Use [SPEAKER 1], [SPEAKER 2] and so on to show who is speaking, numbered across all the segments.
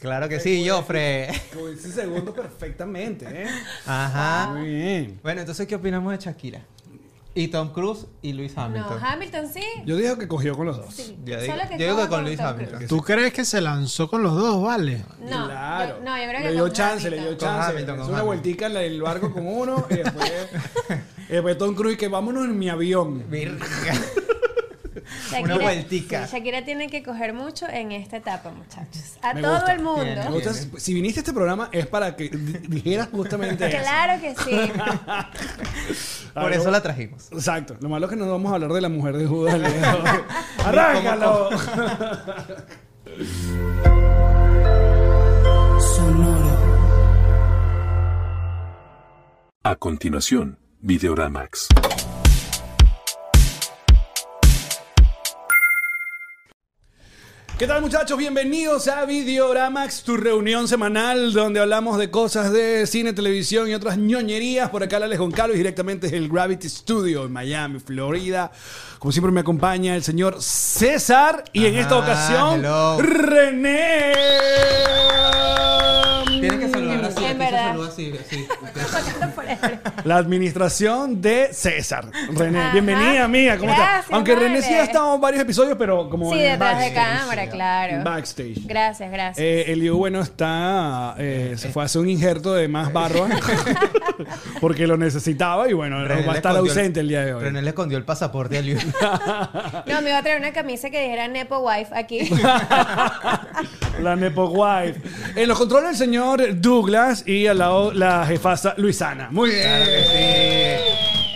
[SPEAKER 1] Claro que sí, Joffre.
[SPEAKER 2] Con Pues ese segundo perfectamente, ¿eh?
[SPEAKER 1] Ajá.
[SPEAKER 2] Muy bien.
[SPEAKER 1] Bueno, entonces, ¿qué opinamos de Shakira? Y Tom Cruise y Luis
[SPEAKER 3] No,
[SPEAKER 1] Hamilton.
[SPEAKER 3] Hamilton sí.
[SPEAKER 2] Yo dije que cogió con los dos.
[SPEAKER 3] sí.
[SPEAKER 1] Yo digo-
[SPEAKER 3] Solo
[SPEAKER 1] yo
[SPEAKER 3] que
[SPEAKER 1] digo
[SPEAKER 3] no
[SPEAKER 1] que con Luis
[SPEAKER 3] Tom
[SPEAKER 1] Hamilton.
[SPEAKER 3] Cruise.
[SPEAKER 4] ¿Tú crees que se lanzó con los dos, vale?
[SPEAKER 3] No,
[SPEAKER 2] claro.
[SPEAKER 3] yo- no, yo creo que
[SPEAKER 2] le dio
[SPEAKER 3] con
[SPEAKER 2] chance, le dio
[SPEAKER 3] Hamilton.
[SPEAKER 1] Con
[SPEAKER 2] chance.
[SPEAKER 1] Hamilton,
[SPEAKER 2] Hizo
[SPEAKER 1] con
[SPEAKER 2] una
[SPEAKER 1] Hamilton.
[SPEAKER 2] vueltica en el barco con uno y después, y después Tom Cruise que vámonos en mi avión.
[SPEAKER 1] Virga.
[SPEAKER 3] Shakira-
[SPEAKER 1] Una vueltica.
[SPEAKER 3] sí, Shakira tiene que coger mucho en esta etapa, muchachos. A
[SPEAKER 2] Me
[SPEAKER 3] todo
[SPEAKER 2] gusta.
[SPEAKER 3] el
[SPEAKER 1] Bien,
[SPEAKER 3] mundo.
[SPEAKER 2] Me gusta- si viniste a este programa es para que di- dijeras justamente eso.
[SPEAKER 3] Claro que sí.
[SPEAKER 1] Por
[SPEAKER 2] Algo-
[SPEAKER 1] eso la trajimos.
[SPEAKER 2] Exacto. Lo malo es que no vamos a hablar de la mujer de Judas. Leo. ¡Arráncalo!
[SPEAKER 5] A continuación, Videoramax.
[SPEAKER 2] ¿Qué tal muchachos? Bienvenidos a Videoramax, tu reunión semanal donde hablamos de cosas de cine, televisión y otras ñoñerías. Por acá Alex Goncalo y directamente desde el Gravity Studio en Miami, Florida. Como siempre me acompaña el señor César y en
[SPEAKER 1] Ajá,
[SPEAKER 2] esta ocasión
[SPEAKER 1] hello.
[SPEAKER 2] René.
[SPEAKER 1] Tienes que saludar así. aquí
[SPEAKER 3] En
[SPEAKER 1] se
[SPEAKER 3] verdad.
[SPEAKER 1] saluda así, así.
[SPEAKER 3] Tocando por ahí.
[SPEAKER 2] La administración de César. René,
[SPEAKER 3] Ajá.
[SPEAKER 2] bienvenida amiga, ¿cómo estás?
[SPEAKER 3] Gracias,
[SPEAKER 2] Aunque René sí
[SPEAKER 3] vale.
[SPEAKER 2] ha estado en varios episodios, pero como
[SPEAKER 3] Sí,
[SPEAKER 2] en el
[SPEAKER 3] detrás de
[SPEAKER 2] backstage.
[SPEAKER 3] cámara, claro.
[SPEAKER 2] Backstage.
[SPEAKER 3] Gracias, gracias.
[SPEAKER 2] Eh, Eliu, bueno, está. eh, se fue a hacer un injerto de más barba. porque lo necesitaba y bueno,
[SPEAKER 1] René
[SPEAKER 2] va a
[SPEAKER 1] le
[SPEAKER 2] estar
[SPEAKER 1] escondió
[SPEAKER 2] ausente el día de
[SPEAKER 1] René
[SPEAKER 2] hoy.
[SPEAKER 1] le escondió el pasaporte a Luis.
[SPEAKER 3] No, me iba a traer una camisa que dijera Nepo Wife aquí.
[SPEAKER 2] La Nepo Wife. En los controles, el señor Douglas y al lado la jefasa Luisana. Muy bien.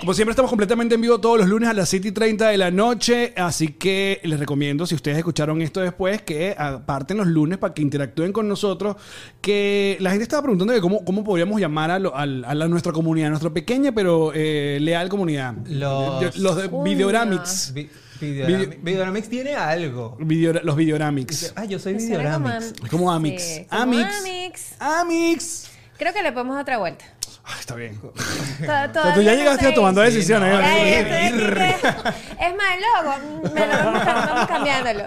[SPEAKER 2] Como siempre, estamos completamente en vivo todos los lunes a las 7 y 30 de la noche. Así que les recomiendo, si ustedes escucharon esto después, que aparten los lunes para que interactúen con nosotros. Que la gente estaba preguntando de cómo, cómo podríamos llamar a, lo- al- a la- nuestra comunidad, nuestra pequeña pero eh, leal comunidad.
[SPEAKER 1] Los-
[SPEAKER 2] Yo- los de
[SPEAKER 3] Coño.
[SPEAKER 2] Videoramics.
[SPEAKER 1] Vi- Videoram- Videoramix tiene algo.
[SPEAKER 2] Videora- los Videoramics.
[SPEAKER 1] Ah, yo soy
[SPEAKER 3] Me suena como
[SPEAKER 1] Videoramix.
[SPEAKER 3] am-
[SPEAKER 2] Es como Amix.
[SPEAKER 3] Sí, como
[SPEAKER 2] Amix.
[SPEAKER 3] Amix.
[SPEAKER 2] Amix.
[SPEAKER 3] Creo que le ponemos otra vuelta.
[SPEAKER 2] Ah, está bien.
[SPEAKER 3] To-
[SPEAKER 2] O sea, tú
[SPEAKER 3] todavía
[SPEAKER 2] ya
[SPEAKER 3] no
[SPEAKER 2] llegaste
[SPEAKER 3] estoy-
[SPEAKER 2] a tomando
[SPEAKER 1] Sí,
[SPEAKER 2] decisiones.
[SPEAKER 1] no,
[SPEAKER 2] ¿eh?
[SPEAKER 3] Ay,
[SPEAKER 1] Sí,
[SPEAKER 3] estoy aquí que- Es más, el logo. Me lo vamos, a- vamos cambiándolo.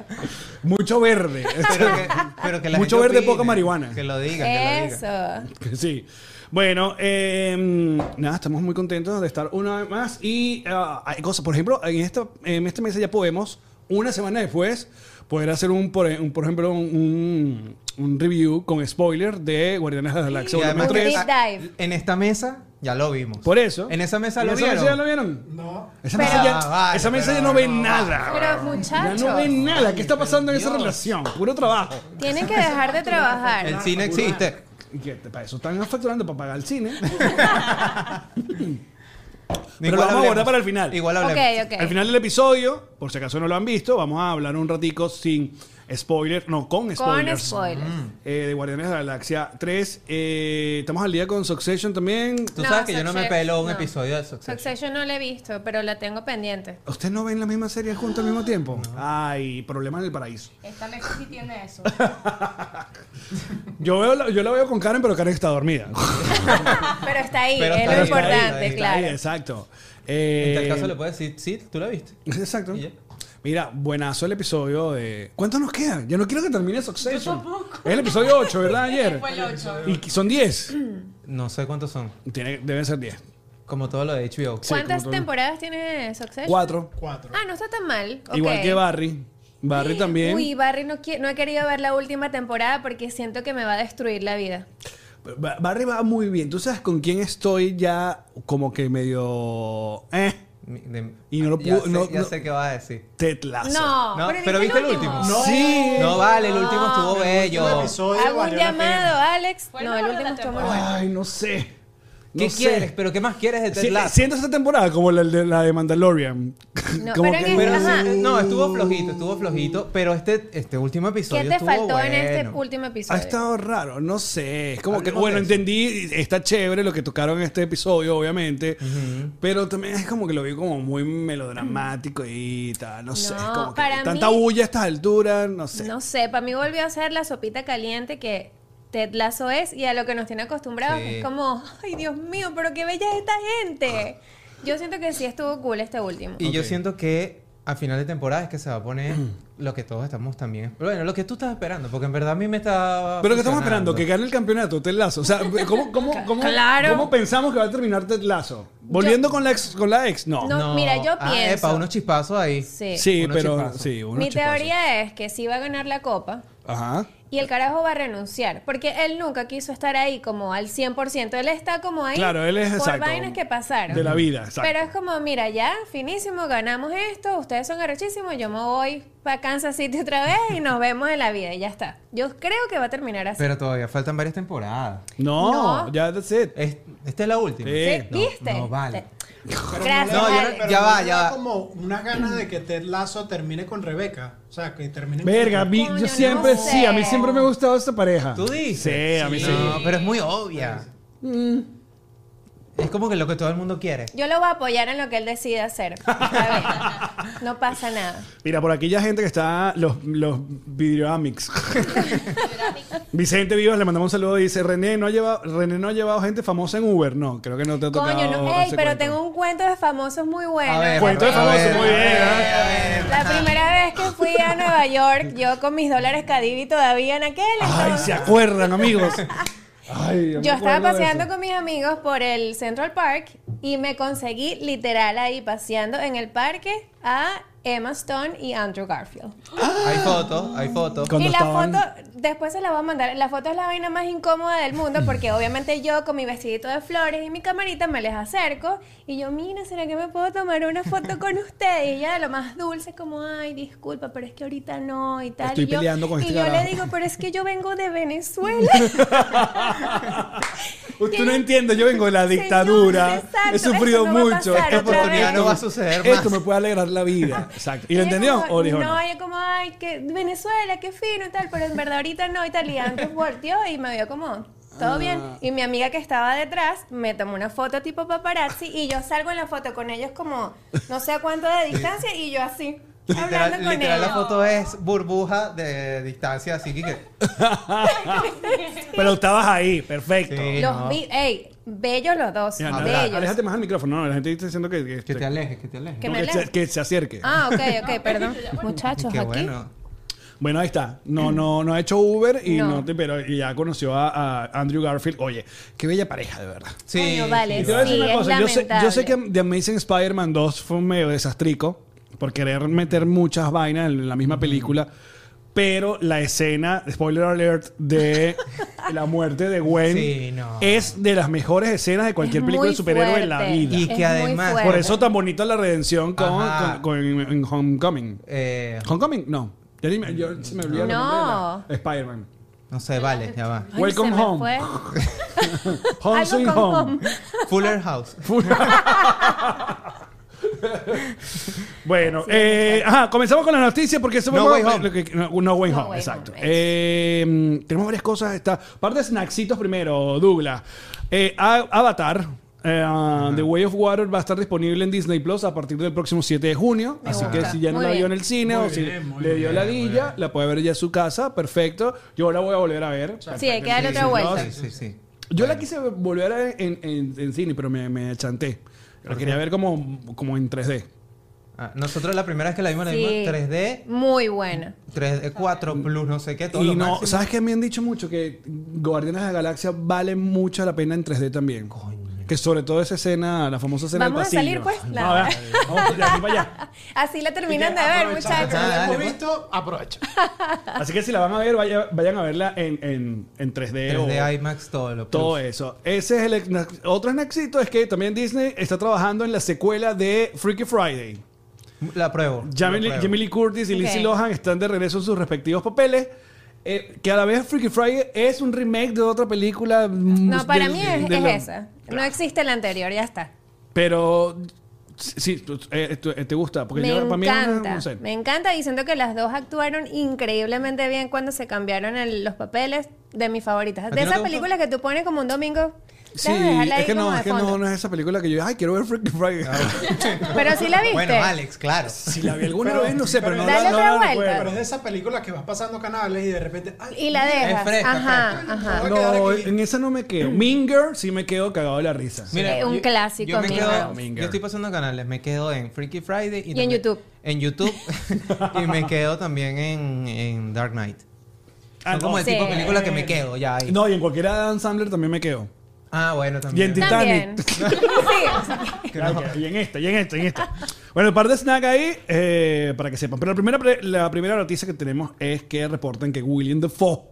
[SPEAKER 2] Mucho verde.
[SPEAKER 1] Pero que, pero que la
[SPEAKER 2] Mucho
[SPEAKER 1] gente
[SPEAKER 2] verde,
[SPEAKER 1] opine.
[SPEAKER 2] poca marihuana.
[SPEAKER 1] Que lo diga, que lo diga.
[SPEAKER 3] Eso.
[SPEAKER 2] Sí. Bueno, eh, nada, estamos muy contentos de estar una vez más. Y ah, hay cosas, por ejemplo, en esta, en esta mesa ya podemos, una semana después, poder hacer un, por, e, un- por ejemplo, un, un- un review con spoiler de Guardianes de la Galaxia
[SPEAKER 1] Y
[SPEAKER 2] volumen
[SPEAKER 1] además
[SPEAKER 3] tres.
[SPEAKER 1] que-
[SPEAKER 3] Deep
[SPEAKER 2] tres.
[SPEAKER 3] dive.
[SPEAKER 1] en esta mesa ya lo vimos.
[SPEAKER 2] Por eso.
[SPEAKER 1] En esa mesa lo
[SPEAKER 2] ¿En esa
[SPEAKER 1] vieron.
[SPEAKER 2] ya lo vieron? No. Esa
[SPEAKER 3] Pero-
[SPEAKER 2] mesa ya,
[SPEAKER 1] Ah, vale,
[SPEAKER 2] esa mesa
[SPEAKER 1] pero
[SPEAKER 2] ya no ve
[SPEAKER 1] no,
[SPEAKER 2] nada.
[SPEAKER 3] Pero
[SPEAKER 2] Ya
[SPEAKER 3] muchachos,
[SPEAKER 2] no ve nada. ¿Qué está pasando en esa
[SPEAKER 1] Dios.
[SPEAKER 2] relación? Puro trabajo.
[SPEAKER 3] tienen que dejar de
[SPEAKER 1] El
[SPEAKER 3] trabajar.
[SPEAKER 1] cine existe.
[SPEAKER 2] ¿Y qué? Para eso están facturando, para pagar el cine.
[SPEAKER 1] Igual
[SPEAKER 2] vamos a
[SPEAKER 1] hablemos.
[SPEAKER 2] guardar para el final.
[SPEAKER 1] Igual
[SPEAKER 3] Ok,
[SPEAKER 1] hablemos.
[SPEAKER 3] ok.
[SPEAKER 2] Al final del episodio, por si acaso no lo han visto, vamos a hablar un ratico sin spoilers, no, con
[SPEAKER 3] Con
[SPEAKER 2] spoilers.
[SPEAKER 3] spoilers.
[SPEAKER 2] eh, de Guardianes de la Galaxia 3. Eh, estamos al día con Succession también.
[SPEAKER 1] Tú
[SPEAKER 3] No,
[SPEAKER 1] sabes que yo no me
[SPEAKER 3] Succession,
[SPEAKER 1] pelo un
[SPEAKER 3] no.
[SPEAKER 1] episodio de Succession.
[SPEAKER 3] Succession no la he visto, pero la tengo pendiente.
[SPEAKER 2] ¿Ustedes no ven la misma serie juntos al mismo tiempo? Ay, problema en el paraíso.
[SPEAKER 6] Esta me sí tiene eso.
[SPEAKER 2] Yo, veo la- yo la veo con Karen, pero Karen está dormida.
[SPEAKER 3] Pero está ahí,
[SPEAKER 1] Pero
[SPEAKER 3] es
[SPEAKER 1] está ahí, está
[SPEAKER 3] lo
[SPEAKER 1] ahí,
[SPEAKER 3] importante,
[SPEAKER 1] está
[SPEAKER 3] claro.
[SPEAKER 2] Ahí, exacto. Eh,
[SPEAKER 1] En tal caso le puedes decir, sí, tú la viste.
[SPEAKER 2] Exacto.
[SPEAKER 1] Y ya.
[SPEAKER 2] Mira, buenazo el episodio de... ¿Cuánto nos queda? Yo no quiero que termine Succession. Es el episodio 8, ¿verdad? Ayer.
[SPEAKER 6] Fue el 8.
[SPEAKER 2] Y son 10.
[SPEAKER 1] No sé cuántos son.
[SPEAKER 2] Tiene, deben ser 10.
[SPEAKER 1] Como todo lo de HBO.
[SPEAKER 3] ¿Cuántas
[SPEAKER 2] como todo.
[SPEAKER 3] temporadas tiene Succession?
[SPEAKER 2] 4.
[SPEAKER 3] Ah, no está tan mal. ok.
[SPEAKER 2] Igual que Barry. Barry también.
[SPEAKER 3] Uy, Barry no, quie- no he querido ver la última temporada porque siento que me va a destruir la vida.
[SPEAKER 2] Ba- Barry va muy bien. Tú sabes con quién estoy ya como que medio... Eh,
[SPEAKER 1] Mi- de-
[SPEAKER 2] Y no lo
[SPEAKER 1] ya
[SPEAKER 2] pudo-
[SPEAKER 1] sé,
[SPEAKER 2] no-
[SPEAKER 1] ya
[SPEAKER 2] no-
[SPEAKER 1] sé qué vas a decir.
[SPEAKER 2] Ted Lasso.
[SPEAKER 3] No,
[SPEAKER 1] No,
[SPEAKER 3] pero,
[SPEAKER 1] pero
[SPEAKER 3] ¿viste el
[SPEAKER 1] ¿viste el
[SPEAKER 3] último.
[SPEAKER 1] último?
[SPEAKER 2] No. Sí.
[SPEAKER 1] No vale, el último estuvo
[SPEAKER 7] último
[SPEAKER 1] bello.
[SPEAKER 7] episodio
[SPEAKER 3] Hago un
[SPEAKER 7] valió la
[SPEAKER 3] llamado,
[SPEAKER 7] pena.
[SPEAKER 3] Alex.
[SPEAKER 6] Fue el
[SPEAKER 3] No, el
[SPEAKER 6] mejor de
[SPEAKER 3] último
[SPEAKER 6] la
[SPEAKER 3] estuvo muy bueno.
[SPEAKER 2] Ay, no sé. No
[SPEAKER 1] ¿Qué
[SPEAKER 2] sé.
[SPEAKER 1] quieres? ¿Pero qué más quieres de Ted
[SPEAKER 2] Si-
[SPEAKER 1] Lasso?
[SPEAKER 2] Siento esta temporada como la, de- la de Mandalorian.
[SPEAKER 3] No,
[SPEAKER 2] Como
[SPEAKER 3] pero en
[SPEAKER 2] que-
[SPEAKER 3] el-
[SPEAKER 1] Pero
[SPEAKER 3] Ajá.
[SPEAKER 1] sí, no, estuvo flojito, estuvo flojito. Pero este, este último episodio.
[SPEAKER 3] ¿Qué te
[SPEAKER 1] estuvo
[SPEAKER 3] faltó en este
[SPEAKER 1] bueno.
[SPEAKER 3] último
[SPEAKER 2] Ha
[SPEAKER 3] episodio?
[SPEAKER 2] estado raro, no sé. Es como que,
[SPEAKER 1] Hablemos
[SPEAKER 2] bueno,
[SPEAKER 1] de eso.
[SPEAKER 2] entendí, está chévere lo que tocaron en este episodio, obviamente. Pero también es como que lo vi como muy melodramático y tal, no, sé. es
[SPEAKER 3] No,
[SPEAKER 2] como que
[SPEAKER 3] para
[SPEAKER 2] tanta
[SPEAKER 3] mí-
[SPEAKER 2] bulla a estas alturas, no sé.
[SPEAKER 3] No sé, para mí volvió a ser la sopita caliente que Ted Lasso es y a lo que nos tiene acostumbrados.
[SPEAKER 1] Sí.
[SPEAKER 3] Es como, ay Dios mío, pero qué bella es esta gente. Yo siento que sí estuvo cool este último.
[SPEAKER 1] Y yo
[SPEAKER 2] Ok.
[SPEAKER 1] siento que a final de temporada es que se va a poner lo que todos estamos también. Bueno, lo que tú estás esperando, porque en verdad a mí me está.
[SPEAKER 2] Pero que estamos
[SPEAKER 1] funcionando.
[SPEAKER 2] esperando, que gane el campeonato, Ted Lazo. O sea, ¿cómo, cómo, cómo,
[SPEAKER 3] Claro.
[SPEAKER 2] cómo pensamos que va a terminar Ted Lazo? ¿Volviendo con la ex? Con la ex? No.
[SPEAKER 3] No. mira, yo pienso-
[SPEAKER 1] Ah, epa, unos chispazos ahí.
[SPEAKER 3] Sí.
[SPEAKER 2] Sí,
[SPEAKER 1] Unos
[SPEAKER 2] pero
[SPEAKER 1] chispazos.
[SPEAKER 2] sí, unos
[SPEAKER 3] Mi
[SPEAKER 2] chispazos.
[SPEAKER 3] teoría es que sí va a ganar la copa
[SPEAKER 2] Ajá.
[SPEAKER 3] y el carajo va a renunciar. Porque él nunca quiso estar ahí como al 100%. Él está como ahí.
[SPEAKER 2] Claro, él es
[SPEAKER 3] por
[SPEAKER 2] exacto,
[SPEAKER 3] vainas que pasaron.
[SPEAKER 2] de la vida, exacto.
[SPEAKER 3] Pero es como, mira, ya, finísimo, ganamos esto. Ustedes son arrechísimos. Yo me voy para Kansas City otra vez y nos vemos en la vida. Y ya está. Yo creo que va a terminar así.
[SPEAKER 1] Pero todavía faltan varias temporadas.
[SPEAKER 2] No,
[SPEAKER 3] No.
[SPEAKER 2] ya that's it.
[SPEAKER 1] Es- esta es la última.
[SPEAKER 2] Sí.
[SPEAKER 3] ¿Sí?
[SPEAKER 1] eh, no,
[SPEAKER 3] ¿Viste?
[SPEAKER 1] no vale.
[SPEAKER 3] Gracias.
[SPEAKER 1] No, yo
[SPEAKER 3] Ale.
[SPEAKER 1] Ya
[SPEAKER 4] no
[SPEAKER 1] va,
[SPEAKER 4] le
[SPEAKER 1] ya
[SPEAKER 4] da
[SPEAKER 1] va.
[SPEAKER 4] como unas ganas de que Ted Lazo termine con Rebeca. O sea, que termine
[SPEAKER 2] Verga, a mí,
[SPEAKER 3] Coño,
[SPEAKER 2] yo siempre,
[SPEAKER 3] no sé.
[SPEAKER 2] sí, a mí siempre me ha gustado esta pareja.
[SPEAKER 1] ¿Tú dices?
[SPEAKER 2] Sí, a mí sí. Mm.
[SPEAKER 1] No, pero es muy obvia. Es como que lo que todo el mundo quiere.
[SPEAKER 3] Yo lo voy a apoyar en lo que él decida hacer. Está bien. No pasa nada.
[SPEAKER 2] Mira, por aquí ya gente que está, los, los videoamics. Vicente Vivas le mandamos un saludo y dice, René no, ha llevado, René no ha llevado gente famosa en Uber. No, creo que no te ha tocado.
[SPEAKER 3] Coño, no. Ey,
[SPEAKER 2] ese
[SPEAKER 3] pero
[SPEAKER 2] cuento.
[SPEAKER 3] tengo un cuento de famosos muy bueno.
[SPEAKER 1] A ver,
[SPEAKER 2] Cuento de
[SPEAKER 1] a ver,
[SPEAKER 2] Pues famoso, muy
[SPEAKER 1] a
[SPEAKER 2] bien,
[SPEAKER 1] ver,
[SPEAKER 2] ¿eh?
[SPEAKER 1] a ver.
[SPEAKER 3] La primera vez que fui a Nueva York, yo con mis dólares Cadivi todavía en aquel
[SPEAKER 2] Ay,
[SPEAKER 3] entonces,
[SPEAKER 2] se acuerdan, amigos. Ay, me
[SPEAKER 3] Yo
[SPEAKER 2] acuerdo
[SPEAKER 3] estaba
[SPEAKER 2] de
[SPEAKER 3] paseando
[SPEAKER 2] eso.
[SPEAKER 3] con mis amigos por el Central Park y me conseguí literal ahí paseando en el parque a Emma Stone y Andrew Garfield.
[SPEAKER 1] Hay fotos, hay fotos.
[SPEAKER 2] Cuando
[SPEAKER 3] y la
[SPEAKER 2] estaban-
[SPEAKER 3] foto, después se la voy a mandar. La foto es la vaina más incómoda del mundo porque obviamente yo con mi vestidito de flores y mi camarita me les acerco y yo, mira, ¿será que me puedo tomar una foto con usted? Y ella de lo más dulce como, ay, disculpa, pero es que ahorita no y tal.
[SPEAKER 2] Estoy
[SPEAKER 3] y yo,
[SPEAKER 2] peleando con este
[SPEAKER 3] Y yo le
[SPEAKER 2] carajo.
[SPEAKER 3] digo, pero es que yo vengo de Venezuela.
[SPEAKER 2] Usted no entiende, yo vengo de la dictadura.
[SPEAKER 3] Señor, exacto,
[SPEAKER 2] he sufrido
[SPEAKER 3] esto no va a
[SPEAKER 2] mucho.
[SPEAKER 3] pasar
[SPEAKER 2] Esta
[SPEAKER 3] otra
[SPEAKER 2] oportunidad
[SPEAKER 3] vez.
[SPEAKER 2] no va a
[SPEAKER 1] suceder
[SPEAKER 2] suceder
[SPEAKER 1] más.
[SPEAKER 2] Esto me puede alegrar la vida. Exacto. ¿Y lo
[SPEAKER 3] Ella
[SPEAKER 2] entendió
[SPEAKER 3] como,
[SPEAKER 2] o dijo
[SPEAKER 3] no?
[SPEAKER 2] no?
[SPEAKER 3] ella como, ay, que Venezuela, qué fino y tal, pero en verdad ahorita no y tal. Y antes volteó y me vio como, todo bien.
[SPEAKER 1] Ah.
[SPEAKER 3] Y mi amiga que estaba detrás me tomó una foto tipo paparazzi y yo salgo en la foto con ellos como, no sé a cuánto de distancia y yo así, hablando
[SPEAKER 1] Literal,
[SPEAKER 3] con
[SPEAKER 1] literal, la
[SPEAKER 3] ellos.
[SPEAKER 1] foto es burbuja de distancia, así que. que-
[SPEAKER 2] Pero estabas ahí, perfecto.
[SPEAKER 1] Sí.
[SPEAKER 3] Los
[SPEAKER 1] no.
[SPEAKER 3] vi, ey, bellos los dos,
[SPEAKER 2] Ya, no,
[SPEAKER 3] bellos.
[SPEAKER 2] aléjate más al micrófono. No, la gente está diciendo que, que-
[SPEAKER 1] Que te alejes, que te alejes.
[SPEAKER 3] Que
[SPEAKER 2] no,
[SPEAKER 3] me
[SPEAKER 2] que
[SPEAKER 3] aleje.
[SPEAKER 2] se, que se acerque.
[SPEAKER 3] Ah, ok, ok, perdón. Muchachos,
[SPEAKER 1] Qué
[SPEAKER 3] aquí.
[SPEAKER 1] bueno.
[SPEAKER 2] Bueno, ahí está. No, no, no ha hecho Uber y
[SPEAKER 3] No.
[SPEAKER 2] no, te, pero y ya conoció a, a Andrew Garfield. Oye, qué bella pareja, de verdad.
[SPEAKER 1] Sí.
[SPEAKER 3] Coño, vale,
[SPEAKER 2] Y
[SPEAKER 1] sí,
[SPEAKER 2] te voy a decir
[SPEAKER 3] Sí,
[SPEAKER 2] una
[SPEAKER 3] es
[SPEAKER 2] cosa. Yo sé, yo sé que
[SPEAKER 3] lamentable.
[SPEAKER 2] The Amazing Spider-Man 2 fue un medio desastrico por querer meter muchas vainas en la
[SPEAKER 3] Mm.
[SPEAKER 2] misma película. Pero la escena, spoiler alert, de la muerte de Gwen
[SPEAKER 1] Sí, no.
[SPEAKER 2] es de las mejores escenas de cualquier
[SPEAKER 3] Es
[SPEAKER 2] película de
[SPEAKER 3] muy
[SPEAKER 2] superhéroe en la
[SPEAKER 3] fuerte.
[SPEAKER 2] vida.
[SPEAKER 1] Y
[SPEAKER 3] Es
[SPEAKER 1] que
[SPEAKER 3] muy
[SPEAKER 1] además-
[SPEAKER 2] por
[SPEAKER 3] fuerte.
[SPEAKER 2] eso tan bonita la redención con,
[SPEAKER 1] Ajá.
[SPEAKER 2] con- con- en Homecoming.
[SPEAKER 1] Eh,
[SPEAKER 2] ¿Homecoming? No. Ya ni me- yo- se me olvidó el
[SPEAKER 3] No.
[SPEAKER 2] nombre de la- Spider-Man.
[SPEAKER 1] no sé, vale, ya va.
[SPEAKER 3] Ay, se
[SPEAKER 2] Welcome
[SPEAKER 3] me
[SPEAKER 2] home.
[SPEAKER 3] fue.
[SPEAKER 2] Home
[SPEAKER 3] Algo
[SPEAKER 2] Sweet
[SPEAKER 3] con
[SPEAKER 2] Home.
[SPEAKER 3] home.
[SPEAKER 1] Fuller House.
[SPEAKER 2] Bueno, eh, ajá, comenzamos con las noticias porque eso
[SPEAKER 1] No
[SPEAKER 2] fue
[SPEAKER 1] Way
[SPEAKER 2] lo-
[SPEAKER 1] Home.
[SPEAKER 2] lo que- no, no Way
[SPEAKER 3] No
[SPEAKER 2] Home,
[SPEAKER 3] Way
[SPEAKER 2] exacto.
[SPEAKER 3] Home,
[SPEAKER 2] Eh, mm, tenemos varias cosas. Está, par de snacksitos primero, Douglas. Eh, A- Avatar, eh, The Way of Water va a estar disponible en Disney Plus a partir del próximo 7 de junio.
[SPEAKER 3] Me
[SPEAKER 2] así que
[SPEAKER 3] gusta.
[SPEAKER 2] si ya no
[SPEAKER 3] Muy
[SPEAKER 2] la vio
[SPEAKER 3] bien.
[SPEAKER 2] en el cine
[SPEAKER 4] Muy
[SPEAKER 2] o si
[SPEAKER 4] bien, muy
[SPEAKER 2] le dio
[SPEAKER 4] bien,
[SPEAKER 2] la
[SPEAKER 4] muy
[SPEAKER 2] dilla, la puede ver ya en su casa. Perfecto. Yo ahora voy a volver a ver.
[SPEAKER 3] Sí, hay que darle otra vuelta.
[SPEAKER 1] Sí, sí, sí.
[SPEAKER 2] Yo la quise volver a ver en, en- en cine, pero me, me chanté. La quería ver como, como en 3D.
[SPEAKER 1] Ah, nosotros la primera vez que la vimos, la vimos
[SPEAKER 3] Sí.
[SPEAKER 1] 3D,
[SPEAKER 3] Muy buena.
[SPEAKER 1] 3D, 4 eh, plus, no sé qué, todo
[SPEAKER 2] Y
[SPEAKER 1] lo
[SPEAKER 2] no,
[SPEAKER 1] máximo.
[SPEAKER 2] ¿sabes qué? Me han dicho mucho que Guardianes de la Galaxia vale mucho la pena en 3D también. Que sobre todo esa escena, la famosa escena del
[SPEAKER 3] Vamos a
[SPEAKER 2] pasillo.
[SPEAKER 3] salir, pues, la-
[SPEAKER 2] No, vea, vamos de aquí para allá.
[SPEAKER 3] Así la terminan de ver, muchachos.
[SPEAKER 1] Ah,
[SPEAKER 4] Ya
[SPEAKER 1] dale,
[SPEAKER 4] hemos
[SPEAKER 1] pues.
[SPEAKER 4] visto, aprovecha.
[SPEAKER 2] Así que si la van a ver, vaya- vayan a verla en, en, en 3D, o
[SPEAKER 1] 3D IMAX, todo lo
[SPEAKER 2] todo
[SPEAKER 1] plus.
[SPEAKER 2] eso. Ese es el ex- otro éxito es que también Disney está trabajando en la secuela de Freaky Friday.
[SPEAKER 1] La pruebo.
[SPEAKER 2] Jamie
[SPEAKER 1] la
[SPEAKER 2] Lee-
[SPEAKER 1] pruebo.
[SPEAKER 2] Jamie Lee Curtis y
[SPEAKER 3] Ok.
[SPEAKER 2] Lindsay Lohan están de regreso en sus respectivos papeles. eh, que a la vez Freaky Friday es un remake de otra película.
[SPEAKER 3] No, para mí es, es esa. No
[SPEAKER 2] existe
[SPEAKER 3] existe la anterior, ya está.
[SPEAKER 2] Pero sí, tú- eh, tú- eh, te gusta, porque
[SPEAKER 3] me
[SPEAKER 2] yo para mí era una-
[SPEAKER 3] encanta.
[SPEAKER 2] no sé.
[SPEAKER 3] Me encanta y siento que las dos actuaron increíblemente bien cuando se cambiaron el- los papeles de mis favoritas.
[SPEAKER 1] ti
[SPEAKER 3] De
[SPEAKER 1] no te
[SPEAKER 3] esas
[SPEAKER 1] gustó?
[SPEAKER 3] películas que tú pones como un domingo
[SPEAKER 2] Sí,
[SPEAKER 3] déjala ahí
[SPEAKER 2] es que
[SPEAKER 3] como
[SPEAKER 2] no,
[SPEAKER 3] de
[SPEAKER 2] es que no,
[SPEAKER 3] fondo.
[SPEAKER 2] no es esa película que yo, ay, quiero ver Freaky Friday.
[SPEAKER 3] Pero sí la viste.
[SPEAKER 1] Bueno, Alex, claro.
[SPEAKER 2] Si la vi alguna
[SPEAKER 4] Pero-
[SPEAKER 2] vez, no sé, pero,
[SPEAKER 4] pero
[SPEAKER 2] no, la-
[SPEAKER 3] dale
[SPEAKER 2] no
[SPEAKER 3] otra
[SPEAKER 2] la
[SPEAKER 3] vuelta.
[SPEAKER 2] recuerdo.
[SPEAKER 4] Pero es de esas películas que vas pasando canales y de repente. ay,
[SPEAKER 3] Y la dejas.
[SPEAKER 1] fresca,
[SPEAKER 3] ajá,
[SPEAKER 1] fresca.
[SPEAKER 3] ajá.
[SPEAKER 4] Voy a quedar
[SPEAKER 2] No,
[SPEAKER 4] aquí.
[SPEAKER 2] en esa no me quedo. Minger sí me quedo cagado de la risa.
[SPEAKER 3] Sí, un
[SPEAKER 1] yo-
[SPEAKER 3] clásico,
[SPEAKER 1] Yo, me
[SPEAKER 3] Mean
[SPEAKER 1] quedo,
[SPEAKER 2] Girls. Mean
[SPEAKER 1] yo estoy pasando canales, me quedo en Freaky Friday
[SPEAKER 3] Y en
[SPEAKER 1] también-
[SPEAKER 3] YouTube.
[SPEAKER 1] En YouTube y me quedo también en, en Dark Knight.
[SPEAKER 2] Ah,
[SPEAKER 1] Son como el
[SPEAKER 3] sí.
[SPEAKER 1] tipo de película que me quedo ya ahí.
[SPEAKER 2] No, y en cualquiera de Adam Sandler también me quedo.
[SPEAKER 1] Ah, bueno,
[SPEAKER 2] Y en
[SPEAKER 1] también.
[SPEAKER 2] Titanic.
[SPEAKER 3] También. sí.
[SPEAKER 2] Claro que- y en esta, y en esta, y en esta. Bueno, un par de snacks ahí eh, para que sepan. Pero la primera, pre- la primera noticia que tenemos es que reportan que William Dafoe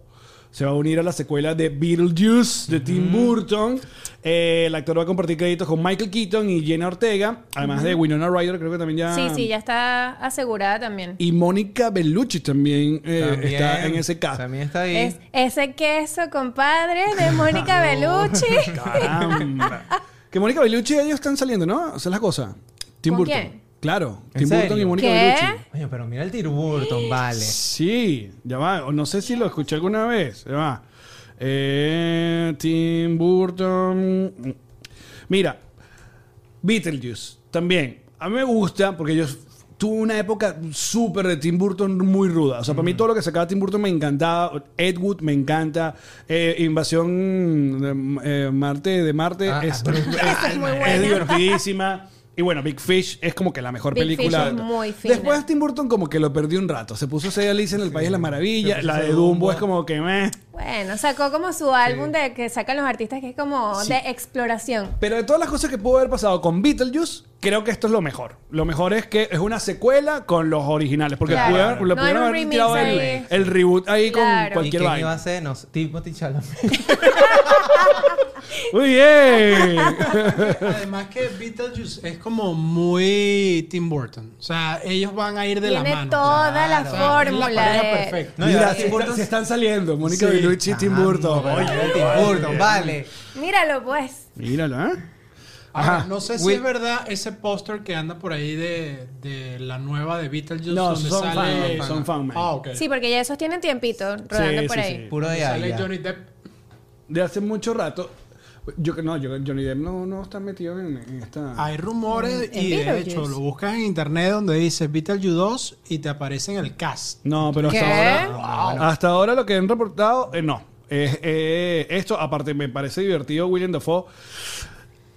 [SPEAKER 2] se va a unir a la secuela de Beetlejuice de Tim Burton. Eh, el actor va a compartir créditos con Michael Keaton y Jenna Ortega, además de Winona Ryder, creo que también ya.
[SPEAKER 3] Sí, sí, ya está asegurada también.
[SPEAKER 2] Y Mónica Bellucci también, eh,
[SPEAKER 1] También-
[SPEAKER 2] está en ese caso.
[SPEAKER 1] También está ahí.
[SPEAKER 3] Es- ese queso, compadre, de Mónica Bellucci.
[SPEAKER 2] Caramba. que Mónica Bellucci ellos están saliendo, ¿no? O sea, las cosas. Tim
[SPEAKER 3] ¿Con
[SPEAKER 2] Burton.
[SPEAKER 3] quién?
[SPEAKER 2] Claro.
[SPEAKER 1] ¿En
[SPEAKER 2] Tim Burton y
[SPEAKER 1] serio?
[SPEAKER 2] Mónica
[SPEAKER 3] ¿Qué?
[SPEAKER 2] Bellucci.
[SPEAKER 1] Coño, pero mira el Tim Burton, vale.
[SPEAKER 2] Sí, ya va. o No sé si lo escuché alguna vez. Ya va. Eh, Tim Burton. Mira, Beetlejuice también. A mí me gusta porque yo tuve una época súper de Tim Burton muy ruda. O sea, para mí todo lo que sacaba Tim Burton me encantaba. Ed Wood me encanta. Eh, Invasión de eh, Marte de Marte
[SPEAKER 1] Ah,
[SPEAKER 2] es,
[SPEAKER 1] ah, pero-
[SPEAKER 2] es-
[SPEAKER 3] Esa es muy
[SPEAKER 2] es
[SPEAKER 3] buena.
[SPEAKER 2] divertidísima. Y bueno, Big Fish es como que la mejor
[SPEAKER 3] Big
[SPEAKER 2] película.
[SPEAKER 3] Fish es muy fina.
[SPEAKER 2] Después Tim Burton como que lo perdió un rato. Se puso Alice en el País de las
[SPEAKER 1] Se
[SPEAKER 2] Maravillas.
[SPEAKER 1] puso
[SPEAKER 2] La de
[SPEAKER 1] Dumbo.
[SPEAKER 2] Dumbo es como que meh.
[SPEAKER 3] Bueno, sacó como su álbum de que sacan los artistas que es como de exploración.
[SPEAKER 2] Pero de todas las cosas que pudo haber pasado con Beetlejuice, creo que esto es lo mejor. Lo mejor es que es una secuela con los originales. Porque
[SPEAKER 3] Claro.
[SPEAKER 2] pudieron-
[SPEAKER 3] No
[SPEAKER 2] le
[SPEAKER 3] era
[SPEAKER 2] pudieron
[SPEAKER 3] un
[SPEAKER 2] haber
[SPEAKER 3] remix
[SPEAKER 2] tirado el,
[SPEAKER 3] ahí.
[SPEAKER 2] el reboot ahí
[SPEAKER 3] Claro.
[SPEAKER 2] con
[SPEAKER 1] ¿Y
[SPEAKER 2] cualquier
[SPEAKER 1] quién iba a
[SPEAKER 2] vaina.
[SPEAKER 1] ser? No, sé, Timothy Chalamet.
[SPEAKER 2] Muy bien.
[SPEAKER 4] Además que Beetlejuice es como muy Tim Burton. O sea, ellos van a ir de la
[SPEAKER 3] Tiene
[SPEAKER 4] mano.
[SPEAKER 3] toda la
[SPEAKER 4] O sea, es
[SPEAKER 3] fórmula.
[SPEAKER 4] la pareja
[SPEAKER 3] de-
[SPEAKER 4] perfecta.
[SPEAKER 1] No, y
[SPEAKER 2] Mira,
[SPEAKER 1] ahora
[SPEAKER 2] se,
[SPEAKER 1] Tim
[SPEAKER 2] está-
[SPEAKER 1] Burton-
[SPEAKER 2] se están saliendo. Mónica
[SPEAKER 4] Sí.
[SPEAKER 2] Bellucci y Tim
[SPEAKER 1] Ah,
[SPEAKER 2] Burton.
[SPEAKER 1] no, pero el Tim Burton, vale.
[SPEAKER 3] Míralo pues.
[SPEAKER 2] Míralo, ¿eh?
[SPEAKER 4] Ahora,
[SPEAKER 2] Ajá.
[SPEAKER 4] no sé si
[SPEAKER 2] Will-
[SPEAKER 4] es verdad ese póster que anda por ahí de, de la nueva de Beetlejuice
[SPEAKER 2] No,
[SPEAKER 4] donde
[SPEAKER 2] son
[SPEAKER 4] sale...
[SPEAKER 2] fan, son fan, man.
[SPEAKER 4] Ah, ok.
[SPEAKER 3] Sí, porque ya esos tienen tiempito rodando
[SPEAKER 2] Sí,
[SPEAKER 3] por
[SPEAKER 2] sí,
[SPEAKER 3] ahí.
[SPEAKER 2] sí.
[SPEAKER 1] Puro de
[SPEAKER 4] Sale
[SPEAKER 1] ahí.
[SPEAKER 4] Johnny Depp.
[SPEAKER 2] de hace mucho rato. Yo que no, yo, Johnny Depp no, no está metido en, en esta.
[SPEAKER 4] Hay
[SPEAKER 3] Mm,
[SPEAKER 4] rumores y de
[SPEAKER 3] Beetlejuice.
[SPEAKER 4] hecho lo buscas en internet donde dice Beetlejuice 2 y te aparece en el cast.
[SPEAKER 2] No, pero hasta
[SPEAKER 3] ¿Qué?
[SPEAKER 2] ahora. Hasta ahora lo que han reportado, eh, no. Es, eh, esto, aparte, me parece divertido, William Dafoe.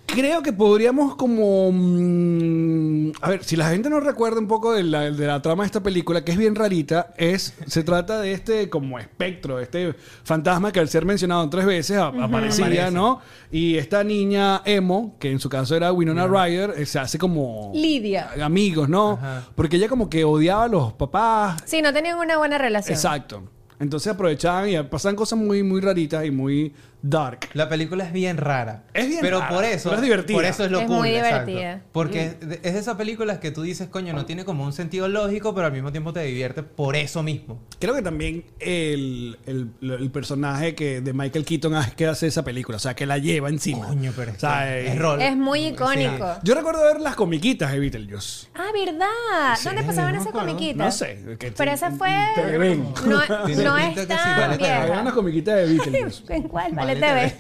[SPEAKER 2] Creo que podríamos como... mm, a ver, si la gente no recuerda un poco de la, de la trama de esta película, que es bien rarita, es se trata de este como espectro, este fantasma que al ser mencionado tres veces a- aparecía,
[SPEAKER 1] Aparece.
[SPEAKER 2] ¿no? Y esta niña Emo, que en su caso era Winona Ryder, eh, se hace como...
[SPEAKER 3] Lidia.
[SPEAKER 2] Amigos, ¿no?
[SPEAKER 1] Ajá.
[SPEAKER 2] Porque ella como que odiaba a los papás,
[SPEAKER 3] Sí, no tenían una buena relación.
[SPEAKER 2] Exacto. Entonces aprovechaban y pasan cosas muy, muy raritas y muy dark.
[SPEAKER 1] La película es bien rara.
[SPEAKER 2] Es bien
[SPEAKER 1] Pero
[SPEAKER 2] rara,
[SPEAKER 1] por eso.
[SPEAKER 2] pero es divertida.
[SPEAKER 1] Por eso es lo
[SPEAKER 3] Es
[SPEAKER 1] cool,
[SPEAKER 3] muy
[SPEAKER 1] exacto.
[SPEAKER 3] divertida. Mm.
[SPEAKER 1] Porque es de- es de esas películas que tú dices, coño, no tiene como un sentido lógico, pero al mismo tiempo te divierte por eso mismo.
[SPEAKER 2] Creo que también el, el- el personaje que de Michael Keaton hace- que hace esa película, o sea, que la lleva encima.
[SPEAKER 1] Coño, pero es,
[SPEAKER 2] O sea,
[SPEAKER 1] que
[SPEAKER 2] eh,
[SPEAKER 1] es rol.
[SPEAKER 3] Es muy icónico.
[SPEAKER 2] Yo recuerdo ver las comiquitas de Beetlejuice.
[SPEAKER 3] Ah, ¿verdad? ¿Dónde
[SPEAKER 1] Sí,
[SPEAKER 3] pasaban
[SPEAKER 1] no me
[SPEAKER 3] esas
[SPEAKER 1] acuerdo.
[SPEAKER 3] comiquitas?
[SPEAKER 2] No sé. que-
[SPEAKER 3] Pero esa fue...
[SPEAKER 2] Te ven.
[SPEAKER 3] No,
[SPEAKER 1] Tiene
[SPEAKER 3] no
[SPEAKER 1] pinta
[SPEAKER 3] es
[SPEAKER 1] que sí, vale,
[SPEAKER 3] tan
[SPEAKER 1] pero
[SPEAKER 2] Había unas
[SPEAKER 3] vieja.
[SPEAKER 2] comiquitas de Beetlejuice.
[SPEAKER 3] ¿En cuál?
[SPEAKER 1] Vale,
[SPEAKER 3] Vale, TV.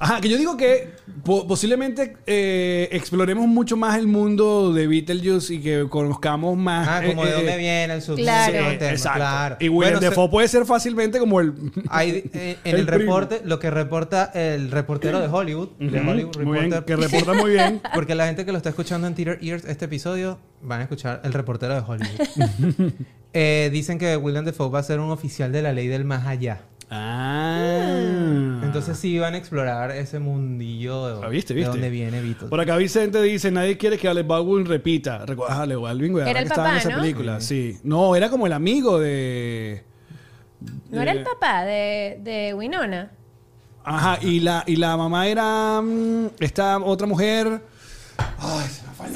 [SPEAKER 2] Ajá, que yo digo que po- posiblemente eh, exploremos mucho más el mundo de Beetlejuice y que conozcamos más.
[SPEAKER 1] Ah, como de
[SPEAKER 2] eh,
[SPEAKER 1] dónde
[SPEAKER 2] eh,
[SPEAKER 1] viene el subtítulo.
[SPEAKER 3] Claro.
[SPEAKER 1] el
[SPEAKER 2] Eh,
[SPEAKER 1] tema,
[SPEAKER 2] exacto.
[SPEAKER 1] claro.
[SPEAKER 2] Y Willem
[SPEAKER 1] Bueno, se-
[SPEAKER 2] Dafoe puede ser fácilmente como el.
[SPEAKER 1] Hay, eh, en
[SPEAKER 2] El
[SPEAKER 1] el,
[SPEAKER 2] primo.
[SPEAKER 1] reporte, lo que reporta el reportero de Hollywood, de Hollywood
[SPEAKER 2] Muy bien,
[SPEAKER 1] Reporter,
[SPEAKER 2] que reporta muy bien.
[SPEAKER 1] porque la gente que lo está escuchando en Theater Ears este episodio van a escuchar el reportero de Hollywood. Eh, dicen que William Defoe va a ser un oficial de la ley del más allá.
[SPEAKER 2] Ah.
[SPEAKER 1] Entonces sí van a explorar ese mundillo de,
[SPEAKER 2] Ah, ¿viste, viste?
[SPEAKER 1] de donde viene Beatles.
[SPEAKER 2] Por acá Vicente dice, nadie quiere que Alec Baldwin repita. ¿Recuerdas a Alec Baldwin? güey?
[SPEAKER 3] Era el
[SPEAKER 2] que estaba en
[SPEAKER 3] papá,
[SPEAKER 2] esa
[SPEAKER 3] ¿no?
[SPEAKER 2] película, sí. No, era como el amigo de...
[SPEAKER 3] ¿No era el papá de, de Winona?
[SPEAKER 2] Ajá, y la, y la mamá era mm, esta otra mujer.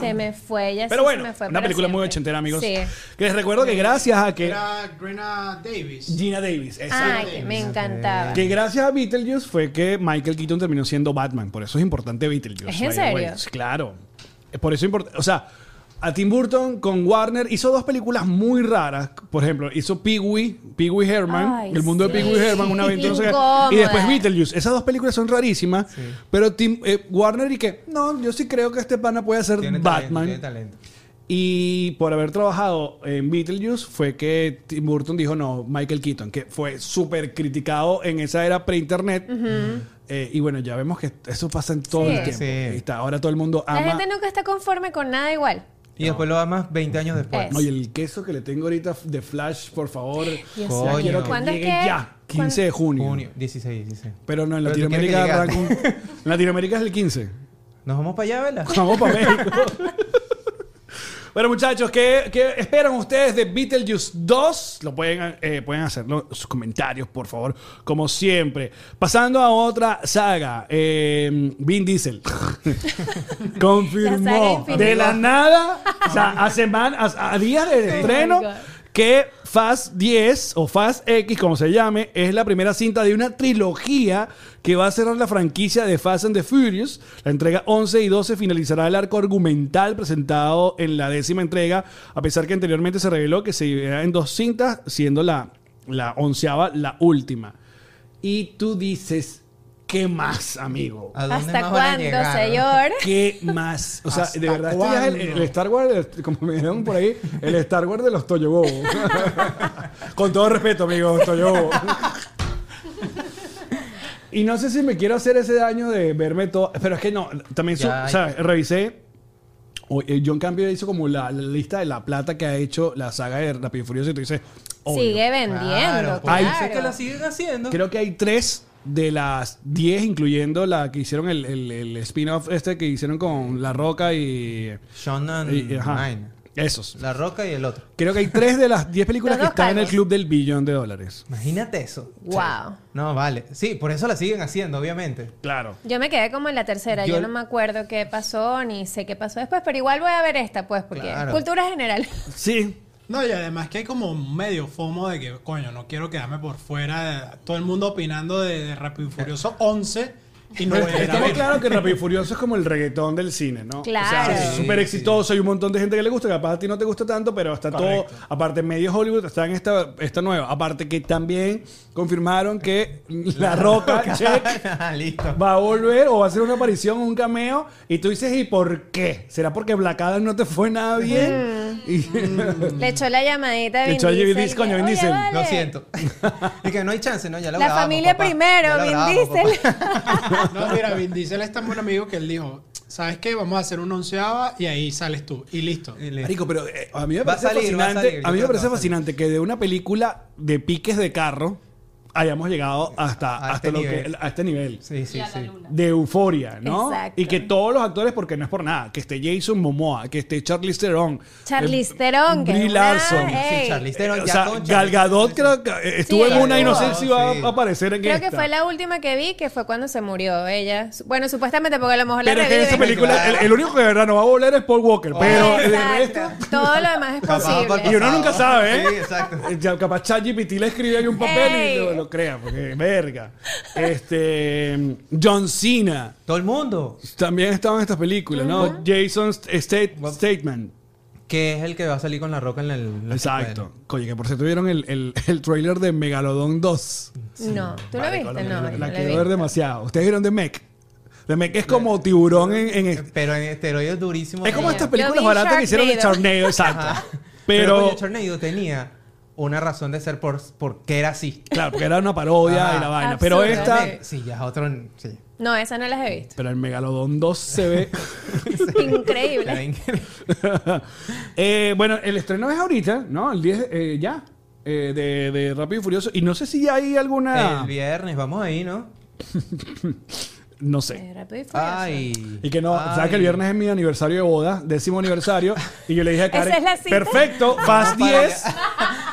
[SPEAKER 3] Se me fue, ya
[SPEAKER 2] Pero
[SPEAKER 3] sí
[SPEAKER 2] bueno,
[SPEAKER 3] se me fue
[SPEAKER 2] una
[SPEAKER 3] para
[SPEAKER 2] película muy
[SPEAKER 3] siempre.
[SPEAKER 2] ochentera, amigos.
[SPEAKER 3] Sí.
[SPEAKER 2] Que les recuerdo que gracias a que...
[SPEAKER 4] Era Grena Davis.
[SPEAKER 2] Gina Davis, exacto.
[SPEAKER 3] Ay, que me encantaba.
[SPEAKER 2] Que gracias a Beetlejuice fue que Michael Keaton terminó siendo Batman. Por eso es importante Beetlejuice.
[SPEAKER 3] ¿Es en
[SPEAKER 2] by the way.
[SPEAKER 3] serio?
[SPEAKER 2] Claro. Por eso es importante. O sea, a Tim Burton con Warner. Hizo dos películas muy raras. Por ejemplo, hizo Pee-Wee, Pee-Wee Herman,
[SPEAKER 6] Ay,
[SPEAKER 2] el mundo de
[SPEAKER 6] sí.
[SPEAKER 2] Pee-Wee Herman, una aventura. no sé qué. y
[SPEAKER 3] Incómoda.
[SPEAKER 2] después Beetlejuice. Esas dos películas son rarísimas. Pero Tim, eh, Warner y que, no, yo sí creo que este pana puede hacer
[SPEAKER 1] Tiene
[SPEAKER 2] Batman.
[SPEAKER 1] talento, tiene talento.
[SPEAKER 2] Y por haber trabajado en Beetlejuice fue que Tim Burton dijo no, Michael Keaton, que fue súper criticado en esa era pre-internet. Eh, y bueno, ya vemos que eso pasa en todo
[SPEAKER 3] Sí.
[SPEAKER 2] el tiempo.
[SPEAKER 1] Sí.
[SPEAKER 2] Y está, ahora todo el mundo
[SPEAKER 3] La
[SPEAKER 2] ama.
[SPEAKER 3] gente nunca está conforme con nada igual.
[SPEAKER 1] Y después lo amas 20 años después.
[SPEAKER 3] Es.
[SPEAKER 2] Oye, el queso que le tengo ahorita de Flash, por favor. Ya
[SPEAKER 1] Coño.
[SPEAKER 2] quiero que
[SPEAKER 3] ¿Cuándo es
[SPEAKER 2] llegue
[SPEAKER 3] que-
[SPEAKER 2] ya, 15 de junio.
[SPEAKER 1] Junio, 16, 16.
[SPEAKER 2] Pero no, en
[SPEAKER 1] Pero tú quieres
[SPEAKER 2] Latinoamérica
[SPEAKER 1] que
[SPEAKER 2] arranca un- en Latinoamérica es el 15.
[SPEAKER 1] Nos vamos para allá, ¿verdad?
[SPEAKER 2] Vamos para México. bueno, muchachos, ¿qué, qué esperan ustedes de Beetlejuice 2? Lo pueden, eh, pueden hacerlo en sus comentarios, por favor, como siempre. Pasando a otra saga, eh, Vin Diesel.
[SPEAKER 3] La saga
[SPEAKER 2] Confirmó
[SPEAKER 3] infinita.
[SPEAKER 2] de la nada, o sea, a, semana, a, a días del estreno,
[SPEAKER 3] Oh my God.
[SPEAKER 2] que Fast 10 o Fast X, como se llame, es la primera cinta de una trilogía que va a cerrar la franquicia de Fast and the Furious. La entrega 11 y 12 finalizará el arco argumental presentado en la décima entrega, a pesar que anteriormente se reveló que se dividirá en dos cintas, siendo la, la onceava la última. Y tú dices, ¿qué más, amigo?
[SPEAKER 1] ¿A dónde
[SPEAKER 3] ¿Hasta
[SPEAKER 1] más van a
[SPEAKER 3] cuándo,
[SPEAKER 1] llegar?
[SPEAKER 3] señor?
[SPEAKER 2] ¿Qué más? O sea,
[SPEAKER 4] ¿Hasta
[SPEAKER 2] de verdad, este ya es el,
[SPEAKER 4] cuándo?
[SPEAKER 2] el Star Wars, el- como me dijeron por ahí, el Star Wars de los Toyo Bobo. Con todo respeto, amigos, Toyo Bobo. Y no sé si me quiero hacer ese daño de verme todo. Pero es que no, también, su-
[SPEAKER 1] Ya,
[SPEAKER 2] o sea, revisé. o- eh, John Campbell hizo como la, la lista de la plata que ha hecho la saga de Rápido y Furioso. Y tú dices, obvio.
[SPEAKER 3] Sigue vendiendo, claro.
[SPEAKER 1] Por eso es que la siguen haciendo.
[SPEAKER 2] Creo que hay tres de las diez, incluyendo la que hicieron el, el- el spin-off este que hicieron con La Roca y...
[SPEAKER 1] Sean and
[SPEAKER 2] y- ajá,
[SPEAKER 1] Mine.
[SPEAKER 2] esos.
[SPEAKER 1] La Roca y el otro.
[SPEAKER 2] Creo que hay tres de las diez películas
[SPEAKER 3] Los
[SPEAKER 2] que
[SPEAKER 3] dos
[SPEAKER 2] están en el
[SPEAKER 3] calvos.
[SPEAKER 2] club del billón de dólares.
[SPEAKER 1] Imagínate eso.
[SPEAKER 3] Wow.
[SPEAKER 1] No, vale. Sí, por eso la siguen haciendo, obviamente.
[SPEAKER 2] Claro.
[SPEAKER 3] Yo me quedé como en la tercera, yo,
[SPEAKER 1] Yo-
[SPEAKER 3] no me acuerdo qué pasó ni sé qué pasó después, pero igual voy a ver esta, pues, porque
[SPEAKER 1] Claro.
[SPEAKER 3] cultura general.
[SPEAKER 2] Sí.
[SPEAKER 4] No, y además que hay como medio fomo de que, coño, no quiero quedarme por fuera. de- todo el mundo opinando de, de Rápido y Furioso 11 y no voy a ir a
[SPEAKER 2] Pues, Estamos
[SPEAKER 4] ver.
[SPEAKER 2] claro que Rápido y Furioso es como el reggaetón del cine, ¿no?
[SPEAKER 3] Claro.
[SPEAKER 2] O sea, es
[SPEAKER 1] Sí,
[SPEAKER 2] súper
[SPEAKER 1] sí.
[SPEAKER 2] exitoso, hay un montón de gente que le gusta, capaz a ti no te gusta tanto, pero está
[SPEAKER 4] Correcto.
[SPEAKER 2] todo, aparte medio Hollywood está en esta, esta nueva. Aparte que también confirmaron que La Roca, check,
[SPEAKER 1] Ah, Listo.
[SPEAKER 2] va a volver o va a hacer una aparición, un cameo, y tú dices, ¿y por qué? ¿Será porque Black Adam no te fue nada bien? Y-
[SPEAKER 3] Le echó la llamadita a
[SPEAKER 2] Le
[SPEAKER 3] Vin
[SPEAKER 2] echó a Vin
[SPEAKER 3] Diesel.
[SPEAKER 2] Diesel, coño, Vin
[SPEAKER 3] Oye,
[SPEAKER 2] Diesel.
[SPEAKER 3] vale.
[SPEAKER 1] Lo siento. Es que no hay chance, ¿no? Ya lo
[SPEAKER 3] La
[SPEAKER 1] grabamos,
[SPEAKER 3] familia
[SPEAKER 1] papá. Ya
[SPEAKER 3] primero,
[SPEAKER 1] lo
[SPEAKER 3] Vin
[SPEAKER 1] grabamos,
[SPEAKER 3] Diesel.
[SPEAKER 1] papá.
[SPEAKER 4] No, mira, Vin Diesel es tan buen amigo que él dijo, ¿sabes qué? Vamos a hacer un onceava y ahí sales tú. Y listo.
[SPEAKER 1] Y listo.
[SPEAKER 2] Marico, pero eh, a mí me
[SPEAKER 1] Va a
[SPEAKER 2] parece
[SPEAKER 1] salir, va a
[SPEAKER 2] fascinante,
[SPEAKER 1] salir,
[SPEAKER 2] a mí me
[SPEAKER 1] yo creo que
[SPEAKER 2] parece
[SPEAKER 1] va a salir.
[SPEAKER 2] fascinante que de una película de piques de carro hayamos llegado hasta,
[SPEAKER 1] A
[SPEAKER 2] hasta
[SPEAKER 1] este
[SPEAKER 2] lo que,
[SPEAKER 1] nivel.
[SPEAKER 2] a este nivel.
[SPEAKER 1] Sí, sí, sí.
[SPEAKER 2] de euforia, ¿no?
[SPEAKER 3] Exacto.
[SPEAKER 2] Y que todos los actores, porque no es por nada, que esté Jason Momoa, que esté Charlize Theron,
[SPEAKER 3] Charlize
[SPEAKER 2] eh,
[SPEAKER 3] Theron, que
[SPEAKER 2] Brie
[SPEAKER 3] es una-
[SPEAKER 2] Larson,
[SPEAKER 3] eh,
[SPEAKER 1] Sí,
[SPEAKER 3] Ey.
[SPEAKER 1] Charlize
[SPEAKER 2] Eh,
[SPEAKER 1] Theron,
[SPEAKER 2] o
[SPEAKER 1] ya
[SPEAKER 2] sea,
[SPEAKER 1] con Charlize-
[SPEAKER 2] Gal Gadot creo que eh, estuvo
[SPEAKER 3] Sí,
[SPEAKER 2] en una y no sé
[SPEAKER 1] Gal
[SPEAKER 2] si
[SPEAKER 1] Gadot,
[SPEAKER 2] va
[SPEAKER 1] sí.
[SPEAKER 2] a aparecer en
[SPEAKER 3] Creo
[SPEAKER 2] esta.
[SPEAKER 3] que fue la última que vi, que fue cuando se murió ella. Su- Bueno, supuestamente porque a lo mejor
[SPEAKER 2] Pero
[SPEAKER 3] la
[SPEAKER 2] es que en esa
[SPEAKER 3] reviven.
[SPEAKER 2] película, el, el único que de verdad no va a volver es Paul Walker, pero el resto...
[SPEAKER 3] Exacto. Todo lo demás es
[SPEAKER 1] Capaz para el
[SPEAKER 3] posible.
[SPEAKER 2] Y uno nunca
[SPEAKER 1] pasado.
[SPEAKER 2] sabe, ¿eh?
[SPEAKER 1] Sí, exacto.
[SPEAKER 2] Eh, ya capaz ChatGPT le escribe ahí un papel y
[SPEAKER 3] Ey.
[SPEAKER 2] lo, lo crea, porque verga. Este. John Cena
[SPEAKER 1] Todo el mundo.
[SPEAKER 2] también estaba en estas películas, ¿no? Jason eh, State,
[SPEAKER 1] What-
[SPEAKER 2] Statement.
[SPEAKER 1] Que es el que va a salir con la roca en el. en la
[SPEAKER 2] Exacto.
[SPEAKER 1] secuela.
[SPEAKER 2] Oye, que por cierto vieron el, el, el trailer de Megalodon 2.
[SPEAKER 3] No, ¿tú lo viste? No, yo
[SPEAKER 2] La
[SPEAKER 3] no lo
[SPEAKER 2] quiero
[SPEAKER 3] vi.
[SPEAKER 2] ver demasiado. ¿Ustedes vieron de Mech? De Mech es como tiburón en. en-
[SPEAKER 1] Pero en esteroides durísimo.
[SPEAKER 2] es como
[SPEAKER 1] Tenía-
[SPEAKER 2] estas
[SPEAKER 3] Yo
[SPEAKER 2] películas
[SPEAKER 3] vi
[SPEAKER 2] baratas que hicieron de
[SPEAKER 3] Sharknado.
[SPEAKER 2] Charneo,
[SPEAKER 1] Ajá.
[SPEAKER 2] exacto.
[SPEAKER 1] Pero.
[SPEAKER 2] Pero.
[SPEAKER 1] coño, Charnado tenía una razón de ser por, por qué era así.
[SPEAKER 2] Claro, porque era una parodia
[SPEAKER 1] Ajá.
[SPEAKER 2] y la vaina. Pero
[SPEAKER 3] Absurdo.
[SPEAKER 2] esta.
[SPEAKER 1] Pero me- Sí, ya es otro. Sí.
[SPEAKER 3] No, esa no las he visto.
[SPEAKER 2] Pero el Megalodon 2 se ve.
[SPEAKER 1] Ya
[SPEAKER 3] Increíble.
[SPEAKER 1] ven que-
[SPEAKER 2] Eh, bueno, el estreno es ahorita, ¿no? El 10 eh, ya. eh, de, de Rápido y Furioso. Y no sé si hay alguna.
[SPEAKER 1] El viernes, vamos ahí, ¿no?
[SPEAKER 2] No sé.
[SPEAKER 3] Eh, Rápido y Furioso.
[SPEAKER 1] Ay.
[SPEAKER 2] Y que no, ¿sabes
[SPEAKER 1] Ay.
[SPEAKER 2] que el viernes es mi aniversario de boda, décimo aniversario? Y yo le dije a Karen,
[SPEAKER 3] ¿Esa es la cita?
[SPEAKER 2] perfecto, Fast
[SPEAKER 1] para
[SPEAKER 2] 10,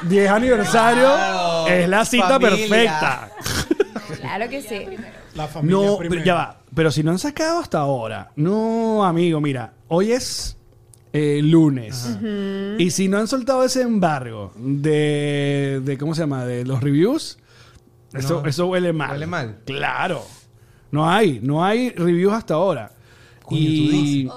[SPEAKER 2] 10 aniversario,
[SPEAKER 1] Claro,
[SPEAKER 2] es la cita
[SPEAKER 1] familia.
[SPEAKER 2] perfecta.
[SPEAKER 3] Claro que sí.
[SPEAKER 4] La familia
[SPEAKER 2] No,
[SPEAKER 4] primero.
[SPEAKER 2] pero ya va. Pero si no han sacado hasta ahora. No, amigo, mira. Hoy es eh, lunes. Y si no han soltado ese embargo de, de. ¿Cómo se llama? De los reviews. Eso,
[SPEAKER 1] No,
[SPEAKER 2] eso huele mal.
[SPEAKER 1] huele mal.
[SPEAKER 2] Claro. No hay. No hay reviews hasta ahora.
[SPEAKER 1] Coño, tú
[SPEAKER 2] y.
[SPEAKER 1] dices.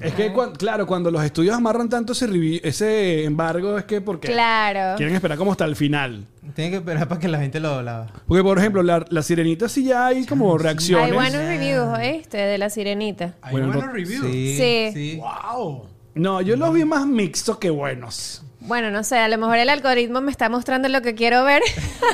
[SPEAKER 2] Es que, cuan- claro, cuando los estudios amarran tanto ese, revi- ese embargo, es que porque
[SPEAKER 3] Claro.
[SPEAKER 2] quieren esperar como hasta el final.
[SPEAKER 1] Tiene que esperar para que la gente lo hablaba.
[SPEAKER 2] Porque, por ejemplo, la, la sirenita sí ya hay como reacciones.
[SPEAKER 3] Hay buenos reviews, ¿oíste? De la sirenita.
[SPEAKER 4] Hay
[SPEAKER 2] Bueno,
[SPEAKER 4] buenos
[SPEAKER 2] no-
[SPEAKER 4] reviews.
[SPEAKER 1] Sí.
[SPEAKER 3] Sí.
[SPEAKER 4] ¡Wow!
[SPEAKER 2] No, yo los vi más mixtos que buenos.
[SPEAKER 3] Bueno, no sé, a lo mejor el algoritmo me está mostrando lo que quiero ver.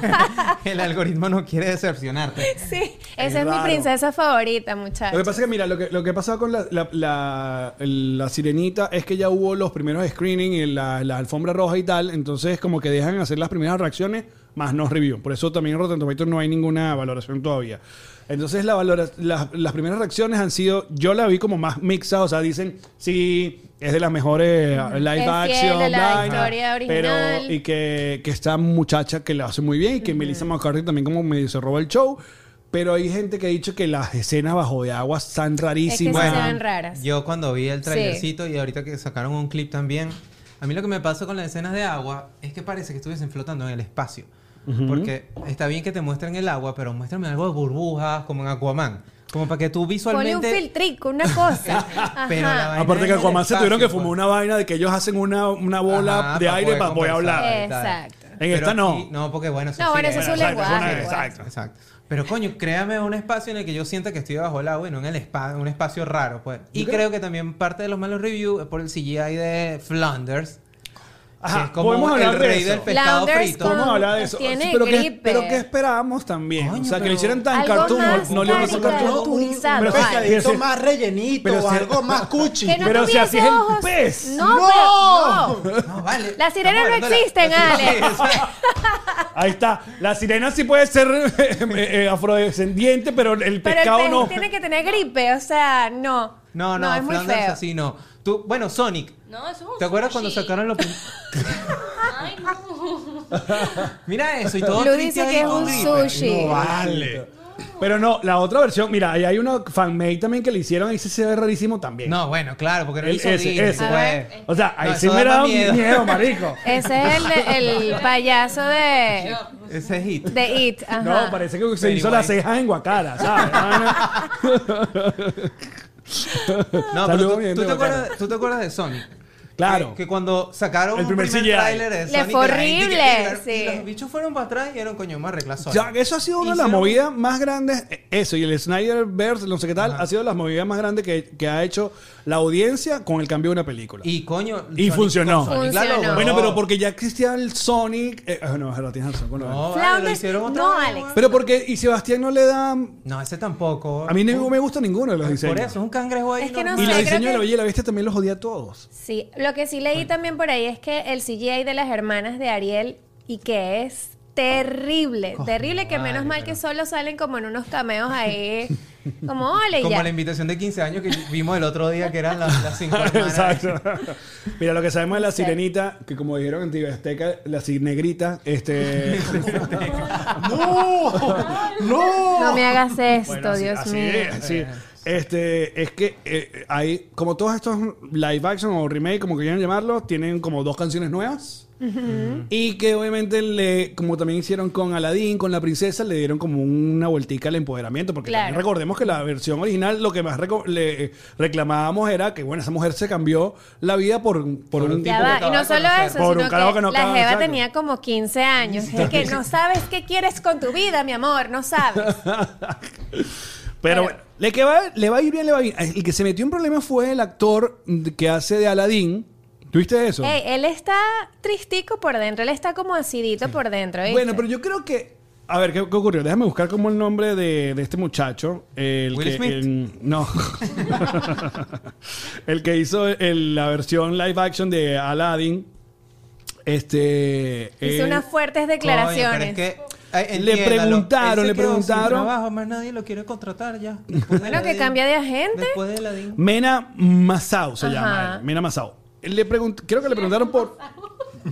[SPEAKER 1] El algoritmo no quiere decepcionarte.
[SPEAKER 3] sí,
[SPEAKER 2] Es
[SPEAKER 3] esa es, mi
[SPEAKER 2] raro.
[SPEAKER 3] princesa favorita,
[SPEAKER 2] Lo que
[SPEAKER 3] muchachos.
[SPEAKER 2] pasa es que, mira, lo que, lo que pasaba con la, la- la- la sirenita es que ya hubo los primeros screening en la, la alfombra roja y tal, entonces como que dejan hacer las primeras reacciones, más no review. Por eso también en Rotten Tomatoes no hay ninguna valoración todavía. Entonces la valora- las- las primeras reacciones han sido, yo la vi como más mixta, o sea, dicen, sí, es de las mejores eh, live
[SPEAKER 3] Es
[SPEAKER 2] action,
[SPEAKER 3] fiel a la
[SPEAKER 2] vaina,
[SPEAKER 3] historia original.
[SPEAKER 2] pero y que, que esta muchacha que la hace muy bien y que Melissa McCarthy también como medio se roba el show. Pero hay gente que ha dicho que las escenas bajo de agua están
[SPEAKER 3] Es que sí
[SPEAKER 2] rarísimas.
[SPEAKER 3] se ven raras.
[SPEAKER 1] Yo cuando vi el trailercito y ahorita que sacaron un clip también, a mí lo que me pasó con las escenas de agua es que parece que estuviesen flotando en el espacio. Porque está bien que te muestren el agua, pero muéstrame algo de burbujas, como en Aquaman. Como para que tú
[SPEAKER 3] Ponle un
[SPEAKER 1] visualmente...
[SPEAKER 3] filtrico, una cosa. Ajá.
[SPEAKER 1] Pero la vaina
[SPEAKER 2] Aparte
[SPEAKER 1] es
[SPEAKER 2] que a
[SPEAKER 1] el
[SPEAKER 2] Aquaman se
[SPEAKER 1] espacio,
[SPEAKER 2] tuvieron que
[SPEAKER 1] pues.
[SPEAKER 2] fumar una vaina de que ellos hacen una, una bola
[SPEAKER 1] Ajá,
[SPEAKER 2] de aire para poder
[SPEAKER 1] conversar
[SPEAKER 2] hablar.
[SPEAKER 3] Eh.
[SPEAKER 1] y tal.
[SPEAKER 3] Exacto.
[SPEAKER 2] En esta no.
[SPEAKER 1] aquí- no, porque bueno, eso
[SPEAKER 3] No,
[SPEAKER 1] sí
[SPEAKER 3] bueno, eso
[SPEAKER 1] es-
[SPEAKER 3] es un
[SPEAKER 2] Exacto,
[SPEAKER 3] lenguaje.
[SPEAKER 2] una-
[SPEAKER 3] pues.
[SPEAKER 2] exacto.
[SPEAKER 1] Exacto. Pero coño, créame un espacio en el que yo sienta que estoy bajo el agua y no en el spa- un espacio raro, pues. Y creo... que también parte de los malos reviews es por el CGI de Flanders.
[SPEAKER 2] Ajá,
[SPEAKER 1] que es como
[SPEAKER 2] podemos
[SPEAKER 1] el
[SPEAKER 2] hablar de
[SPEAKER 1] rey
[SPEAKER 2] eso.
[SPEAKER 1] del pescado
[SPEAKER 3] Flanders
[SPEAKER 1] frito.
[SPEAKER 3] con-
[SPEAKER 2] ¿Cómo hablar de eso?
[SPEAKER 3] Tiene
[SPEAKER 2] pero, que,
[SPEAKER 3] gripe.
[SPEAKER 2] pero que esperábamos también.
[SPEAKER 1] Coño,
[SPEAKER 2] o sea, que
[SPEAKER 1] pero-
[SPEAKER 2] lo hicieran tan
[SPEAKER 3] Algo
[SPEAKER 2] cartoon,
[SPEAKER 3] más
[SPEAKER 2] no, no le
[SPEAKER 3] cari-
[SPEAKER 2] hizo cartoon.
[SPEAKER 3] cari- caricaturizado,
[SPEAKER 4] Un
[SPEAKER 2] Pero vale.
[SPEAKER 4] pescadito
[SPEAKER 2] fíjese-
[SPEAKER 4] más rellenito,
[SPEAKER 2] pero si-
[SPEAKER 4] algo más cuchi.
[SPEAKER 3] Que no
[SPEAKER 2] Pero si
[SPEAKER 3] tuviese
[SPEAKER 2] así es el
[SPEAKER 3] ojos.
[SPEAKER 2] pez.
[SPEAKER 3] No,
[SPEAKER 4] ¡No!
[SPEAKER 3] pero- no.
[SPEAKER 1] No, vale.
[SPEAKER 3] Las sirenas
[SPEAKER 1] Estamos
[SPEAKER 3] no
[SPEAKER 1] hablando de
[SPEAKER 3] existen,
[SPEAKER 1] la-
[SPEAKER 3] Ale.
[SPEAKER 1] Sí, exacto.
[SPEAKER 2] Ahí está. La sirena sí puede ser eh, eh, eh, afrodescendiente, pero el
[SPEAKER 3] Pero
[SPEAKER 2] pescado
[SPEAKER 3] el pez
[SPEAKER 2] no.
[SPEAKER 3] tiene que tener gripe, o sea, no.
[SPEAKER 1] No, no,
[SPEAKER 3] es muy
[SPEAKER 1] Flanders
[SPEAKER 3] feo.
[SPEAKER 1] así no. Tú, bueno, Sonic.
[SPEAKER 6] No, eso es un
[SPEAKER 1] ¿Te acuerdas cuando
[SPEAKER 6] sushi.
[SPEAKER 1] sacaron los... prim-
[SPEAKER 6] Ay, no.
[SPEAKER 1] Mira eso y todo
[SPEAKER 3] Blue
[SPEAKER 1] triste
[SPEAKER 3] dice
[SPEAKER 1] ahí
[SPEAKER 3] que es
[SPEAKER 1] con
[SPEAKER 3] un
[SPEAKER 1] gripe.
[SPEAKER 3] sushi.
[SPEAKER 4] No vale.
[SPEAKER 2] Pero no, la otra versión, mira, ahí hay una fanmade también que le hicieron y se ve rarísimo también.
[SPEAKER 1] No, bueno, claro, porque no
[SPEAKER 2] El-
[SPEAKER 1] hizo
[SPEAKER 2] ese,
[SPEAKER 1] Disney,
[SPEAKER 2] ese.
[SPEAKER 1] pues.
[SPEAKER 3] A ver.
[SPEAKER 2] O sea, ahí
[SPEAKER 1] No,
[SPEAKER 2] sí
[SPEAKER 1] eso
[SPEAKER 2] me
[SPEAKER 1] da
[SPEAKER 2] da
[SPEAKER 1] más
[SPEAKER 2] miedo.
[SPEAKER 1] miedo.
[SPEAKER 2] marico.
[SPEAKER 3] Ese es el, de- el payaso de,
[SPEAKER 1] Ese es hit.
[SPEAKER 3] de It. Ajá.
[SPEAKER 2] No, parece que se
[SPEAKER 1] Very
[SPEAKER 2] hizo la
[SPEAKER 1] white.
[SPEAKER 2] ceja en Guacara, ¿sabes?
[SPEAKER 1] No,
[SPEAKER 2] Saludos,
[SPEAKER 1] pero
[SPEAKER 2] bien,
[SPEAKER 1] tú, tú te
[SPEAKER 2] bacano.
[SPEAKER 1] acuerdas, tú te acuerdas de Sonic.
[SPEAKER 2] Claro.
[SPEAKER 1] Que, que cuando sacaron
[SPEAKER 2] El
[SPEAKER 1] el
[SPEAKER 2] primer
[SPEAKER 1] primer,
[SPEAKER 2] CGI.
[SPEAKER 1] tráiler de
[SPEAKER 3] Le
[SPEAKER 1] Sonic.
[SPEAKER 3] fue
[SPEAKER 1] la gente que-
[SPEAKER 3] horrible,
[SPEAKER 1] y
[SPEAKER 3] sí.
[SPEAKER 1] los bichos fueron para atrás y dijeron, coño, vamos a arreglar
[SPEAKER 2] O
[SPEAKER 1] Sonic.
[SPEAKER 2] sea, que eso ha sido una de las
[SPEAKER 1] Hicieron-
[SPEAKER 2] movidas más grandes. eh, Eso, y el Snyderverse, no sé qué tal, ha sido de las movidas más grandes que, que ha hecho la audiencia con el cambio de una película.
[SPEAKER 1] Y coño.
[SPEAKER 2] Y
[SPEAKER 1] Sonic
[SPEAKER 2] funcionó.
[SPEAKER 1] con Sonic, claro,
[SPEAKER 3] Funcionó.
[SPEAKER 2] bueno,
[SPEAKER 1] no.
[SPEAKER 2] pero porque ya existía el Sonic. eh, ah, no, es verdad, tienes razón, con la
[SPEAKER 1] No,
[SPEAKER 2] verdad.
[SPEAKER 1] vale, lo
[SPEAKER 3] Flanders-
[SPEAKER 1] hicieron otra
[SPEAKER 3] no,
[SPEAKER 1] vez,
[SPEAKER 3] Alex.
[SPEAKER 1] weón.
[SPEAKER 2] Pero porque. Y Sebastián no le da. A
[SPEAKER 1] No, ese tampoco.
[SPEAKER 2] mí no me gusta ninguno de los
[SPEAKER 1] Por
[SPEAKER 2] diseños.
[SPEAKER 1] eso, es un cangrejo ahí.
[SPEAKER 3] Es que no
[SPEAKER 2] Y
[SPEAKER 3] sé,
[SPEAKER 2] los
[SPEAKER 3] creo
[SPEAKER 2] diseños de la
[SPEAKER 3] que-
[SPEAKER 2] Bella y la Bestia también los odia a todos.
[SPEAKER 3] Sí, lo que sí leí también por ahí es que el CGI de las hermanas de Ariel y que es terrible, terrible que menos
[SPEAKER 1] madre,
[SPEAKER 3] mal que solo salen como en unos cameos ahí, como ole y
[SPEAKER 1] Como
[SPEAKER 3] ya.
[SPEAKER 1] la invitación de 15 años que vimos el otro día, que eran las, las cinco hermanas.
[SPEAKER 2] Exacto. Mira, lo que sabemos de la
[SPEAKER 3] Sí.
[SPEAKER 2] sirenita, que como dijeron en TV Azteca, la negrita, este.
[SPEAKER 4] ¡No!
[SPEAKER 3] No me hagas esto,
[SPEAKER 2] Bueno, así-
[SPEAKER 3] Dios
[SPEAKER 2] así
[SPEAKER 3] mío.
[SPEAKER 2] es, sí. Este, es que eh, hay, como todos estos live action o remake, como quieran llamarlo, tienen como dos canciones nuevas. Y que obviamente, le, como también hicieron con Aladdin, con la princesa, le dieron como una vueltica al empoderamiento. Porque
[SPEAKER 3] Claro.
[SPEAKER 2] también recordemos que la versión original lo que más reco- le eh, reclamábamos era que, bueno, esa mujer se cambió la vida por, por un
[SPEAKER 1] tipo
[SPEAKER 3] Ya
[SPEAKER 1] que
[SPEAKER 3] va, y
[SPEAKER 1] acababa
[SPEAKER 3] no
[SPEAKER 1] de
[SPEAKER 3] solo
[SPEAKER 1] conocer.
[SPEAKER 3] eso,
[SPEAKER 2] Por un
[SPEAKER 3] sino
[SPEAKER 2] carajo
[SPEAKER 3] que,
[SPEAKER 2] que no
[SPEAKER 3] la
[SPEAKER 2] acaba de
[SPEAKER 3] Jeva
[SPEAKER 2] sacar.
[SPEAKER 3] tenía como 15 años. Es que no sabes qué quieres con tu vida, mi amor, no sabes.
[SPEAKER 2] Pero
[SPEAKER 3] Pero-
[SPEAKER 2] bueno, le, que va, le va a ir bien, le va a ir. El que se metió en problemas fue el actor que hace de Aladdin. ¿Tuviste eso?
[SPEAKER 3] Ey, él está tristico por dentro, él está como acidito por dentro. ¿viste?
[SPEAKER 2] bueno, pero yo creo que. A ver, ¿qué, qué ocurrió? Déjame buscar como el nombre de, de este muchacho. El
[SPEAKER 1] Will
[SPEAKER 2] que,
[SPEAKER 1] Smith.
[SPEAKER 2] el- no. el que hizo el- la versión live action de Aladdin. Este.
[SPEAKER 3] Hizo
[SPEAKER 2] eh,
[SPEAKER 3] unas fuertes
[SPEAKER 1] Coño,
[SPEAKER 3] declaraciones.
[SPEAKER 1] pero es que, ay,
[SPEAKER 2] Le
[SPEAKER 1] eh, entiéndalo, él
[SPEAKER 2] preguntaron,
[SPEAKER 1] se
[SPEAKER 2] le
[SPEAKER 1] quedó sin
[SPEAKER 2] preguntaron.
[SPEAKER 1] Trabajo, más nadie lo quiere contratar ya. Después de
[SPEAKER 3] Bueno, que
[SPEAKER 1] Aladdin.
[SPEAKER 3] cambia de agente.
[SPEAKER 1] Después de Aladdin.
[SPEAKER 2] Mena Masao se
[SPEAKER 3] Ajá.
[SPEAKER 2] llama. él, Mena Masao. Le pregunt- creo que le preguntaron por.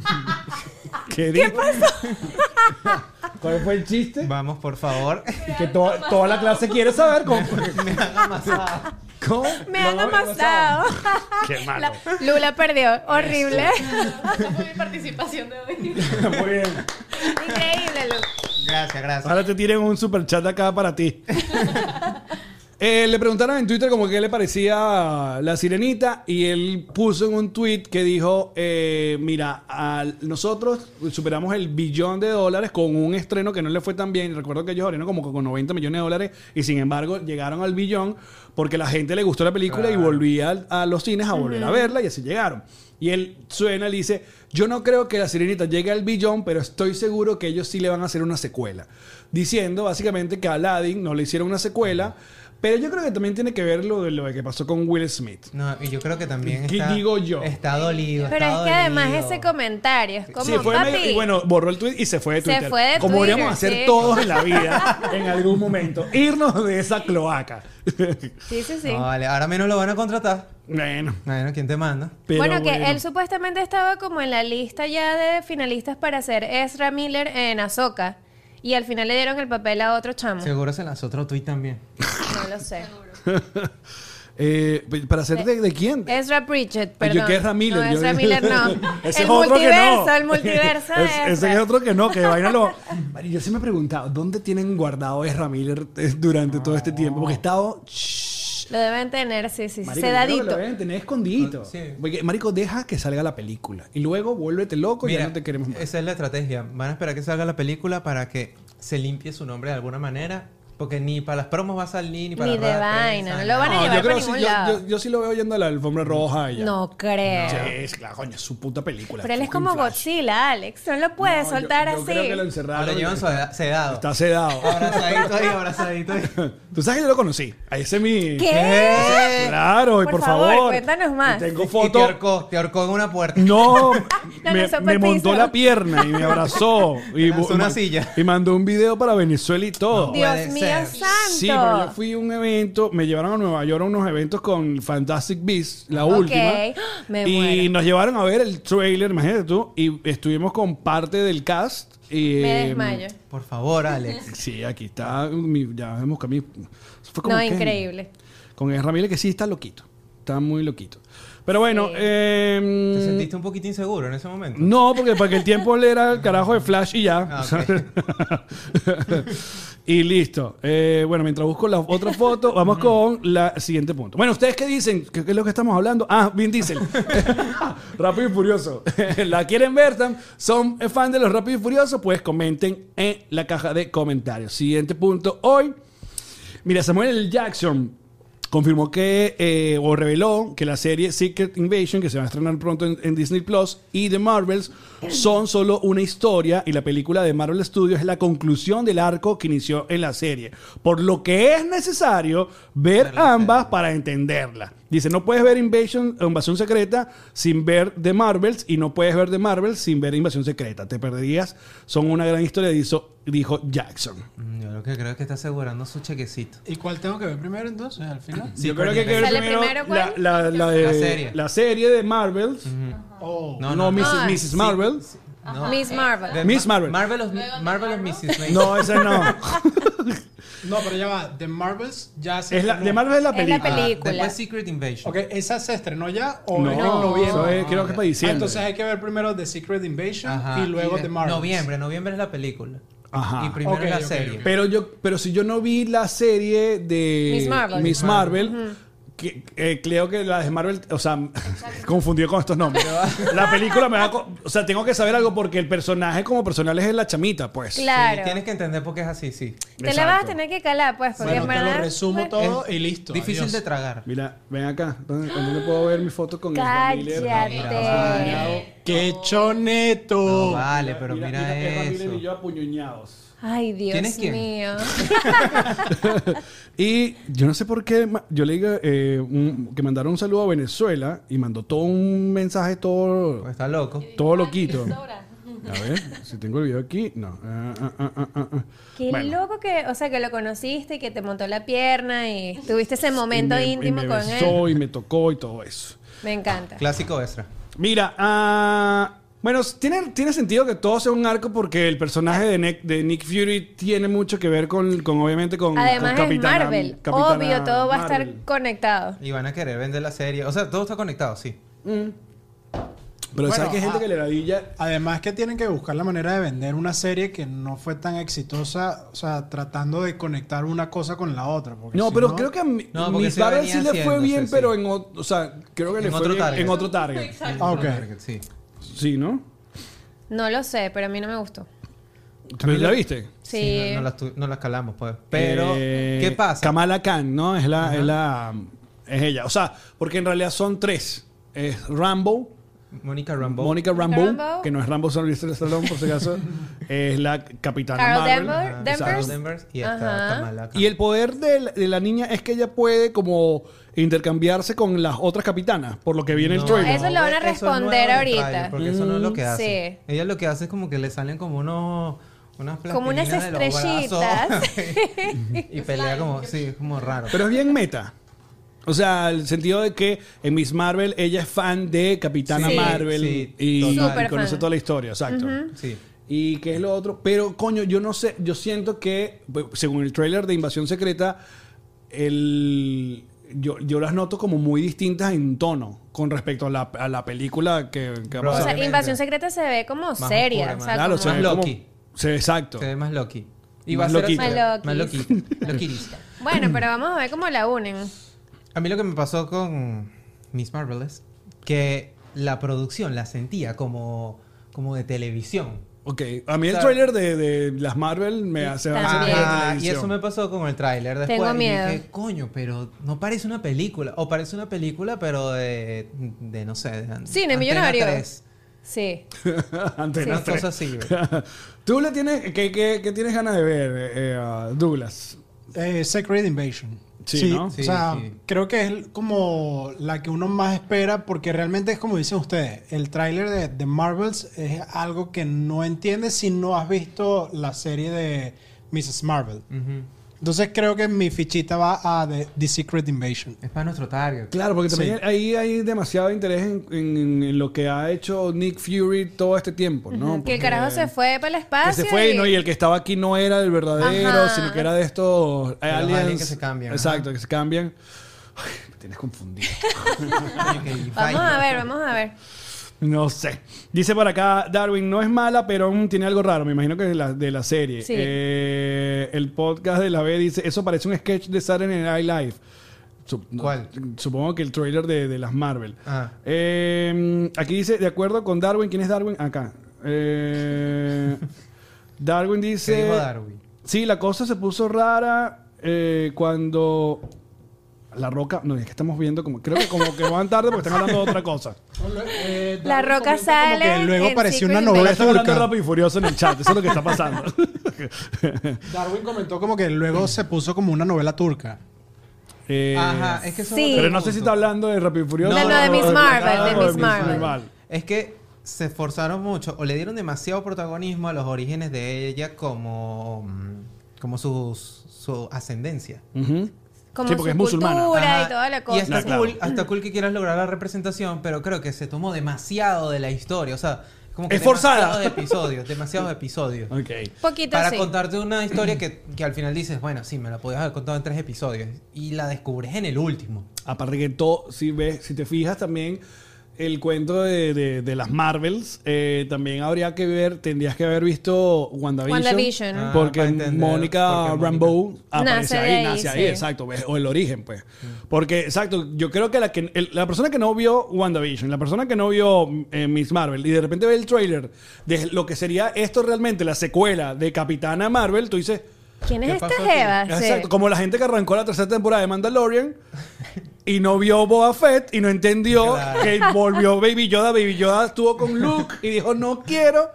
[SPEAKER 2] ¿Qué, pasó? ¿Cuál fue el chiste?
[SPEAKER 1] Vamos, por favor.
[SPEAKER 2] Que to- toda la clase quiere saber cómo.
[SPEAKER 1] Me han amasado.
[SPEAKER 2] cómo-
[SPEAKER 3] Me han
[SPEAKER 2] no,
[SPEAKER 3] amasado.
[SPEAKER 2] Qué malo. Este.
[SPEAKER 3] La- Lula perdió. Horrible.
[SPEAKER 6] Esa fue mi participación de hoy.
[SPEAKER 2] Muy bien.
[SPEAKER 3] Increíble, Lula.
[SPEAKER 1] Gracias, gracias.
[SPEAKER 2] Ahora te tiren un super chat acá para ti. Eh, le preguntaron en Twitter como qué le parecía la sirenita y él puso en un tweet que dijo, eh, mira, al- nosotros superamos el billón de dólares con un estreno que no le fue tan bien. Recuerdo que ellos abrieron como con 90 millones de dólares y sin embargo llegaron al billón porque la gente le gustó la película y volvía al- a los cines a volver a verla y así llegaron. Y él suena y le dice, yo no creo que la sirenita llegue al billón, pero estoy seguro que ellos sí le van a hacer una secuela. Diciendo básicamente que a Aladdin no le hicieron una secuela, pero yo creo que también tiene que ver lo de lo que pasó con Will Smith.
[SPEAKER 1] No, y yo creo que también
[SPEAKER 2] ¿Qué
[SPEAKER 1] está,
[SPEAKER 2] digo yo?
[SPEAKER 1] está dolido.
[SPEAKER 3] Pero
[SPEAKER 1] está
[SPEAKER 3] es que además
[SPEAKER 1] dolido.
[SPEAKER 3] ese comentario es como,
[SPEAKER 2] Se fue
[SPEAKER 3] papi,
[SPEAKER 2] medio- y bueno, borró el tweet y se fue de
[SPEAKER 3] Se
[SPEAKER 2] Twitter.
[SPEAKER 3] fue de
[SPEAKER 2] Como
[SPEAKER 3] Twitter,
[SPEAKER 2] deberíamos hacer
[SPEAKER 3] sí.
[SPEAKER 2] todos en la vida en algún momento. Irnos de esa cloaca.
[SPEAKER 3] sí, sí, sí.
[SPEAKER 1] No, vale, ahora menos lo van a contratar.
[SPEAKER 2] bueno.
[SPEAKER 1] Bueno, ¿quién te manda?
[SPEAKER 2] pero
[SPEAKER 3] bueno, que
[SPEAKER 2] bueno.
[SPEAKER 3] él supuestamente estaba como en la lista ya de finalistas para ser Ezra Miller en Azoka. Y al final le dieron el papel a otro chamo.
[SPEAKER 1] Seguro se lanzó otro tweet también.
[SPEAKER 3] No lo sé.
[SPEAKER 2] Eh, ¿Para ser de, de quién?
[SPEAKER 3] Ezra
[SPEAKER 2] Ay,
[SPEAKER 3] Pritchett, Eh, perdón.
[SPEAKER 2] Yo que es Ramírez.
[SPEAKER 3] No,
[SPEAKER 2] yo-
[SPEAKER 3] Ezra Miller no.
[SPEAKER 2] Ese
[SPEAKER 3] el
[SPEAKER 2] es otro que
[SPEAKER 3] multiverso,
[SPEAKER 2] no.
[SPEAKER 3] el multiverso. de
[SPEAKER 2] Es- ese
[SPEAKER 3] Ezra.
[SPEAKER 2] es otro que no, que vaina lo. Mari, Yo sí me he preguntado, ¿dónde tienen guardado a Ezra Miller eh, durante todo este tiempo? Porque he estado. Shh,
[SPEAKER 3] Lo deben tener, sí,
[SPEAKER 2] marico,
[SPEAKER 3] sí,
[SPEAKER 2] yo creo que
[SPEAKER 3] sedadito.
[SPEAKER 2] Lo deben tener escondidito.
[SPEAKER 1] Ah, Sí.
[SPEAKER 2] Porque, Marico, deja que salga la película. Y luego vuélvete loco y Pues ya no te queremos más.
[SPEAKER 1] Esa es la estrategia. Van a esperar que salga la película para que se limpie su nombre de alguna manera. Porque ni para las promos va a salir, ni para
[SPEAKER 3] Ni
[SPEAKER 1] la
[SPEAKER 3] de
[SPEAKER 1] rueda prensa,
[SPEAKER 3] vaina, no lo
[SPEAKER 1] nada.
[SPEAKER 3] van a llevar
[SPEAKER 2] yo,
[SPEAKER 3] para
[SPEAKER 2] creo sí,
[SPEAKER 3] ningún
[SPEAKER 2] yo,
[SPEAKER 3] lado.
[SPEAKER 2] yo- yo sí lo veo yendo a la alfombra roja. y ya.
[SPEAKER 3] no creo.
[SPEAKER 2] Sí, es claro, coño, es su puta película.
[SPEAKER 3] Pero él es
[SPEAKER 2] fucking
[SPEAKER 3] como
[SPEAKER 2] Flash.
[SPEAKER 3] Godzilla, Alex. No lo puede
[SPEAKER 2] No, yo-
[SPEAKER 3] soltar
[SPEAKER 2] yo
[SPEAKER 3] así.
[SPEAKER 2] Creo que lo
[SPEAKER 1] Ahora
[SPEAKER 2] encerraron.
[SPEAKER 1] llevan seda- sedado.
[SPEAKER 2] Está sedado.
[SPEAKER 1] Abrazadito ahí, abrazadito ahí.
[SPEAKER 2] Tú sabes que yo lo conocí. Ahí ese es mi.
[SPEAKER 3] ¿Qué?
[SPEAKER 2] Claro, y por,
[SPEAKER 3] Por favor, cuéntanos más.
[SPEAKER 2] Y Tengo
[SPEAKER 1] Y te
[SPEAKER 2] foto.
[SPEAKER 1] ahorcó, te ahorcó en una puerta.
[SPEAKER 2] No, me,
[SPEAKER 3] lanzó
[SPEAKER 2] me
[SPEAKER 3] pa'l
[SPEAKER 2] montó
[SPEAKER 3] piso.
[SPEAKER 2] la pierna y me abrazó. y,
[SPEAKER 1] lanzó
[SPEAKER 2] bu-
[SPEAKER 1] una
[SPEAKER 2] ma-
[SPEAKER 1] silla.
[SPEAKER 2] y mandó un video para Venezuela y todo.
[SPEAKER 1] No,
[SPEAKER 3] Dios
[SPEAKER 1] Puede
[SPEAKER 3] mío
[SPEAKER 1] ser.
[SPEAKER 3] santo.
[SPEAKER 2] Sí, pero yo fui a un evento, me llevaron a Nueva York a unos eventos con Fantastic Beasts, la
[SPEAKER 3] Ok.
[SPEAKER 2] última.
[SPEAKER 3] Me
[SPEAKER 2] y
[SPEAKER 3] muero.
[SPEAKER 2] nos llevaron a ver el trailer, imagínate tú, y estuvimos con parte del cast. Y,
[SPEAKER 3] Me
[SPEAKER 2] eh,
[SPEAKER 3] desmayo.
[SPEAKER 1] Por favor, Alex.
[SPEAKER 2] Sí, aquí está, mi- ya vemos que a mí fue como
[SPEAKER 3] No,
[SPEAKER 2] que-
[SPEAKER 3] increíble.
[SPEAKER 2] Con el Ramírez que sí está loquito. Está muy loquito. Pero bueno,
[SPEAKER 3] Sí.
[SPEAKER 2] eh,
[SPEAKER 1] ¿Te sentiste un poquito inseguro en ese momento?
[SPEAKER 2] no, porque para que el tiempo le era el carajo de Flash y ya.
[SPEAKER 1] Ah, ok.
[SPEAKER 2] y listo. Eh, bueno, mientras busco la otra foto, vamos con la siguiente punto. Bueno, ¿ustedes qué dicen? ¿Qué, qué es lo que estamos hablando? Ah, bien dicen. Rápido y Furioso. ¿La quieren ver? Tam? ¿Son fan de los Rápido y Furiosos? Pues comenten en la caja de comentarios. Siguiente punto hoy. Mira, Samuel L. Jackson confirmó que, eh, o reveló que la serie Secret Invasion, que se va a estrenar pronto en, en Disney Plus, y The Marvels son solo una historia y la película de Marvel Studios es la conclusión del arco que inició en la serie. Por lo que es necesario ver ambas para entenderla. Dice, no puedes ver Invasion, Invasión Secreta sin ver The Marvels y no puedes ver The Marvels sin ver Invasión Secreta. Te perderías. Son una gran historia, dijo, dijo Jackson.
[SPEAKER 1] Mm, Yo lo que creo es que está asegurando su chequecito.
[SPEAKER 4] ¿Y cuál tengo que ver primero entonces? Al final.
[SPEAKER 2] Yo creo que hay que ver
[SPEAKER 3] ¿Sale
[SPEAKER 2] primero,
[SPEAKER 3] primero
[SPEAKER 2] la,
[SPEAKER 3] cuál?
[SPEAKER 2] la- la de-
[SPEAKER 1] La serie.
[SPEAKER 2] la serie de Marvel.
[SPEAKER 4] Oh.
[SPEAKER 2] No,
[SPEAKER 1] No, no, no.
[SPEAKER 2] Mrs.
[SPEAKER 3] Ah,
[SPEAKER 2] Mrs. Marvel.
[SPEAKER 1] No.
[SPEAKER 2] eh,
[SPEAKER 3] Miss Marvel.
[SPEAKER 1] De
[SPEAKER 2] Miss
[SPEAKER 1] Ma-
[SPEAKER 2] Marvel.
[SPEAKER 1] Marvelous,
[SPEAKER 6] Luego de
[SPEAKER 1] Marvelous
[SPEAKER 6] Marvel.
[SPEAKER 1] Mrs. Maisel.
[SPEAKER 2] No, esa no.
[SPEAKER 4] No, pero ya va. The Marvels ya se
[SPEAKER 2] es la,
[SPEAKER 4] estrenó.
[SPEAKER 2] de Marvel es la
[SPEAKER 3] Es la
[SPEAKER 2] película.
[SPEAKER 1] Ah,
[SPEAKER 3] película.
[SPEAKER 1] después Secret Invasion.
[SPEAKER 4] Ok, ¿esa se estrenó ya o
[SPEAKER 2] No,
[SPEAKER 4] en noviembre?
[SPEAKER 2] eso es- creo que es para
[SPEAKER 4] Ah,
[SPEAKER 2] diciembre.
[SPEAKER 4] entonces hay que ver primero The Secret Invasion
[SPEAKER 1] Ajá,
[SPEAKER 4] y luego
[SPEAKER 1] de-
[SPEAKER 4] The Marvels.
[SPEAKER 1] Noviembre, noviembre es la película.
[SPEAKER 2] Ajá.
[SPEAKER 1] Y primero
[SPEAKER 4] Ok,
[SPEAKER 1] es la
[SPEAKER 4] ok,
[SPEAKER 1] serie.
[SPEAKER 4] ok.
[SPEAKER 2] pero yo, pero si yo no vi la serie de
[SPEAKER 3] Miss Marvel.
[SPEAKER 2] Marvel, que, eh, creo que la de Marvel, o sea, confundido con estos nombres. la película me va, a co- o sea, tengo que saber algo porque el personaje como personaje es la chamita, pues.
[SPEAKER 1] Sí,
[SPEAKER 3] Claro.
[SPEAKER 1] tienes que entender por qué es así, sí.
[SPEAKER 3] Te la vas a
[SPEAKER 2] Exacto.
[SPEAKER 3] tener que calar, pues, porque
[SPEAKER 4] Bueno,
[SPEAKER 3] en
[SPEAKER 4] te
[SPEAKER 3] verdad.
[SPEAKER 4] lo
[SPEAKER 3] pues,
[SPEAKER 4] resumo todo
[SPEAKER 1] Es
[SPEAKER 4] y listo.
[SPEAKER 1] Difícil
[SPEAKER 4] adiós.
[SPEAKER 1] de tragar.
[SPEAKER 2] Mira, ven acá. ¿Dónde, dónde puedo ver mi foto con el Ramírez?
[SPEAKER 3] Cállate.
[SPEAKER 4] ¡Qué choneto!
[SPEAKER 1] No, vale, pero mira, eso.
[SPEAKER 2] y yo apuñuñados.
[SPEAKER 3] Ay,
[SPEAKER 1] ¿Quién es quién?
[SPEAKER 3] Dios mío.
[SPEAKER 2] y yo no sé por qué, ma- yo le digo eh, un- que mandaron un saludo a Venezuela y mandó todo un mensaje todo,
[SPEAKER 1] Porque está loco.
[SPEAKER 2] todo loquito. A ver, si tengo el video aquí, no. Ah, ah, ah, ah, ah, ah.
[SPEAKER 3] Qué
[SPEAKER 2] Bueno,
[SPEAKER 3] loco que, o sea, que lo conociste y que te montó la pierna y tuviste ese
[SPEAKER 2] y
[SPEAKER 3] momento
[SPEAKER 2] me-
[SPEAKER 3] íntimo
[SPEAKER 2] y me
[SPEAKER 3] con él.
[SPEAKER 2] besó y me tocó y todo eso.
[SPEAKER 3] Me encanta.
[SPEAKER 1] Clásico extra.
[SPEAKER 2] Mira, ah, bueno, tiene, tiene sentido que todo sea un arco porque el personaje de Nick, de Nick Fury tiene mucho que ver con, con obviamente, con,
[SPEAKER 3] Además
[SPEAKER 2] con
[SPEAKER 3] es
[SPEAKER 2] Capitana-
[SPEAKER 3] Marvel.
[SPEAKER 2] Capitana
[SPEAKER 3] Obvio, todo va a
[SPEAKER 2] Marvel.
[SPEAKER 3] estar conectado.
[SPEAKER 1] Y van a querer vender la serie. O sea, todo está conectado, sí.
[SPEAKER 2] Mm. Pero ¿sabes
[SPEAKER 4] Bueno,
[SPEAKER 2] que hay gente
[SPEAKER 4] ah.
[SPEAKER 2] que le ladilla?
[SPEAKER 4] Además que tienen que buscar la manera de vender una serie que no fue tan exitosa, o sea, tratando de conectar una cosa con la otra. porque
[SPEAKER 2] No,
[SPEAKER 4] si
[SPEAKER 2] pero creo que a mi-
[SPEAKER 1] No, porque
[SPEAKER 2] Miss
[SPEAKER 1] sí
[SPEAKER 2] Marvel
[SPEAKER 1] venía
[SPEAKER 2] sí le fue
[SPEAKER 1] haciéndose,
[SPEAKER 2] bien,
[SPEAKER 1] sí.
[SPEAKER 2] pero en otro, o sea, creo que le
[SPEAKER 1] En
[SPEAKER 2] fue
[SPEAKER 1] otro
[SPEAKER 2] bien
[SPEAKER 1] target.
[SPEAKER 2] en otro target.
[SPEAKER 6] Exacto.
[SPEAKER 4] Ah, ok.
[SPEAKER 1] Sí.
[SPEAKER 2] Sí, ¿no?
[SPEAKER 3] No lo sé, pero a mí no me gustó.
[SPEAKER 2] ¿Tú la viste?
[SPEAKER 3] Sí.
[SPEAKER 1] Sí, no, no las, tu- no las calamos, pues. Pero,
[SPEAKER 2] Eh,
[SPEAKER 1] ¿qué pasa?
[SPEAKER 2] Kamala Khan, ¿no? Es la, es la es ella. O sea, porque en realidad son tres. Es Rambo,
[SPEAKER 1] Mónica Rambo.
[SPEAKER 2] Mónica Rambo,
[SPEAKER 3] Rambeau.
[SPEAKER 2] que no es Rambo Sylvester Stallone, por si acaso, es la capitana Marvel.
[SPEAKER 3] Carol Danvers.
[SPEAKER 1] Ajá,
[SPEAKER 3] Danvers.
[SPEAKER 1] Sarah Danvers y esta
[SPEAKER 3] Ajá.
[SPEAKER 1] Kamala Khan.
[SPEAKER 2] Y el poder de la, de la niña es que ella puede como intercambiarse con las otras capitanas, por lo que viene el
[SPEAKER 1] No,
[SPEAKER 2] trailer.
[SPEAKER 3] Eso lo van a
[SPEAKER 1] güey, eso es nuevo
[SPEAKER 3] responder
[SPEAKER 1] en el
[SPEAKER 3] ahorita.
[SPEAKER 1] trailer, porque eso no es lo que
[SPEAKER 3] Mm,
[SPEAKER 1] hace. Ella lo que hace es como que le salen como unos. Unas
[SPEAKER 3] Como unas
[SPEAKER 1] plastilinas de los
[SPEAKER 3] estrellitas.
[SPEAKER 1] brazos. y pelea como. Sí, es como raro.
[SPEAKER 2] Pero es bien meta. O sea, el sentido de que en Miss Marvel ella es fan de Capitana
[SPEAKER 1] Sí,
[SPEAKER 2] Marvel
[SPEAKER 1] sí,
[SPEAKER 2] y,
[SPEAKER 1] total.
[SPEAKER 2] y
[SPEAKER 3] Súper
[SPEAKER 2] conoce
[SPEAKER 3] fan.
[SPEAKER 2] toda la historia, exacto.
[SPEAKER 1] sí.
[SPEAKER 2] Y qué es lo otro. Pero, coño, yo no sé. Yo siento que, pues, según el tráiler de Invasión Secreta, el, yo, yo las noto como muy distintas en tono con respecto a la, a la película que, que ha
[SPEAKER 1] Bro,
[SPEAKER 3] O
[SPEAKER 2] pasado.
[SPEAKER 3] sea,
[SPEAKER 1] Probablemente.
[SPEAKER 3] Invasión Secreta se ve como
[SPEAKER 1] oscura,
[SPEAKER 3] seria.
[SPEAKER 1] más-
[SPEAKER 3] o sea,
[SPEAKER 2] Claro,
[SPEAKER 3] como-
[SPEAKER 2] se ve
[SPEAKER 1] Más
[SPEAKER 2] como-
[SPEAKER 1] Loki.
[SPEAKER 2] Sí, exacto.
[SPEAKER 1] Se ve más Loki. Y va
[SPEAKER 2] Más
[SPEAKER 1] a ser
[SPEAKER 2] loquita.
[SPEAKER 1] así,
[SPEAKER 3] Más
[SPEAKER 1] Más
[SPEAKER 3] loquis.
[SPEAKER 1] loquita. Loquiris.
[SPEAKER 3] Bueno, pero vamos a ver cómo la unen.
[SPEAKER 1] A mí lo que me pasó con Miss Marvel es que la producción la sentía como, como de televisión.
[SPEAKER 2] Ok, a mí el
[SPEAKER 1] O sea,
[SPEAKER 2] tráiler de, de las Marvel me hace
[SPEAKER 3] también.
[SPEAKER 2] hace ver la
[SPEAKER 1] Ajá, y
[SPEAKER 2] televisión.
[SPEAKER 1] eso me pasó con el tráiler después.
[SPEAKER 3] Tengo
[SPEAKER 1] y
[SPEAKER 3] miedo.
[SPEAKER 1] dije, coño, pero no parece una película. O parece una película, pero de, de no sé. De
[SPEAKER 3] Cine
[SPEAKER 1] Antena
[SPEAKER 3] millonario.
[SPEAKER 1] 3.
[SPEAKER 3] Sí.
[SPEAKER 2] Antena
[SPEAKER 1] Una
[SPEAKER 2] tres.
[SPEAKER 1] cosa así.
[SPEAKER 2] ¿Tú le tienes, qué, qué- qué tienes ganas de ver, eh, eh, a Douglas?
[SPEAKER 4] no- Eh, Secret Invasion.
[SPEAKER 2] Sí, ¿no?
[SPEAKER 4] O
[SPEAKER 1] Sí,
[SPEAKER 4] sea,
[SPEAKER 1] sí.
[SPEAKER 4] creo que es como la que uno más espera porque realmente es como dicen ustedes, el tráiler de, de Marvels es algo que no entiendes si no has visto la serie de Mrs. Marvel.
[SPEAKER 1] Ujú.
[SPEAKER 4] Entonces creo que mi fichita va a The, The Secret Invasion.
[SPEAKER 1] Es para nuestro target.
[SPEAKER 2] Claro, porque también
[SPEAKER 4] Sí.
[SPEAKER 2] ahí hay demasiado interés en, en- en lo que ha hecho Nick Fury todo este tiempo, ¿no?
[SPEAKER 3] que
[SPEAKER 2] Porque-
[SPEAKER 3] el carajo se fue para el
[SPEAKER 1] Ah,
[SPEAKER 2] que
[SPEAKER 3] espacio.
[SPEAKER 2] se fue y, no, y el que estaba aquí no era el verdadero,
[SPEAKER 3] Ajá.
[SPEAKER 2] sino que era de estos
[SPEAKER 1] los
[SPEAKER 2] aliens.
[SPEAKER 1] aliens que se cambian, ajá.
[SPEAKER 2] Exacto, que se cambian. Ay, me tienes confundido.
[SPEAKER 1] Coño, que el
[SPEAKER 3] Vamos
[SPEAKER 1] vibe.
[SPEAKER 3] a ver, vamos a ver.
[SPEAKER 2] No sé. Dice por acá, Darwin, no es mala, pero mm, tiene algo raro. Me imagino que es de la, de la serie.
[SPEAKER 3] Sí.
[SPEAKER 2] Eh, el podcast de la B dice, eso parece un sketch de Saturday Night Live. Sup-
[SPEAKER 1] ¿Cuál?
[SPEAKER 2] Supongo que el trailer de, de las Marvel.
[SPEAKER 1] Ah.
[SPEAKER 2] Eh, aquí dice, de acuerdo con Darwin, ¿quién es Darwin? Acá. Eh, Darwin dice...
[SPEAKER 1] ¿Qué dijo Darwin?
[SPEAKER 2] Sí, la cosa se puso rara eh, cuando... La roca, no, es que estamos viendo como, creo que como que van tarde porque están hablando de otra cosa. Eh,
[SPEAKER 3] La Roca sale.
[SPEAKER 4] Como que luego
[SPEAKER 3] en
[SPEAKER 4] pareció
[SPEAKER 3] Secret
[SPEAKER 4] una novela
[SPEAKER 3] Invasion.
[SPEAKER 2] Están hablando
[SPEAKER 4] turca.
[SPEAKER 2] rápido y furioso en el chat, eso es lo que está pasando.
[SPEAKER 4] Darwin comentó como que luego se puso como una novela turca.
[SPEAKER 2] Eh,
[SPEAKER 1] Ajá, es que eso es
[SPEAKER 3] Sí.
[SPEAKER 1] otro
[SPEAKER 2] Pero no sé
[SPEAKER 1] punto.
[SPEAKER 2] si está hablando de Rápido y Furioso.
[SPEAKER 1] No, no, de
[SPEAKER 2] o
[SPEAKER 1] Miss
[SPEAKER 2] o
[SPEAKER 3] Marvel, de
[SPEAKER 2] o
[SPEAKER 3] Miss Marvel.
[SPEAKER 1] Es que se esforzaron mucho o le dieron demasiado protagonismo a los orígenes de ella como, mm, como sus- su ascendencia.
[SPEAKER 2] Ujú.
[SPEAKER 3] Como
[SPEAKER 2] Sí, porque
[SPEAKER 3] su
[SPEAKER 2] es musulmana.
[SPEAKER 3] cultura
[SPEAKER 1] Ajá,
[SPEAKER 3] y toda la cosa.
[SPEAKER 1] Y está,
[SPEAKER 2] No, claro.
[SPEAKER 1] cool, está cool que quieras lograr la representación, pero creo que se tomó demasiado de la historia. O sea, como que
[SPEAKER 2] Es forzada.
[SPEAKER 1] demasiados episodios, demasiados episodios.
[SPEAKER 2] Ok.
[SPEAKER 3] Poquito
[SPEAKER 1] Para
[SPEAKER 3] sí.
[SPEAKER 1] contarte una historia que, que al final dices, bueno, sí, me la podías haber contado en tres episodios. Y la descubres en el último.
[SPEAKER 2] Aparte que todo, si ves, si te fijas también el cuento de, de- de las Marvels, eh, también habría que ver, tendrías que haber visto WandaVision.
[SPEAKER 3] WandaVision. Ah,
[SPEAKER 2] porque
[SPEAKER 1] para entender,
[SPEAKER 2] Mónica
[SPEAKER 1] porque
[SPEAKER 2] Rambeau
[SPEAKER 1] Mónica-
[SPEAKER 2] aparece
[SPEAKER 3] Nace
[SPEAKER 2] ahí,
[SPEAKER 3] de ahí,
[SPEAKER 2] nace ahí,
[SPEAKER 3] sí.
[SPEAKER 2] exacto. ves, O el origen, pues. Porque, exacto, yo creo que la, que el- la persona que no vio WandaVision, la persona que no vio eh, Miss Marvel, y de repente ve el trailer de lo que sería esto realmente, la secuela de Capitana Marvel, tú dices...
[SPEAKER 3] ¿Quién es
[SPEAKER 1] ¿Qué
[SPEAKER 3] esta
[SPEAKER 1] pasó aquí?
[SPEAKER 3] Jeva? Sí.
[SPEAKER 2] Exacto, como la gente que arrancó la tercera temporada de Mandalorian y no vio Boba Fett y no entendió
[SPEAKER 1] Claro.
[SPEAKER 2] que volvió Baby Yoda, Baby Yoda estuvo con Luke y dijo no quiero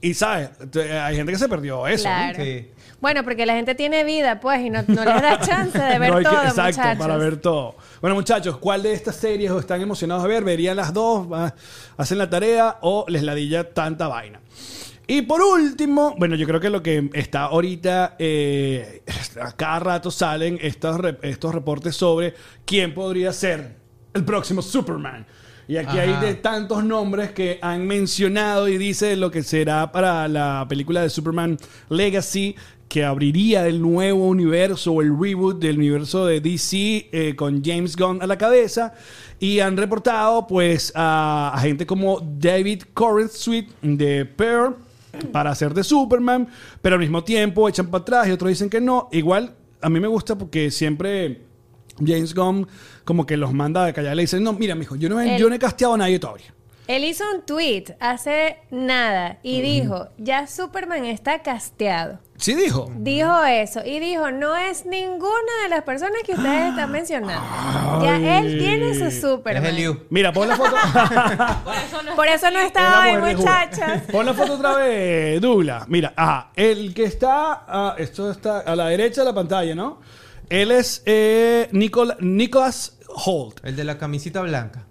[SPEAKER 2] y sabes, Te- hay gente que se perdió eso. ¿no?
[SPEAKER 3] Claro.
[SPEAKER 1] Sí.
[SPEAKER 3] Bueno, porque la gente tiene vida, pues, y no, no les da chance de ver
[SPEAKER 2] No hay que-
[SPEAKER 3] todo,
[SPEAKER 2] exacto,
[SPEAKER 3] muchachos.
[SPEAKER 2] para ver todo. Bueno, muchachos, ¿cuál de estas series os están emocionados a ver? ¿Verían las dos? Va- ¿Hacen la tarea o les ladilla tanta vaina? Y por último, bueno, yo creo que lo que está ahorita, eh, a cada rato salen estos, re- estos reportes sobre quién podría ser el próximo Superman. Y aquí
[SPEAKER 1] Ajá.
[SPEAKER 2] hay de tantos nombres que han mencionado y dice lo que será para la película de Superman Legacy, que abriría el nuevo universo o el reboot del universo de DC eh, con James Gunn a la cabeza. Y han reportado pues a, a gente como David Sweet de Pearl para hacer de Superman, pero al mismo tiempo echan para atrás y otros dicen que no. Igual a mí me gusta porque siempre James Gunn como que los manda de callar y le dicen, no, mira, mijo, yo no, he-
[SPEAKER 3] El-
[SPEAKER 2] yo no he casteado a nadie todavía.
[SPEAKER 3] Él hizo un tweet hace nada y dijo, ya Superman está casteado.
[SPEAKER 2] Sí dijo.
[SPEAKER 3] Dijo eso y dijo, no es ninguna de las personas que
[SPEAKER 2] Ah.
[SPEAKER 3] ustedes están mencionando. Ya él tiene su
[SPEAKER 1] Es
[SPEAKER 3] Superman.
[SPEAKER 1] el Liu.
[SPEAKER 2] Mira, pon la foto.
[SPEAKER 3] Por eso no
[SPEAKER 2] Es la
[SPEAKER 3] estaba hoy,
[SPEAKER 2] mujer de Judas.
[SPEAKER 3] muchachos.
[SPEAKER 2] Pon la foto otra vez, Douglas. Mira, ajá, el que está, ah, esto está a la derecha de la pantalla, ¿no? Él es eh, Nicol- Nicholas Holt.
[SPEAKER 1] El de la camisita blanca.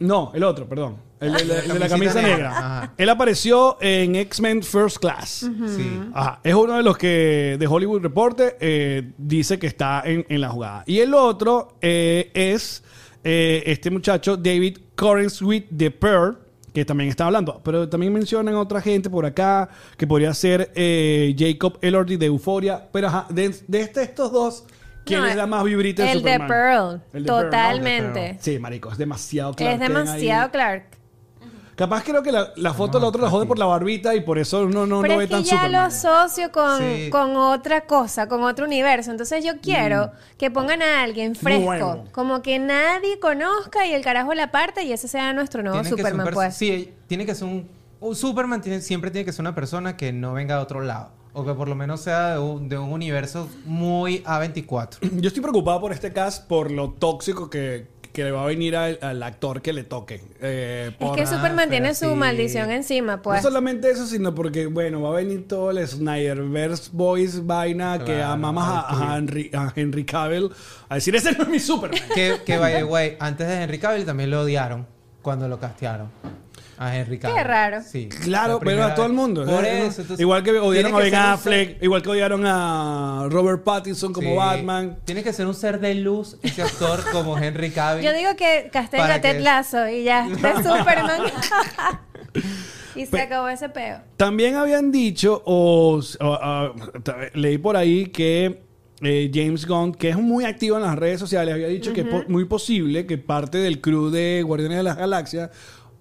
[SPEAKER 2] No, el otro, perdón. El de la, el de la camisa
[SPEAKER 1] Camisita negra.
[SPEAKER 2] negra.
[SPEAKER 1] Ajá.
[SPEAKER 2] Él apareció en X-Men First Class.
[SPEAKER 1] Sí.
[SPEAKER 2] Ajá, es uno de los que de Hollywood Reporter eh, dice que está en, en la jugada. Y el otro eh, es eh, este muchacho, David Sweet de Pearl, que también está hablando. Pero también mencionan otra gente por acá, que podría ser eh, Jacob Elordi de Euforia. Pero ajá, de, de este- estos dos, ¿quién
[SPEAKER 3] No,
[SPEAKER 2] les da más vibrita de
[SPEAKER 3] El de
[SPEAKER 2] Superman? El
[SPEAKER 3] Pearl,
[SPEAKER 2] de Pearl, ¿no?
[SPEAKER 3] totalmente.
[SPEAKER 2] Sí, marico, es demasiado claro.
[SPEAKER 3] Es demasiado Clark.
[SPEAKER 2] Capaz creo que la, la foto la otra la jode por la barbita y por eso uno no,
[SPEAKER 3] Pero
[SPEAKER 2] no ve
[SPEAKER 3] es que
[SPEAKER 2] tan
[SPEAKER 3] ya
[SPEAKER 2] Superman.
[SPEAKER 3] lo asocio con,
[SPEAKER 1] Sí.
[SPEAKER 3] con otra cosa, con otro universo. Entonces yo quiero que pongan a alguien fresco,
[SPEAKER 2] Nuevo.
[SPEAKER 3] como que nadie conozca y el carajo la parte y ese sea nuestro nuevo
[SPEAKER 1] Tiene que ser un
[SPEAKER 3] Superman,
[SPEAKER 1] perso-
[SPEAKER 3] pues.
[SPEAKER 1] Sí, tiene que ser un... un Superman tiene- siempre tiene que ser una persona que no venga de otro lado. O que por lo menos sea de un, de un universo muy A24.
[SPEAKER 2] Yo estoy preocupado por este cast por lo tóxico que, que le va a venir al, al actor que le toque. Eh,
[SPEAKER 3] Es
[SPEAKER 2] por-
[SPEAKER 3] que Superman
[SPEAKER 1] pero
[SPEAKER 3] tiene su
[SPEAKER 1] sí.
[SPEAKER 3] maldición encima,
[SPEAKER 2] No
[SPEAKER 3] pues.
[SPEAKER 2] solamente eso, sino porque, bueno, va a venir todo el Snyderverse Boys vaina que
[SPEAKER 1] Claro,
[SPEAKER 2] amamos a, a Henry, a Henry Cavill a decir, ese no es mi Superman.
[SPEAKER 1] que, que, by the way, antes de Henry Cavill también lo odiaron cuando lo castearon. A Henry Cavill.
[SPEAKER 3] raro.
[SPEAKER 1] Sí.
[SPEAKER 2] Claro,
[SPEAKER 1] La
[SPEAKER 2] pero
[SPEAKER 1] primera
[SPEAKER 2] a todo el
[SPEAKER 1] vez.
[SPEAKER 2] mundo.
[SPEAKER 1] Por
[SPEAKER 2] Eh,
[SPEAKER 1] eso. entonces,
[SPEAKER 2] igual que odiaron a
[SPEAKER 1] tiene
[SPEAKER 2] Ben
[SPEAKER 1] que ser un
[SPEAKER 2] Affleck, igual que odiaron a Robert Pattinson como
[SPEAKER 1] Sí.
[SPEAKER 2] Batman.
[SPEAKER 1] Tiene que ser un ser de luz ese actor como Henry Cavill.
[SPEAKER 3] Yo digo que casteen
[SPEAKER 1] Para
[SPEAKER 3] a Ted
[SPEAKER 1] que-
[SPEAKER 3] Lasso y ya, de Superman. y se acabó ese peo.
[SPEAKER 2] También habían dicho, o, o- a- ta- leí por ahí que eh, James Gunn, que es muy activo en las redes sociales, había dicho que es po- muy posible que parte del crew de Guardianes de las Galaxias,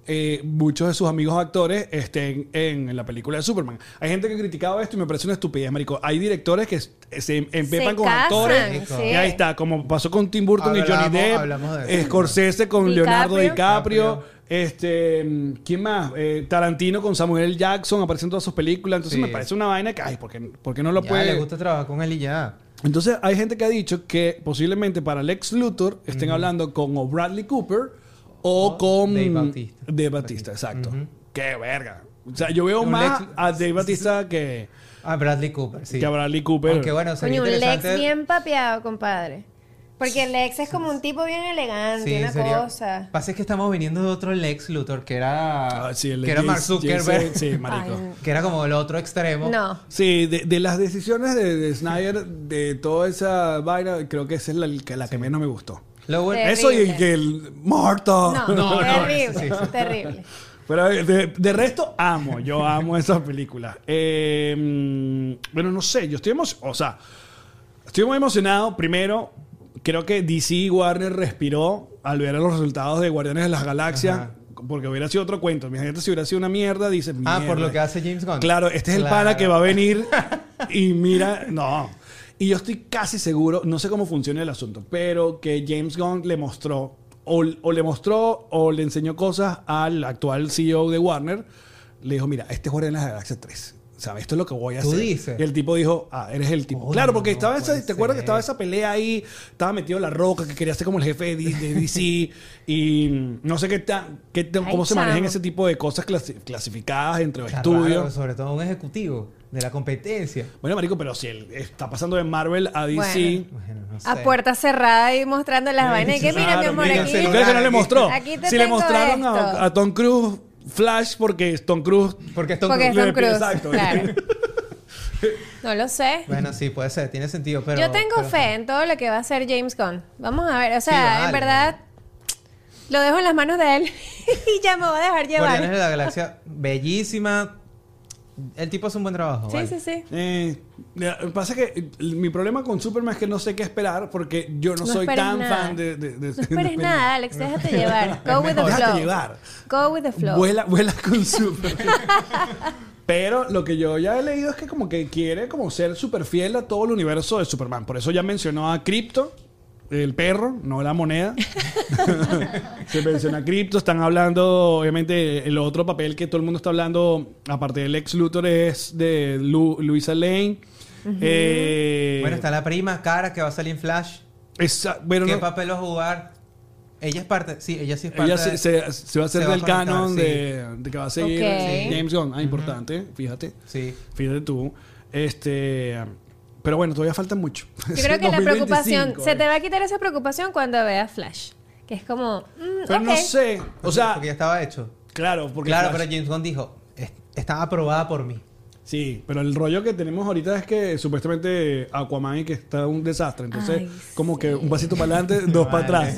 [SPEAKER 2] eh, muchos de sus amigos actores estén en, en la película de Superman. Hay gente que criticaba esto y me parece una estupidez, marico. Hay directores que s- se em- empepan con
[SPEAKER 3] casan,
[SPEAKER 2] actores
[SPEAKER 3] sí.
[SPEAKER 1] Y
[SPEAKER 2] y ahí está, como pasó con Tim Burton y Johnny
[SPEAKER 1] Eh, Hablamos-
[SPEAKER 2] Depp,
[SPEAKER 1] hablamos de eso.
[SPEAKER 2] Scorsese con Leonardo
[SPEAKER 1] DiCaprio.
[SPEAKER 2] DiCaprio este, mm, ¿quién más? Eh, Tarantino con Samuel Jackson apareciendo en todas sus películas. Entonces
[SPEAKER 1] Sí.
[SPEAKER 2] me parece una vaina que, ay, ¿por qué, por qué no lo
[SPEAKER 1] Ya,
[SPEAKER 2] puede?
[SPEAKER 1] le gusta trabajar con él y ya.
[SPEAKER 2] Entonces hay gente que ha dicho que posiblemente para Lex Luthor estén hablando con o Bradley Cooper o con
[SPEAKER 1] Dave Bautista.
[SPEAKER 2] Dave Bautista, exacto. Qué verga. O sea, yo veo
[SPEAKER 1] Un
[SPEAKER 2] más
[SPEAKER 1] Lex-
[SPEAKER 2] a Dave Bautista que,
[SPEAKER 1] A Ah, Bradley Cooper, sí.
[SPEAKER 2] que a Bradley Cooper.
[SPEAKER 1] Aunque bueno, sería
[SPEAKER 3] Coño, un Lex
[SPEAKER 1] interesante.
[SPEAKER 3] bien papeado, compadre. Porque Lex es como un tipo bien elegante,
[SPEAKER 1] Sí,
[SPEAKER 3] una
[SPEAKER 1] sería-
[SPEAKER 3] cosa.
[SPEAKER 1] Pasa es que estamos viniendo de otro Lex Luthor que era
[SPEAKER 2] Ah, sí, el
[SPEAKER 1] que era
[SPEAKER 2] Jace-
[SPEAKER 1] Mark Zuckerberg,
[SPEAKER 2] Jace- sí, marico.
[SPEAKER 3] Ay,
[SPEAKER 1] que era como el otro extremo.
[SPEAKER 3] No.
[SPEAKER 2] Sí, de, de las decisiones de, de Snyder, de toda esa vaina, creo que esa es la, la que- la que menos me gustó.
[SPEAKER 1] Lo bueno,
[SPEAKER 3] Sí.
[SPEAKER 2] Eso y
[SPEAKER 3] Terrible.
[SPEAKER 2] que el muerto.
[SPEAKER 3] No,
[SPEAKER 1] no,
[SPEAKER 3] terrible,
[SPEAKER 1] eso sí, eso.
[SPEAKER 3] terrible.
[SPEAKER 2] Pero eh, de, de resto, amo. Yo amo esas películas. Eh, mm, bueno, no sé. Yo estoy emocionado. O sea, estoy muy emocionado. Primero, creo que DC y Warner respiró al ver los resultados de Guardianes de las Galaxias.
[SPEAKER 1] Ajá.
[SPEAKER 2] Porque hubiera sido otro cuento. Mi gente, si hubiera sido una mierda, dice.
[SPEAKER 1] Ah, por
[SPEAKER 2] "Mierda".
[SPEAKER 1] lo que hace James Gunn.
[SPEAKER 2] Claro, este es el pana
[SPEAKER 1] Claro.
[SPEAKER 2] que va a venir y mira, no. Y yo estoy casi seguro, no sé cómo funciona el asunto, pero que James Gunn le mostró, o, o le mostró, o le enseñó cosas al actual CEO de Warner. Le dijo, mira, este es Guardianes de la Galaxia 3. ¿Sabes? Esto es lo que voy a
[SPEAKER 1] Tú
[SPEAKER 2] hacer.
[SPEAKER 1] dices.
[SPEAKER 2] Y el tipo dijo, ah, eres el tipo.
[SPEAKER 1] Coño,
[SPEAKER 2] claro, porque
[SPEAKER 1] no
[SPEAKER 2] estaba esa,
[SPEAKER 1] puede
[SPEAKER 2] ¿te acuerdas que
[SPEAKER 1] ser.
[SPEAKER 2] estaba esa pelea ahí? Estaba metido la roca, que quería ser como el jefe de, D- de DC. y no sé qué, tan- qué tan-
[SPEAKER 3] Ay,
[SPEAKER 2] cómo se manejan
[SPEAKER 3] chamo.
[SPEAKER 2] ese tipo de cosas clasi- clasificadas entre
[SPEAKER 1] Está
[SPEAKER 2] estudios.
[SPEAKER 1] raro, sobre todo un ejecutivo de la competencia.
[SPEAKER 2] Bueno, marico, pero si él está pasando de Marvel a DC.
[SPEAKER 1] Bueno, no sé.
[SPEAKER 3] A puerta cerrada y mostrando las vainas. Y que mira, mi
[SPEAKER 2] Claro,
[SPEAKER 3] amor,
[SPEAKER 2] mira,
[SPEAKER 3] aquí.
[SPEAKER 2] el celular que no le mostró.
[SPEAKER 3] Aquí te
[SPEAKER 2] si le
[SPEAKER 3] tengo
[SPEAKER 2] mostraron
[SPEAKER 3] esto.
[SPEAKER 2] a, a Tom Cruise Flash porque Tom Cruise.
[SPEAKER 1] Porque esto
[SPEAKER 3] Porque es
[SPEAKER 2] Cruise.
[SPEAKER 3] Tom Cruise.
[SPEAKER 2] Exacto.
[SPEAKER 3] Claro. No lo sé.
[SPEAKER 1] Bueno, sí, puede ser, tiene sentido, pero
[SPEAKER 3] Yo tengo
[SPEAKER 1] pero-
[SPEAKER 3] fe en todo lo que va a hacer James Gunn. Vamos a ver, o sea,
[SPEAKER 1] vale.
[SPEAKER 3] en verdad lo dejo en las manos de él y ya me voy a dejar llevar.
[SPEAKER 1] Guardianes de la Galaxia, bellísima. El tipo hace un buen trabajo.
[SPEAKER 3] Sí,
[SPEAKER 1] vale.
[SPEAKER 3] sí, sí.
[SPEAKER 2] Eh, mira, lo que pasa es que eh, mi problema con Superman es que no sé qué esperar porque yo no,
[SPEAKER 3] No
[SPEAKER 2] soy
[SPEAKER 3] esperes
[SPEAKER 2] tan
[SPEAKER 3] nada.
[SPEAKER 2] fan de... de, de-
[SPEAKER 3] No
[SPEAKER 2] de- de-
[SPEAKER 3] esperes nada, Alex, déjate llevar. Go with the
[SPEAKER 2] Déjate
[SPEAKER 3] flow.
[SPEAKER 2] llevar.
[SPEAKER 3] Go with the flow.
[SPEAKER 2] Vuela, vuela con Superman. Pero lo que yo ya he leído es que como que quiere como ser súper fiel a todo el universo de Superman. Por eso ya mencionó a Crypto, el perro, no la moneda. Se menciona a Crypto, están hablando, obviamente, el otro papel que todo el mundo está hablando, aparte del ex Luthor, es de Lu- Luisa Lane. Eh,
[SPEAKER 1] Bueno, está la prima cara que va a salir en Flash.
[SPEAKER 2] esa- bueno,
[SPEAKER 1] ¿Qué
[SPEAKER 2] no,
[SPEAKER 1] papel va a jugar? Ella es parte. Sí, ella sí es parte.
[SPEAKER 2] ella
[SPEAKER 1] de-
[SPEAKER 2] se, se- se va a hacer
[SPEAKER 1] se va a
[SPEAKER 2] del
[SPEAKER 1] conectar,
[SPEAKER 2] canon
[SPEAKER 1] sí.
[SPEAKER 2] de, de que va a seguir
[SPEAKER 3] Ok.
[SPEAKER 2] eh, James Gunn. Ah, importante, fíjate.
[SPEAKER 1] Sí.
[SPEAKER 2] Fíjate tú. Este. Pero bueno, todavía falta mucho.
[SPEAKER 3] Yo creo que la preocupación,
[SPEAKER 2] eh.
[SPEAKER 3] se te va a quitar esa preocupación cuando veas Flash. Que es como, mm,
[SPEAKER 2] Pero no
[SPEAKER 3] ok.
[SPEAKER 2] sé. O sea,
[SPEAKER 1] Porque ya estaba hecho.
[SPEAKER 2] claro, porque. pues,
[SPEAKER 1] claro,
[SPEAKER 2] Flash-
[SPEAKER 1] pero James Gunn dijo: "Es- está aprobada por mí.
[SPEAKER 2] Sí, pero el rollo que tenemos ahorita es que supuestamente Aquaman y que está un desastre. Entonces,
[SPEAKER 3] Ay,
[SPEAKER 2] como
[SPEAKER 3] sí.
[SPEAKER 2] que un pasito para adelante, dos para atrás.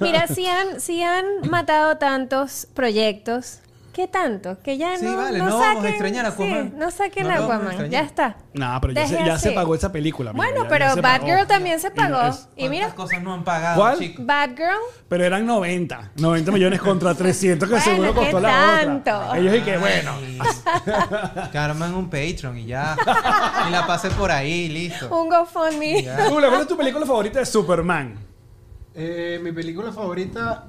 [SPEAKER 3] Mira, si han, si han matado tantos proyectos, ¿qué tanto? Que ya
[SPEAKER 1] Sí,
[SPEAKER 3] no,
[SPEAKER 1] vale,
[SPEAKER 3] no
[SPEAKER 1] no
[SPEAKER 3] saquen,
[SPEAKER 1] vamos a extrañar a
[SPEAKER 3] sí,
[SPEAKER 1] Aquaman.
[SPEAKER 3] no saquen
[SPEAKER 1] No
[SPEAKER 3] a
[SPEAKER 1] lo vamos a
[SPEAKER 3] Aquaman, ya
[SPEAKER 1] extrañar.
[SPEAKER 3] está.
[SPEAKER 2] Nah, pero ya, se,
[SPEAKER 3] Deje
[SPEAKER 2] ya se
[SPEAKER 3] así.
[SPEAKER 2] pagó esa película. amigo,
[SPEAKER 3] Bueno,
[SPEAKER 2] ya-
[SPEAKER 3] pero
[SPEAKER 2] ya se pagó.
[SPEAKER 3] Batgirl también se
[SPEAKER 2] Y no
[SPEAKER 3] pagó.
[SPEAKER 2] es-
[SPEAKER 3] Y, mira,
[SPEAKER 1] ¿Cuántas cosas no han pagado,
[SPEAKER 2] ¿Cuál?
[SPEAKER 1] chicos?
[SPEAKER 3] Batgirl,
[SPEAKER 2] Pero eran 90. 90 millones contra 300 que
[SPEAKER 3] Bueno,
[SPEAKER 2] seguro
[SPEAKER 3] ¿qué
[SPEAKER 2] costó la
[SPEAKER 3] tanto?
[SPEAKER 2] otra. Ellos y que, bueno.
[SPEAKER 1] Ay, Que arman un Patreon y ya. Y la pasen por ahí, listo.
[SPEAKER 3] un GoFundMe.
[SPEAKER 1] Ya.
[SPEAKER 2] Lula, ¿cuál es tu película favorita de Superman?
[SPEAKER 4] Eh, mi película favorita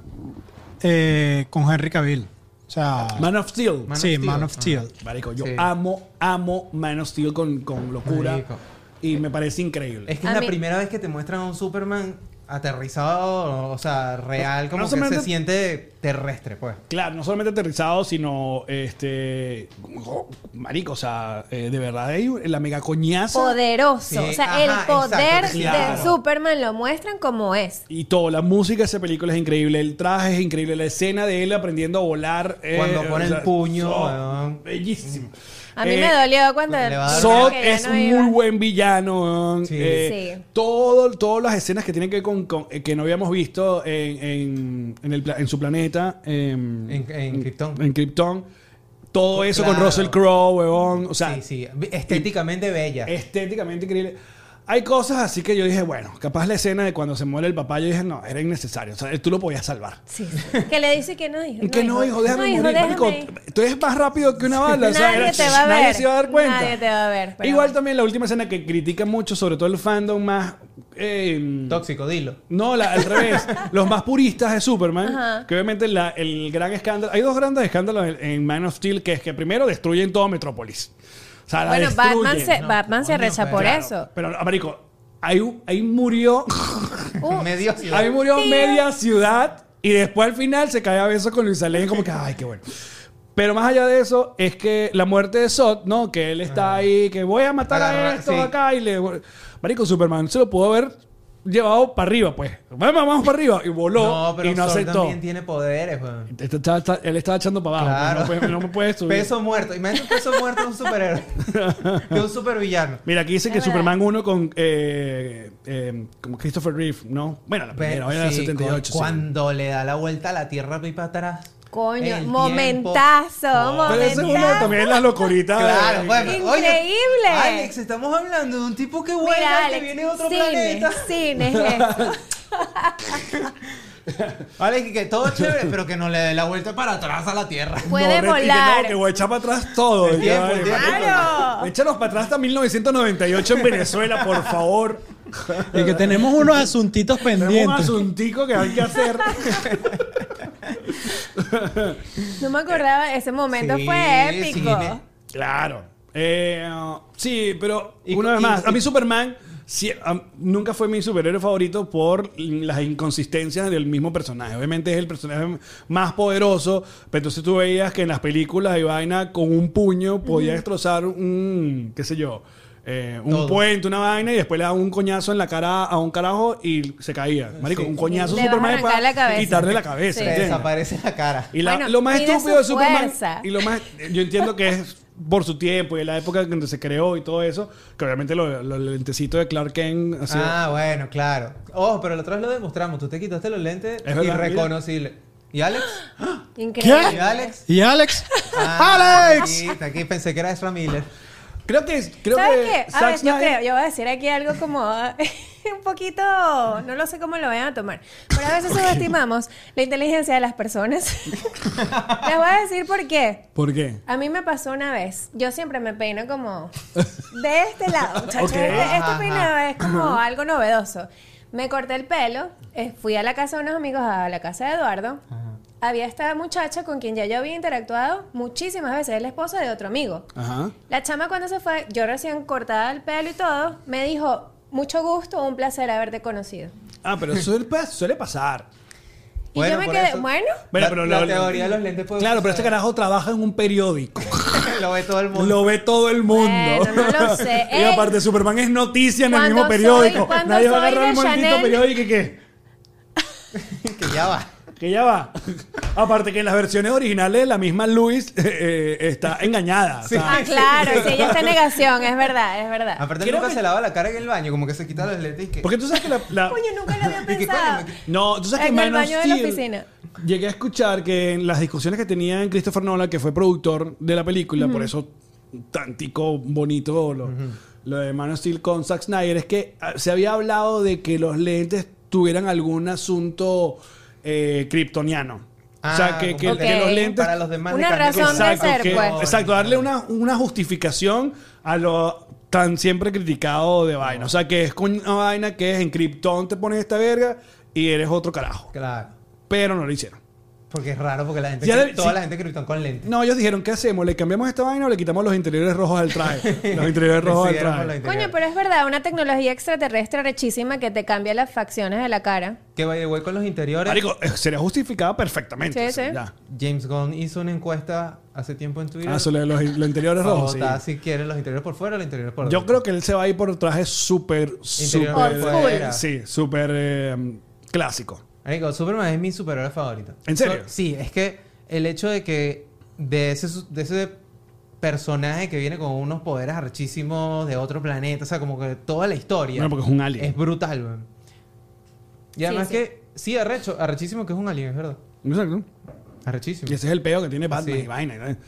[SPEAKER 4] eh, con Henry Cavill. O sea,
[SPEAKER 2] Man of Steel.
[SPEAKER 1] Man- of
[SPEAKER 4] sí,
[SPEAKER 1] Steel. Ah.
[SPEAKER 4] Man of Steel.
[SPEAKER 2] Marico, yo
[SPEAKER 1] Sí.
[SPEAKER 2] amo, amo Man of Steel con, con locura.
[SPEAKER 1] Marico.
[SPEAKER 2] Y me parece increíble.
[SPEAKER 1] Es que
[SPEAKER 3] A
[SPEAKER 1] es la
[SPEAKER 3] mí-
[SPEAKER 1] primera vez que te muestran a un Superman aterrizado, o sea, real, como
[SPEAKER 2] No
[SPEAKER 1] que
[SPEAKER 2] solamente-
[SPEAKER 1] se siente terrestre, pues.
[SPEAKER 2] Claro, no solamente aterrizado, sino este. oh, Marico, o sea, eh, de verdad, hay un- la mega coñaza.
[SPEAKER 3] Poderoso.
[SPEAKER 1] Sí,
[SPEAKER 3] o sea,
[SPEAKER 1] ajá,
[SPEAKER 3] el poder
[SPEAKER 1] exacto,
[SPEAKER 2] claro.
[SPEAKER 3] de Superman lo muestran como es.
[SPEAKER 2] Y todo, la música de esa película es increíble, el traje es increíble, la escena de él aprendiendo a volar. eh,
[SPEAKER 1] Cuando pone el puño, weón.
[SPEAKER 2] bellísimo.
[SPEAKER 3] A mí
[SPEAKER 2] Eh,
[SPEAKER 3] me dolió cuando
[SPEAKER 1] le va a dar-
[SPEAKER 2] Zod
[SPEAKER 3] Creo que ya
[SPEAKER 2] es
[SPEAKER 3] no
[SPEAKER 2] un
[SPEAKER 3] iba.
[SPEAKER 2] muy buen villano. weón.
[SPEAKER 1] Sí.
[SPEAKER 2] Eh,
[SPEAKER 3] Sí.
[SPEAKER 2] todo- todas las escenas que tienen que ver con, con- eh, que no habíamos visto en, en- en el pla- en su planeta. em, En,
[SPEAKER 1] En- en Krypton.
[SPEAKER 2] En Krypton. Todo eso con
[SPEAKER 1] Claro.
[SPEAKER 2] Russell Crowe, weón. O sea,
[SPEAKER 1] sí, sí. Estéticamente bella.
[SPEAKER 2] estéticamente increíble. Hay cosas así que yo dije, bueno, capaz la escena de cuando se muere el papá, yo dije, no, era innecesario. O sea, tú lo podías salvar.
[SPEAKER 3] Sí, sí. Que le dice que no, hijo.
[SPEAKER 2] que no, hijo, déjame
[SPEAKER 3] no, hijo,
[SPEAKER 2] morir,
[SPEAKER 3] déjame.
[SPEAKER 2] marico. Tú eres más rápido que una bala. o sea,
[SPEAKER 3] Nadie
[SPEAKER 2] era-
[SPEAKER 3] te va a
[SPEAKER 2] nadie
[SPEAKER 3] ver.
[SPEAKER 2] se iba a dar cuenta.
[SPEAKER 3] Nadie te va a ver, pero
[SPEAKER 2] Igual
[SPEAKER 3] bueno.
[SPEAKER 2] también la última escena que critica mucho, sobre todo el fandom más... eh,
[SPEAKER 1] Tóxico, dilo.
[SPEAKER 2] no, la- al revés. Los más puristas de Superman,
[SPEAKER 3] Ajá.
[SPEAKER 2] que obviamente la- el gran escándalo... Hay dos grandes escándalos en, en Man of Steel, que es que primero destruyen toda Metrópolis. O sea, la
[SPEAKER 3] Bueno, Batman
[SPEAKER 2] destruyen.
[SPEAKER 3] se, Batman se
[SPEAKER 1] coño,
[SPEAKER 3] recha
[SPEAKER 1] pero-
[SPEAKER 3] por
[SPEAKER 2] Claro,
[SPEAKER 3] eso.
[SPEAKER 2] Pero, marico, ahí, ahí murió...
[SPEAKER 3] Uh,
[SPEAKER 1] Medio ciudad.
[SPEAKER 2] Ahí murió
[SPEAKER 3] Tío.
[SPEAKER 2] media ciudad y después al final se cae a besos con Luis Alén como que, ay, qué bueno. Pero más allá de eso, es que la muerte de Sot, ¿no? Que él está ahí, que voy a matar a
[SPEAKER 1] Agarra-
[SPEAKER 2] esto
[SPEAKER 1] sí.
[SPEAKER 2] acá y le... Marico, Superman se lo pudo haber llevado para arriba, pues. Vamos, vamos para arriba. Y voló
[SPEAKER 1] No, pero
[SPEAKER 2] y no
[SPEAKER 1] Zod
[SPEAKER 2] aceptó.
[SPEAKER 1] también tiene poderes, weón.
[SPEAKER 2] Este está- está- él estaba echando para abajo.
[SPEAKER 1] Claro.
[SPEAKER 2] pues, no, puede- no me puedes subir.
[SPEAKER 1] Peso muerto. Imagínate un peso muerto de un superhéroe. De un supervillano.
[SPEAKER 2] Mira, aquí dice que
[SPEAKER 3] verdad.
[SPEAKER 2] Superman 1 con eh, eh, como Christopher Reeve, ¿no? Bueno, la primera, era la
[SPEAKER 1] Sí,
[SPEAKER 2] 78. sí.
[SPEAKER 1] cu- Cuando le da la vuelta a la Tierra y para atrás.
[SPEAKER 3] Coño,
[SPEAKER 1] El
[SPEAKER 3] momentazo,
[SPEAKER 1] tiempo.
[SPEAKER 2] Pero eso es una,
[SPEAKER 3] momentazo.
[SPEAKER 2] también es la locorita.
[SPEAKER 1] Claro, pues,
[SPEAKER 2] de-
[SPEAKER 1] bueno, oye,
[SPEAKER 3] Increíble.
[SPEAKER 1] Alex, estamos hablando de un tipo que vuela,
[SPEAKER 3] Mira,
[SPEAKER 1] que
[SPEAKER 3] Alex,
[SPEAKER 1] viene de otro
[SPEAKER 3] cine,
[SPEAKER 1] planeta.
[SPEAKER 3] cine es esto.
[SPEAKER 1] Alex, que todo es chévere, pero que no le dé la vuelta para atrás a la Tierra.
[SPEAKER 3] Puede
[SPEAKER 2] No, repite,
[SPEAKER 3] volar.
[SPEAKER 2] no, que voy a echar para atrás todo.
[SPEAKER 1] El tiempo,
[SPEAKER 2] Ya,
[SPEAKER 1] el tiempo.
[SPEAKER 2] marico.
[SPEAKER 3] Claro.
[SPEAKER 2] Échalos para atrás hasta 1998 en Venezuela, por favor.
[SPEAKER 4] Y que tenemos unos asuntitos
[SPEAKER 2] Tenemos un
[SPEAKER 4] pendientes.
[SPEAKER 2] asuntico que hay que hacer.
[SPEAKER 3] No me acordaba, ese momento
[SPEAKER 1] Sí,
[SPEAKER 3] fue épico.
[SPEAKER 1] cine.
[SPEAKER 2] claro. Eh, sí, pero
[SPEAKER 1] Y-
[SPEAKER 2] una vez
[SPEAKER 1] y-
[SPEAKER 2] más, a
[SPEAKER 1] y-
[SPEAKER 2] mí Superman sí, a- nunca fue mi superhéroe favorito por las inconsistencias del mismo personaje. Obviamente es el personaje más poderoso, pero entonces tú veías que en las películas y vaina con un puño podía destrozar un, qué sé yo, eh, un
[SPEAKER 1] Todo.
[SPEAKER 2] puente, una vaina y después le daba un coñazo en la cara a un carajo y se caía. Marico,
[SPEAKER 1] Sí.
[SPEAKER 2] un coñazo
[SPEAKER 3] Le
[SPEAKER 2] a Superman
[SPEAKER 3] vas a arrancar
[SPEAKER 2] para
[SPEAKER 3] la cabeza.
[SPEAKER 2] quitarle la cabeza.
[SPEAKER 3] Sí.
[SPEAKER 1] Le
[SPEAKER 2] ¿entiendes?
[SPEAKER 1] desaparece la cara.
[SPEAKER 2] Y la-
[SPEAKER 3] Bueno,
[SPEAKER 2] lo más
[SPEAKER 3] pide
[SPEAKER 2] estúpido de
[SPEAKER 3] su
[SPEAKER 2] Superman.
[SPEAKER 3] fuerza.
[SPEAKER 2] Y lo más. eh, Yo entiendo que es por su tiempo y la época en donde se creó y todo eso. Que obviamente lo- lo- el lentecito de Clark Kent. ha sido-
[SPEAKER 1] Ah, bueno, claro. Ojo, pero la otra vez lo demostramos. Tú te quitaste los lentes
[SPEAKER 2] Es verdad, mira.
[SPEAKER 1] irreconocible. ¿Y Alex?
[SPEAKER 3] Increíble.
[SPEAKER 1] ¿Y Alex?
[SPEAKER 4] ¿Y Alex?
[SPEAKER 1] Ah,
[SPEAKER 4] ¡Alex!
[SPEAKER 1] Aquí, aquí pensé que era Ezra Miller.
[SPEAKER 2] Creo que. Creo
[SPEAKER 3] ¿Sabes
[SPEAKER 2] que
[SPEAKER 3] qué? A
[SPEAKER 2] Zack
[SPEAKER 3] ver, yo
[SPEAKER 2] Snyder-
[SPEAKER 3] creo, yo voy a decir aquí algo como un poquito, no lo sé cómo lo vayan a tomar, pero a veces subestimamos la inteligencia de las personas. Les voy a decir por qué.
[SPEAKER 2] ¿Por qué?
[SPEAKER 3] A mí me pasó una vez. Yo siempre me peino como de este lado. muchachos.
[SPEAKER 2] Ok.
[SPEAKER 3] Este, este
[SPEAKER 1] Ajá,
[SPEAKER 3] peinado es como algo novedoso. Me corté el pelo, eh, fui a la casa de unos amigos, a la casa de Eduardo. Había esta muchacha con quien ya yo había interactuado muchísimas veces, es la esposa de otro amigo.
[SPEAKER 2] Ajá.
[SPEAKER 3] La chama cuando se fue, yo recién cortada el pelo y todo, me dijo, mucho gusto, un placer haberte conocido.
[SPEAKER 2] Ah, pero suele, pa- suele pasar.
[SPEAKER 3] Y
[SPEAKER 1] Bueno,
[SPEAKER 3] yo me
[SPEAKER 1] por
[SPEAKER 3] quedé,
[SPEAKER 1] eso.
[SPEAKER 3] bueno,
[SPEAKER 2] Bueno,
[SPEAKER 1] La-
[SPEAKER 2] pero
[SPEAKER 1] la
[SPEAKER 2] lo-
[SPEAKER 1] teoría de los lentes puede
[SPEAKER 2] Claro, pero este
[SPEAKER 1] funcionar.
[SPEAKER 2] carajo trabaja en un periódico.
[SPEAKER 1] Lo ve todo el mundo.
[SPEAKER 2] Lo ve todo el mundo.
[SPEAKER 3] Bueno, no lo sé.
[SPEAKER 2] y
[SPEAKER 3] Él-
[SPEAKER 2] aparte, Superman es noticia en el
[SPEAKER 3] Cuando
[SPEAKER 2] mismo
[SPEAKER 3] soy-
[SPEAKER 2] periódico.
[SPEAKER 3] cuando
[SPEAKER 2] Nadie va a
[SPEAKER 3] soy
[SPEAKER 2] agarrar
[SPEAKER 3] de
[SPEAKER 2] el maldito
[SPEAKER 3] Chanel-
[SPEAKER 2] periódico y que.
[SPEAKER 1] Que ya va.
[SPEAKER 2] Que ya va. Aparte que en las versiones originales la misma Luis eh, eh, está engañada. o sea,
[SPEAKER 3] ah, claro, sí, ella está en negación, es verdad, es verdad.
[SPEAKER 1] Aparte,
[SPEAKER 2] Creo
[SPEAKER 1] nunca
[SPEAKER 2] que-
[SPEAKER 1] se lava la cara en el baño, como que se quita los lentes y que.
[SPEAKER 2] Porque tú sabes que la... la-
[SPEAKER 3] Coño, nunca lo había
[SPEAKER 1] ¿Y qué coño?
[SPEAKER 3] pensado.
[SPEAKER 2] no, tú sabes que
[SPEAKER 3] En el
[SPEAKER 2] Man of
[SPEAKER 3] baño de la
[SPEAKER 2] Steel-
[SPEAKER 3] oficina.
[SPEAKER 2] Llegué a escuchar que en las discusiones que tenían Christopher Nolan, que fue productor de la película, por eso tantico bonito lo, lo de Man of Steel con Zack Snyder, es que ah, se había hablado de que los lentes tuvieran algún asunto eh, kryptoniano. o sea,
[SPEAKER 1] Ah,
[SPEAKER 2] que, que-
[SPEAKER 1] como
[SPEAKER 2] que los
[SPEAKER 3] Ok.
[SPEAKER 2] lentes
[SPEAKER 1] Para los demás. de
[SPEAKER 3] Una
[SPEAKER 1] carne y
[SPEAKER 3] razón
[SPEAKER 1] hueso.
[SPEAKER 3] de ser,
[SPEAKER 2] que-
[SPEAKER 3] pues.
[SPEAKER 2] exacto, darle una, una justificación a lo tan siempre criticado de vaina. O sea, que es con una vaina que es en Krypton te pones esta verga y eres otro carajo.
[SPEAKER 1] Claro.
[SPEAKER 2] Pero no lo hicieron.
[SPEAKER 1] Porque es raro, porque la gente.
[SPEAKER 2] Ya
[SPEAKER 1] que-
[SPEAKER 2] de-
[SPEAKER 1] toda
[SPEAKER 2] sí.
[SPEAKER 1] la gente que gritó con lentes.
[SPEAKER 2] No, ellos dijeron, ¿qué hacemos? ¿Le cambiamos esta vaina o le quitamos los interiores rojos al traje? Los interiores rojos
[SPEAKER 1] Decidieron por los
[SPEAKER 2] al traje.
[SPEAKER 1] interiores.
[SPEAKER 3] Coño, pero es verdad, una tecnología extraterrestre rechísima que te cambia las facciones de la cara.
[SPEAKER 1] Que by the way, con los interiores.
[SPEAKER 2] Marico, eh, sería justificado perfectamente.
[SPEAKER 3] Sí,
[SPEAKER 2] o sea,
[SPEAKER 3] sí.
[SPEAKER 2] ya.
[SPEAKER 1] James Gunn hizo una encuesta hace tiempo en Twitter.
[SPEAKER 2] Ah, solo los, los interiores
[SPEAKER 1] para
[SPEAKER 2] rojos, sí.
[SPEAKER 1] votar si quieren los interiores por fuera o los interiores por
[SPEAKER 2] Yo
[SPEAKER 1] dentro.
[SPEAKER 2] creo que él se va a ir por trajes súper, súper...
[SPEAKER 1] por
[SPEAKER 2] eh,
[SPEAKER 1] fuera.
[SPEAKER 2] Sí, súper eh, clásico.
[SPEAKER 1] Marico, Superman es mi superhéroe favorito.
[SPEAKER 2] ¿En serio?
[SPEAKER 1] So- sí, es que el hecho de que de ese, su- de ese personaje que viene con unos poderes arrechísimos de otro planeta, o sea, como que toda la historia.
[SPEAKER 2] Bueno, porque es un alien.
[SPEAKER 1] Es brutal, weón. Y además
[SPEAKER 3] sí.
[SPEAKER 1] que, sí, arrecho, arrechísimo que es un alien, es verdad.
[SPEAKER 2] Exacto.
[SPEAKER 1] Arrechísimo.
[SPEAKER 2] Y ese es el peo que tiene Batman
[SPEAKER 1] Sí.
[SPEAKER 2] y vaina. y tal.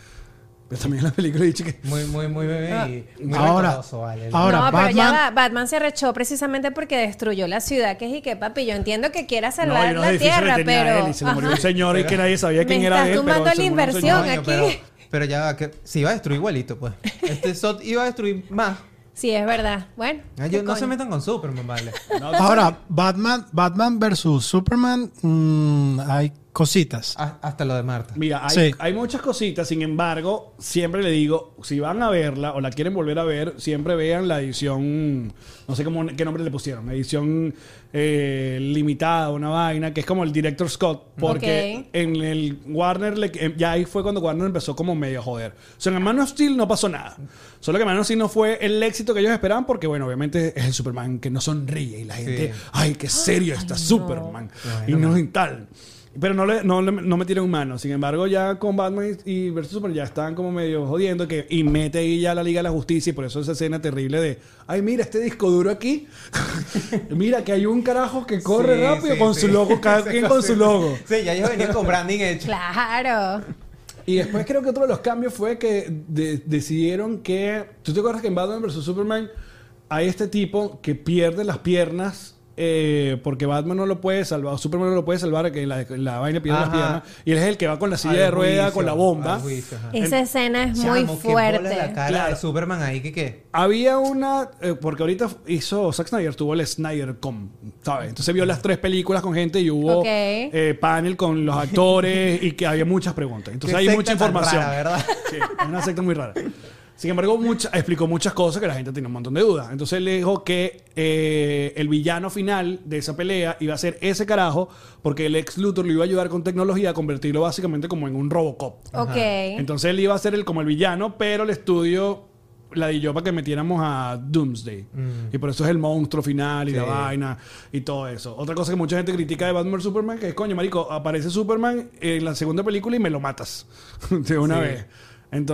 [SPEAKER 2] Pero también en la película dice que...
[SPEAKER 1] Muy, muy, muy bebé
[SPEAKER 3] Ah.
[SPEAKER 1] y muy
[SPEAKER 4] Ahora,
[SPEAKER 1] rencoroso, vale.
[SPEAKER 3] no,
[SPEAKER 4] ahora-
[SPEAKER 3] pero ya
[SPEAKER 4] Batman-
[SPEAKER 3] va, Batman se rechó precisamente porque destruyó la ciudad, que es y que papi, yo entiendo que quiera
[SPEAKER 2] No, y
[SPEAKER 3] salvar
[SPEAKER 2] unos
[SPEAKER 3] la
[SPEAKER 2] edificios
[SPEAKER 3] tierra,
[SPEAKER 2] le tenía a
[SPEAKER 3] pero...
[SPEAKER 2] él y se le murió
[SPEAKER 3] Ajá.
[SPEAKER 2] un señor y que nadie sabía
[SPEAKER 3] Me
[SPEAKER 2] quién era
[SPEAKER 3] estás
[SPEAKER 2] él. pero
[SPEAKER 3] tumbando la
[SPEAKER 2] según un señor-
[SPEAKER 3] inversión. aquí.
[SPEAKER 1] pero, pero ya va, que se iba a destruir igualito, pues. Este SOT iba a destruir más.
[SPEAKER 3] Sí, es verdad. Bueno.
[SPEAKER 2] Ah,
[SPEAKER 1] Ay,
[SPEAKER 3] ¿qué
[SPEAKER 1] yo- no se
[SPEAKER 3] coño?
[SPEAKER 1] metan con Superman, vale.
[SPEAKER 4] Ahora, Batman, Batman versus Superman, mm, hay cositas.
[SPEAKER 1] Ha- Hasta lo de Marta.
[SPEAKER 2] Mira, hay,
[SPEAKER 4] Sí.
[SPEAKER 2] hay muchas cositas, sin embargo, siempre le digo, si van a verla o la quieren volver a ver, siempre vean la edición, no sé cómo, qué nombre le pusieron, edición eh, limitada, una vaina, que es como el Director Scott, porque
[SPEAKER 3] Ok.
[SPEAKER 2] en el Warner, le- eh, ya ahí fue cuando Warner empezó como medio a joder. O sea, en Man of Steel no pasó nada, solo que Man of Steel no fue el éxito que ellos esperaban, porque bueno, obviamente es el Superman que no sonríe y la gente,
[SPEAKER 1] Sí.
[SPEAKER 2] ay, qué serio está Superman, y no y tal. Pero no, le, no, le- no me tiran mano. Sin embargo, ya con Batman y, y versus Superman ya están como medio jodiendo. Que, y mete ahí ya la Liga de la Justicia. Y por eso esa escena terrible de: Ay, mira este disco duro aquí. mira que hay un carajo que corre
[SPEAKER 1] Sí,
[SPEAKER 2] rápido
[SPEAKER 1] sí,
[SPEAKER 2] con
[SPEAKER 1] sí.
[SPEAKER 2] su logo. Cada
[SPEAKER 1] Sí,
[SPEAKER 2] quien con su logo.
[SPEAKER 1] Sí, ya ellos venían con branding hecho.
[SPEAKER 3] Claro.
[SPEAKER 2] Y después creo que otro de los cambios fue que de- decidieron que. ¿Tú te acuerdas que en Batman vs Superman hay este tipo que pierde las piernas? eh, porque Batman no lo puede salvar, Superman no lo puede salvar, que la, la vaina pierde las
[SPEAKER 1] Ajá.
[SPEAKER 2] piernas. Y él es el que va con la silla
[SPEAKER 1] Al
[SPEAKER 2] de rueda,
[SPEAKER 1] juicio,
[SPEAKER 2] con la bomba.
[SPEAKER 1] al juicio,
[SPEAKER 2] Ah,
[SPEAKER 1] ajá.
[SPEAKER 3] Esa escena es muy
[SPEAKER 1] Chamo, qué bola la
[SPEAKER 3] fuerte.
[SPEAKER 1] cara
[SPEAKER 2] Claro.
[SPEAKER 1] de Superman ahí que qué.
[SPEAKER 2] Había una, eh, porque ahorita hizo Zack Snyder, tuvo el Snyder Com, ¿sabes? Entonces vio las tres películas con gente y hubo
[SPEAKER 3] Ok.
[SPEAKER 2] eh, panel con los actores y que había muchas preguntas.
[SPEAKER 1] Qué
[SPEAKER 2] Entonces hay
[SPEAKER 1] secta
[SPEAKER 2] mucha
[SPEAKER 1] tan
[SPEAKER 2] información.
[SPEAKER 1] rara, ¿verdad?
[SPEAKER 2] Sí, es una secta muy rara. Sin embargo, mucha- explicó muchas cosas que la gente tenía un montón de dudas. Entonces él dijo que eh, el villano final de esa pelea iba a ser ese carajo, porque el ex Luthor le iba a ayudar con tecnología a convertirlo básicamente como en un Robocop.
[SPEAKER 3] Ok.
[SPEAKER 2] Entonces él iba a ser el, como el villano, pero el estudio la dio para que metiéramos a Doomsday. Y por eso es el monstruo final y la
[SPEAKER 1] Mm. Sí.
[SPEAKER 2] vaina y todo eso. Otra cosa que mucha gente critica de Batman vs Superman que es, coño, marico, aparece Superman en la segunda película y me lo matas de una
[SPEAKER 1] Sí.
[SPEAKER 2] vez.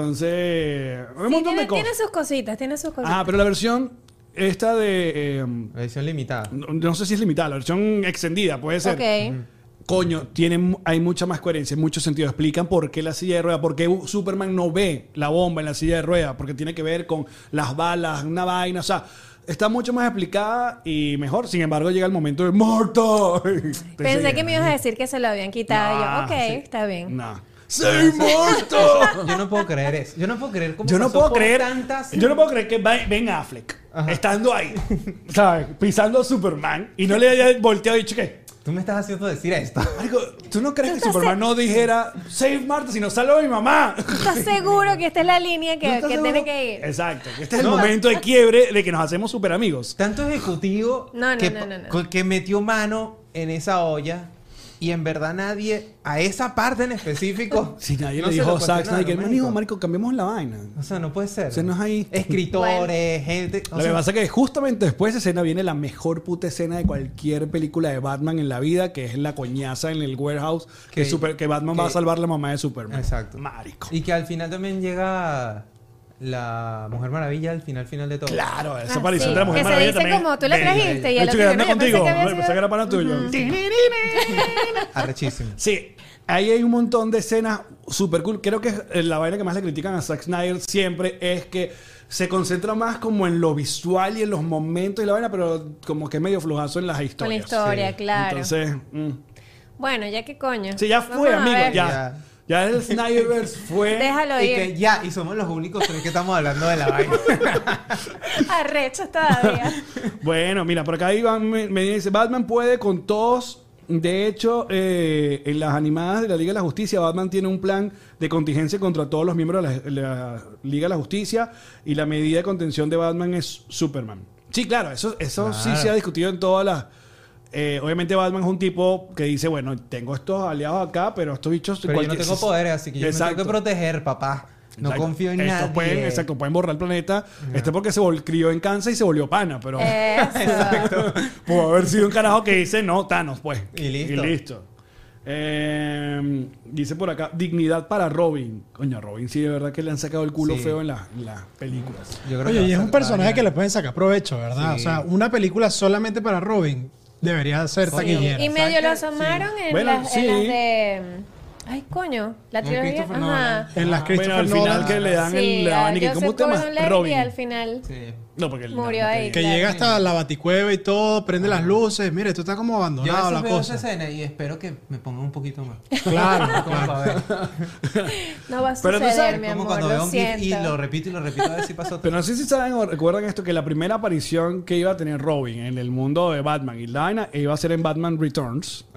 [SPEAKER 2] Entonces, un
[SPEAKER 3] Sí,
[SPEAKER 2] montón
[SPEAKER 3] tiene,
[SPEAKER 2] de
[SPEAKER 3] tiene
[SPEAKER 2] cosas.
[SPEAKER 3] sus cositas, tiene sus cositas.
[SPEAKER 2] Ah, pero la versión esta de... eh,
[SPEAKER 1] La edición limitada.
[SPEAKER 2] no, no sé si es limitada, la versión extendida puede ser.
[SPEAKER 3] ok.
[SPEAKER 2] coño, tienen, hay mucha más coherencia, en mucho sentido. Explican por qué la silla de ruedas, por qué Superman no ve la bomba en la silla de ruedas, porque tiene que ver con las balas, una vaina, o sea. Está mucho más explicada y mejor. Sin embargo, llega el momento de muerto.
[SPEAKER 3] Pensé que me ibas a decir que se lo habían quitado.
[SPEAKER 2] Ah,
[SPEAKER 3] yo, ok,
[SPEAKER 2] sí.
[SPEAKER 3] está bien.
[SPEAKER 2] Nah. ¡Soy muerto!
[SPEAKER 1] Yo no puedo creer eso. Yo no puedo creer cómo
[SPEAKER 2] Yo no
[SPEAKER 1] pasó
[SPEAKER 2] puedo
[SPEAKER 1] por
[SPEAKER 2] creer.
[SPEAKER 1] tantas.
[SPEAKER 2] Yo no puedo creer que Ben Ben Affleck estando ahí, ¿sabes? Pisando a Superman y no le haya volteado y dicho que.
[SPEAKER 1] Tú me estás haciendo decir esto.
[SPEAKER 2] Marico, ¿tú no crees que Superman no dijera Save Marta, sino salvo a mi mamá?
[SPEAKER 3] ¿Estás seguro que esta es la línea
[SPEAKER 2] ¿No
[SPEAKER 3] que,
[SPEAKER 2] estás
[SPEAKER 3] que
[SPEAKER 2] seguro?
[SPEAKER 3] tiene que ir?
[SPEAKER 2] Exacto. que Este es el
[SPEAKER 1] No.
[SPEAKER 2] momento de quiebre de que nos hacemos super amigos.
[SPEAKER 1] Tanto ejecutivo
[SPEAKER 3] No, no,
[SPEAKER 1] que,
[SPEAKER 3] no, no, no.
[SPEAKER 1] co- que metió mano en esa olla y en verdad nadie, a esa parte en específico.
[SPEAKER 2] Si nadie
[SPEAKER 1] no
[SPEAKER 2] le
[SPEAKER 1] se lo
[SPEAKER 2] dijo Zack
[SPEAKER 1] cuestionaron,
[SPEAKER 2] Snyder,
[SPEAKER 1] marico.
[SPEAKER 2] marico, marico, cambiemos la vaina.
[SPEAKER 1] O sea, no puede ser.
[SPEAKER 2] O sea, no es ahí.
[SPEAKER 1] Escritores, gente. o
[SPEAKER 2] Lo que
[SPEAKER 1] sea,
[SPEAKER 2] pasa es que justamente después de esa escena viene la mejor puta escena de cualquier película de Batman en la vida, que es la coñaza en el warehouse,
[SPEAKER 1] Que-
[SPEAKER 2] que, super- que Batman va a
[SPEAKER 1] que-
[SPEAKER 2] salvar la mamá de Superman.
[SPEAKER 1] Exacto.
[SPEAKER 2] Marico.
[SPEAKER 1] Y que al final también llega la Mujer Maravilla al final final de todo.
[SPEAKER 2] Claro, esa
[SPEAKER 3] Ah,
[SPEAKER 2] aparición
[SPEAKER 3] sí.
[SPEAKER 2] de la Mujer
[SPEAKER 3] Que se
[SPEAKER 2] Maravilla
[SPEAKER 3] dice
[SPEAKER 2] también.
[SPEAKER 3] como, tú la
[SPEAKER 2] Bella.
[SPEAKER 3] trajiste y el
[SPEAKER 2] De hecho, que
[SPEAKER 3] otro día,
[SPEAKER 2] andé
[SPEAKER 3] "Mira, pensé
[SPEAKER 2] contigo. Pues,
[SPEAKER 3] que había
[SPEAKER 2] Pensé
[SPEAKER 3] sido-".
[SPEAKER 2] que era pana tuyo.
[SPEAKER 1] Arrechísimo.
[SPEAKER 2] Sí, ahí hay un montón de escenas super cool. Creo que es la vaina que más le critican a Zack Snyder siempre es que se concentra más como en lo visual y en los momentos y la vaina, pero como que medio flojazo en las historias.
[SPEAKER 3] Con la historia,
[SPEAKER 1] sí.
[SPEAKER 3] claro.
[SPEAKER 2] Entonces, mm.
[SPEAKER 3] bueno, ya que coño.
[SPEAKER 2] sí, ya
[SPEAKER 3] Vamos
[SPEAKER 2] fue,
[SPEAKER 3] a
[SPEAKER 2] amigo,
[SPEAKER 3] ver.
[SPEAKER 2] ya. Ya el Snyderverse fue.
[SPEAKER 3] Déjalo
[SPEAKER 1] Y que
[SPEAKER 3] ir.
[SPEAKER 1] ya, y somos los únicos tres que estamos hablando de la vaina.
[SPEAKER 3] Arrechos todavía.
[SPEAKER 2] Bueno, mira, por acá Iván me, me dice, Batman puede con todos. De hecho, eh, en las animadas de la Liga de la Justicia, Batman tiene un plan de contingencia contra todos los miembros de la, la Liga de la Justicia y la medida de contención de Batman es Superman. Sí, claro, eso, eso sí
[SPEAKER 1] Claro.
[SPEAKER 2] se ha discutido en todas las... eh, obviamente Batman es un tipo que dice, bueno, tengo estos aliados acá, pero estos bichos...
[SPEAKER 1] Pero yo no
[SPEAKER 2] cualquier-
[SPEAKER 1] tengo poderes, así que yo me tengo que
[SPEAKER 2] Exacto.
[SPEAKER 1] proteger, papá. No
[SPEAKER 2] Exacto.
[SPEAKER 1] confío en
[SPEAKER 2] Estos
[SPEAKER 1] nadie.
[SPEAKER 2] Pueden, exacto, pueden borrar el planeta. Este porque se vol- crió en Kansas y se volvió pana, pero...
[SPEAKER 3] Eh, Eso.
[SPEAKER 2] Por haber sido un carajo que dice no, Thanos, pues.
[SPEAKER 1] Y listo.
[SPEAKER 2] Eh, dice por acá, dignidad para Robin. Coño, Robin sí, de verdad que le han sacado el culo
[SPEAKER 1] Sí.
[SPEAKER 2] feo en, la- en las películas.
[SPEAKER 1] Yo creo
[SPEAKER 4] Oye,
[SPEAKER 1] que
[SPEAKER 4] y
[SPEAKER 1] va
[SPEAKER 4] es
[SPEAKER 1] a
[SPEAKER 4] un
[SPEAKER 1] ser
[SPEAKER 4] personaje
[SPEAKER 1] Batman.
[SPEAKER 4] que le pueden sacar provecho, ¿verdad? O
[SPEAKER 1] Sí.
[SPEAKER 4] sea, una película solamente para Robin debería ser
[SPEAKER 1] Sí.
[SPEAKER 4] taquillera.
[SPEAKER 3] Y medio lo
[SPEAKER 1] ¿sabes qué?
[SPEAKER 3] asomaron en,
[SPEAKER 2] Bueno,
[SPEAKER 3] las, en
[SPEAKER 2] sí.
[SPEAKER 3] las de. mm, Ay, coño. La
[SPEAKER 1] Con
[SPEAKER 3] trilogía.
[SPEAKER 1] Christopher Nolan.
[SPEAKER 3] Ajá.
[SPEAKER 4] En las Christopher
[SPEAKER 2] Bueno, al
[SPEAKER 4] Nolan,
[SPEAKER 2] final que le dan el
[SPEAKER 3] a
[SPEAKER 2] abanico.
[SPEAKER 3] Joseph
[SPEAKER 2] ¿Cómo te llamas?
[SPEAKER 3] Gordon-Levitt
[SPEAKER 2] Robin.
[SPEAKER 3] Y al final
[SPEAKER 1] Sí.
[SPEAKER 2] No, porque el-
[SPEAKER 3] murió
[SPEAKER 2] no,
[SPEAKER 3] ahí.
[SPEAKER 4] que
[SPEAKER 3] claro.
[SPEAKER 4] llega hasta la baticueva y todo, prende las luces. Mire, esto está
[SPEAKER 1] Yo
[SPEAKER 4] como
[SPEAKER 1] a
[SPEAKER 4] abandonado
[SPEAKER 1] veces
[SPEAKER 4] la
[SPEAKER 1] veo esa
[SPEAKER 4] cosa.
[SPEAKER 1] escena y espero que me ponga un poquito más.
[SPEAKER 4] Claro,
[SPEAKER 1] Como
[SPEAKER 4] claro.
[SPEAKER 1] para ver.
[SPEAKER 3] No va a
[SPEAKER 2] Pero
[SPEAKER 3] suceder,
[SPEAKER 2] tú sabes
[SPEAKER 3] mi
[SPEAKER 1] Como
[SPEAKER 3] amor.
[SPEAKER 1] cuando
[SPEAKER 3] Lo
[SPEAKER 1] veo un GIF y
[SPEAKER 3] siento.
[SPEAKER 1] lo repito y lo repito a ver si pasa otra
[SPEAKER 2] Pero no sé si saben o recuerdan esto, que la primera aparición que iba a tener Robin en el mundo de Batman y la vaina, iba a ser en Batman Returns.
[SPEAKER 1] Ajá.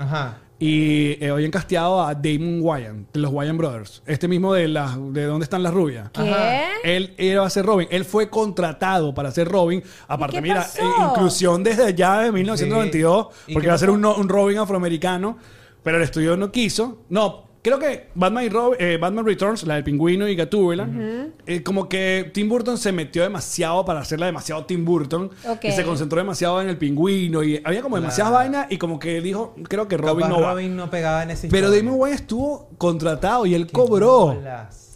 [SPEAKER 2] Y eh, habían casteado a Damon Wyan, de los Wyan Brothers. Este mismo de, las de dónde están las rubias.
[SPEAKER 3] ¿Qué?
[SPEAKER 1] Ajá.
[SPEAKER 2] Él iba a ser Robin. Él fue contratado para ser Robin. Aparte,
[SPEAKER 3] qué
[SPEAKER 2] mira,
[SPEAKER 3] pasó?
[SPEAKER 2] eh, inclusión desde ya de 1992,
[SPEAKER 1] Sí. ¿Y
[SPEAKER 2] porque
[SPEAKER 1] qué
[SPEAKER 2] va a ser
[SPEAKER 1] pasó?
[SPEAKER 2] un, no- un Robin afroamericano, pero el estudio no quiso. No, creo que Batman, y Rob- eh, Batman Returns, la del pingüino y Gatúbela, eh, como que Tim Burton se metió demasiado para hacerla demasiado Tim Burton.
[SPEAKER 3] Ok.
[SPEAKER 2] Y se concentró demasiado en el pingüino y había como demasiadas
[SPEAKER 1] Claro.
[SPEAKER 2] vainas y como que dijo, creo que Robin
[SPEAKER 1] Robin,
[SPEAKER 2] no va.
[SPEAKER 1] Robin no pegaba en ese
[SPEAKER 2] Pero Damon Wayne estuvo contratado y él cobró.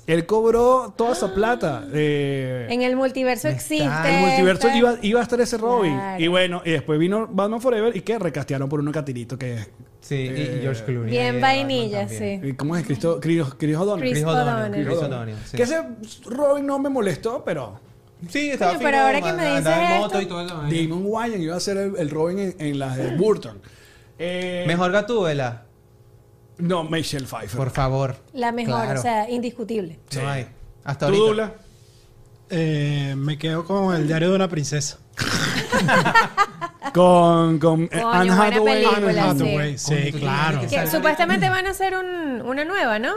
[SPEAKER 2] Él cobró toda esa
[SPEAKER 3] Ah.
[SPEAKER 2] plata. eh,
[SPEAKER 3] En el multiverso
[SPEAKER 1] Está-
[SPEAKER 3] existe.
[SPEAKER 2] el multiverso
[SPEAKER 3] esta-
[SPEAKER 2] iba, iba a estar ese Robin.
[SPEAKER 3] Claro.
[SPEAKER 2] Y bueno, y después vino Batman Forever y que recastearon por uno catirito que es.
[SPEAKER 1] Sí, y- y George Clooney.
[SPEAKER 3] Bien
[SPEAKER 1] eh,
[SPEAKER 3] vainilla,
[SPEAKER 1] Batman también.
[SPEAKER 3] sí.
[SPEAKER 2] ¿Cómo es? Cristo, Chris, Chris O'Donnell.
[SPEAKER 3] Chris
[SPEAKER 1] Chris O'Donnell.
[SPEAKER 3] O'Donnell.
[SPEAKER 1] Chris O'Donnell, sí.
[SPEAKER 2] Que ese Robin no me molestó, pero.
[SPEAKER 1] Sí, estaba
[SPEAKER 3] Coño,
[SPEAKER 1] fino,
[SPEAKER 3] pero ahora que me
[SPEAKER 1] andaba
[SPEAKER 3] dices
[SPEAKER 1] en moto
[SPEAKER 3] esto-
[SPEAKER 1] y todo eso.
[SPEAKER 2] Damon Wayans iba a ser el, el Robin en, en las de Burton. Eh,
[SPEAKER 1] Mejor Gatúbela,
[SPEAKER 2] No, Michelle Pfeiffer.
[SPEAKER 1] por favor.
[SPEAKER 3] La mejor,
[SPEAKER 1] Claro.
[SPEAKER 3] o sea, indiscutible.
[SPEAKER 1] No hay. Hasta
[SPEAKER 2] Tú,
[SPEAKER 1] ahorita.
[SPEAKER 2] Dula.
[SPEAKER 4] Eh, me quedo con el diario de una princesa.
[SPEAKER 2] Con, con eh,
[SPEAKER 3] Coño,
[SPEAKER 2] Anne
[SPEAKER 3] buena
[SPEAKER 2] Hathaway.
[SPEAKER 3] película,
[SPEAKER 2] Anne Hathaway.
[SPEAKER 4] Hathaway,
[SPEAKER 1] Coño,
[SPEAKER 4] sí,
[SPEAKER 1] tú tienes
[SPEAKER 4] claro.
[SPEAKER 1] que
[SPEAKER 3] Que
[SPEAKER 1] Sale.
[SPEAKER 3] supuestamente van a hacer un- una nueva, ¿no?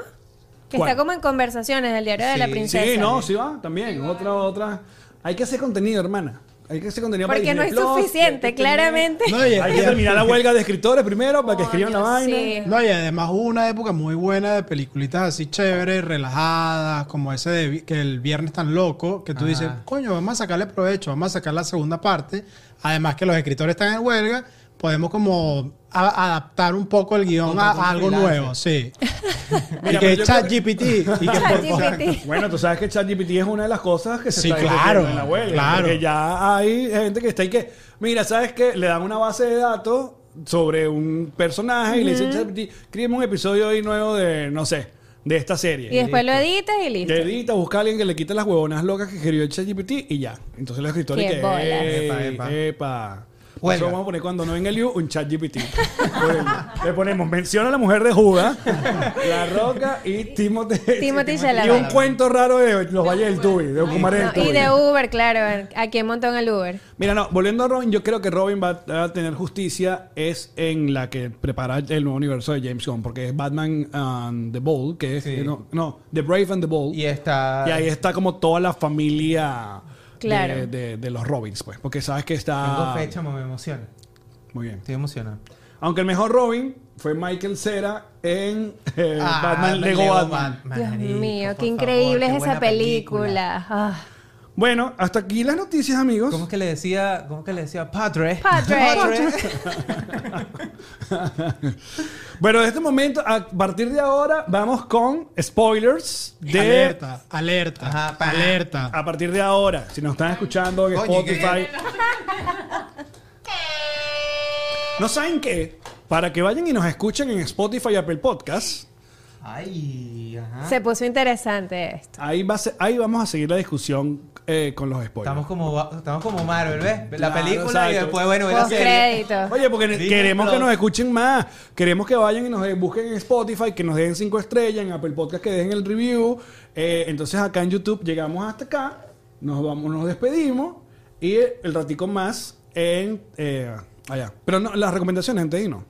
[SPEAKER 3] Que
[SPEAKER 2] ¿Cuál?
[SPEAKER 3] está como en conversaciones del diario de la
[SPEAKER 1] Sí,
[SPEAKER 3] princesa.
[SPEAKER 2] Sí, no, sí va, también. Otra, otra. Hay que hacer contenido, hermana. Hay que hacer contenido para
[SPEAKER 3] Porque no
[SPEAKER 2] Disney
[SPEAKER 3] es
[SPEAKER 2] Plus,
[SPEAKER 3] suficiente,
[SPEAKER 2] hay que tener-
[SPEAKER 3] claramente.
[SPEAKER 4] No, y,
[SPEAKER 2] Hay que terminar la huelga de escritores primero para que escriban la
[SPEAKER 3] Coño,
[SPEAKER 2] vaina.
[SPEAKER 3] sí.
[SPEAKER 4] no, y además hubo una época muy buena de peliculitas así chéveres, relajadas, como ese de vi- que el viernes tan loco, que tú dices, coño, vamos a sacarle provecho, vamos a sacar la segunda parte. Además que los escritores están en huelga, podemos como a- adaptar un poco el guión a,
[SPEAKER 1] Contratar un
[SPEAKER 4] a algo
[SPEAKER 1] freelancer.
[SPEAKER 4] nuevo, sí. y
[SPEAKER 2] pero
[SPEAKER 4] que
[SPEAKER 2] yo
[SPEAKER 4] ChatGPT y que por favor-
[SPEAKER 3] ChatGPT.
[SPEAKER 2] Bueno, tú sabes que ChatGPT es una de las cosas que se
[SPEAKER 4] Sí,
[SPEAKER 2] está
[SPEAKER 4] claro,
[SPEAKER 2] discutiendo en la huelga.
[SPEAKER 4] claro.
[SPEAKER 2] Porque ya hay gente que está ahí que, mira, ¿sabes qué? Le dan una base de datos sobre un personaje y le dicen, "Chat, escríbeme un episodio hoy nuevo de, no sé, de esta serie.
[SPEAKER 3] Y después lo editas y listo.
[SPEAKER 2] Que edita, busca a alguien que le quite las huevonas locas que escribió el ChatGPT y ya. Entonces los escritores
[SPEAKER 3] Qué
[SPEAKER 2] que.
[SPEAKER 3] bolas.
[SPEAKER 2] "Ey,
[SPEAKER 1] Epa, epa.
[SPEAKER 2] epa".
[SPEAKER 1] Huelga.
[SPEAKER 2] Eso vamos a poner cuando no venga el Liu, un chat GPT. Le ponemos, menciona a la mujer de Judas, La Roca y Timothy.
[SPEAKER 3] Timothy
[SPEAKER 2] y
[SPEAKER 3] Chalamet.
[SPEAKER 2] un cuento raro de Los Valles del Tubi, de Ocumare del
[SPEAKER 3] No, y
[SPEAKER 2] Tubi.
[SPEAKER 3] de Uber, claro. Aquí en montón el Uber.
[SPEAKER 2] Mira, no, volviendo a Robin, yo creo que Robin va a tener justicia es en la que prepara el nuevo universo de James Gunn, porque es Batman and the Bold, que es,
[SPEAKER 1] Sí.
[SPEAKER 2] no, no, The Brave and the Bold.
[SPEAKER 1] Y está.
[SPEAKER 2] Y ahí está como toda la familia
[SPEAKER 3] Claro.
[SPEAKER 2] de, de- de los Robins, pues. Porque sabes que
[SPEAKER 1] Tengo
[SPEAKER 2] está.
[SPEAKER 1] fecha, me emociona.
[SPEAKER 2] Muy bien.
[SPEAKER 1] Estoy emocionado.
[SPEAKER 2] Aunque el mejor Robin fue Michael Cera en eh,
[SPEAKER 1] Ah,
[SPEAKER 2] Batman Lego Batman.
[SPEAKER 3] Dios
[SPEAKER 1] Marico,
[SPEAKER 3] mío,
[SPEAKER 1] por
[SPEAKER 3] qué
[SPEAKER 1] favor,
[SPEAKER 3] increíble
[SPEAKER 1] qué
[SPEAKER 3] es
[SPEAKER 1] buena
[SPEAKER 3] esa película. Ah,
[SPEAKER 2] Bueno, hasta aquí las noticias, amigos.
[SPEAKER 1] ¿Cómo es que le decía? ¿Cómo es que le decía? Padre.
[SPEAKER 3] Padre.
[SPEAKER 2] bueno, en este momento, a partir de ahora, vamos con spoilers de.
[SPEAKER 4] Alerta, alerta,
[SPEAKER 1] Ajá, pa.
[SPEAKER 4] alerta.
[SPEAKER 2] A partir de ahora, si nos están escuchando en
[SPEAKER 1] Coño, ¿qué?
[SPEAKER 2] Spotify. ¿No saben qué? Para que vayan y nos escuchen en Spotify y Apple Podcasts.
[SPEAKER 1] Ay, ajá.
[SPEAKER 3] Se puso interesante esto.
[SPEAKER 2] Ahí, va a se- ahí vamos a seguir la discusión eh, con los spoilers.
[SPEAKER 1] Estamos como, va- estamos como Marvel, ¿ves? La
[SPEAKER 2] Claro,
[SPEAKER 1] película y
[SPEAKER 2] exacto.
[SPEAKER 1] después, bueno, ve la
[SPEAKER 3] Post
[SPEAKER 1] serie.
[SPEAKER 3] crédito.
[SPEAKER 2] Oye, porque ne-
[SPEAKER 1] Disney
[SPEAKER 2] queremos que
[SPEAKER 1] Plus.
[SPEAKER 2] nos escuchen más. Queremos que vayan y nos eh, busquen en Spotify, que nos dejen cinco estrellas, en Apple Podcast que dejen el review. Eh, entonces acá en YouTube llegamos hasta acá, nos vamos, nos despedimos y eh, el ratico más en eh, allá. Pero no, las recomendaciones antes de irnos.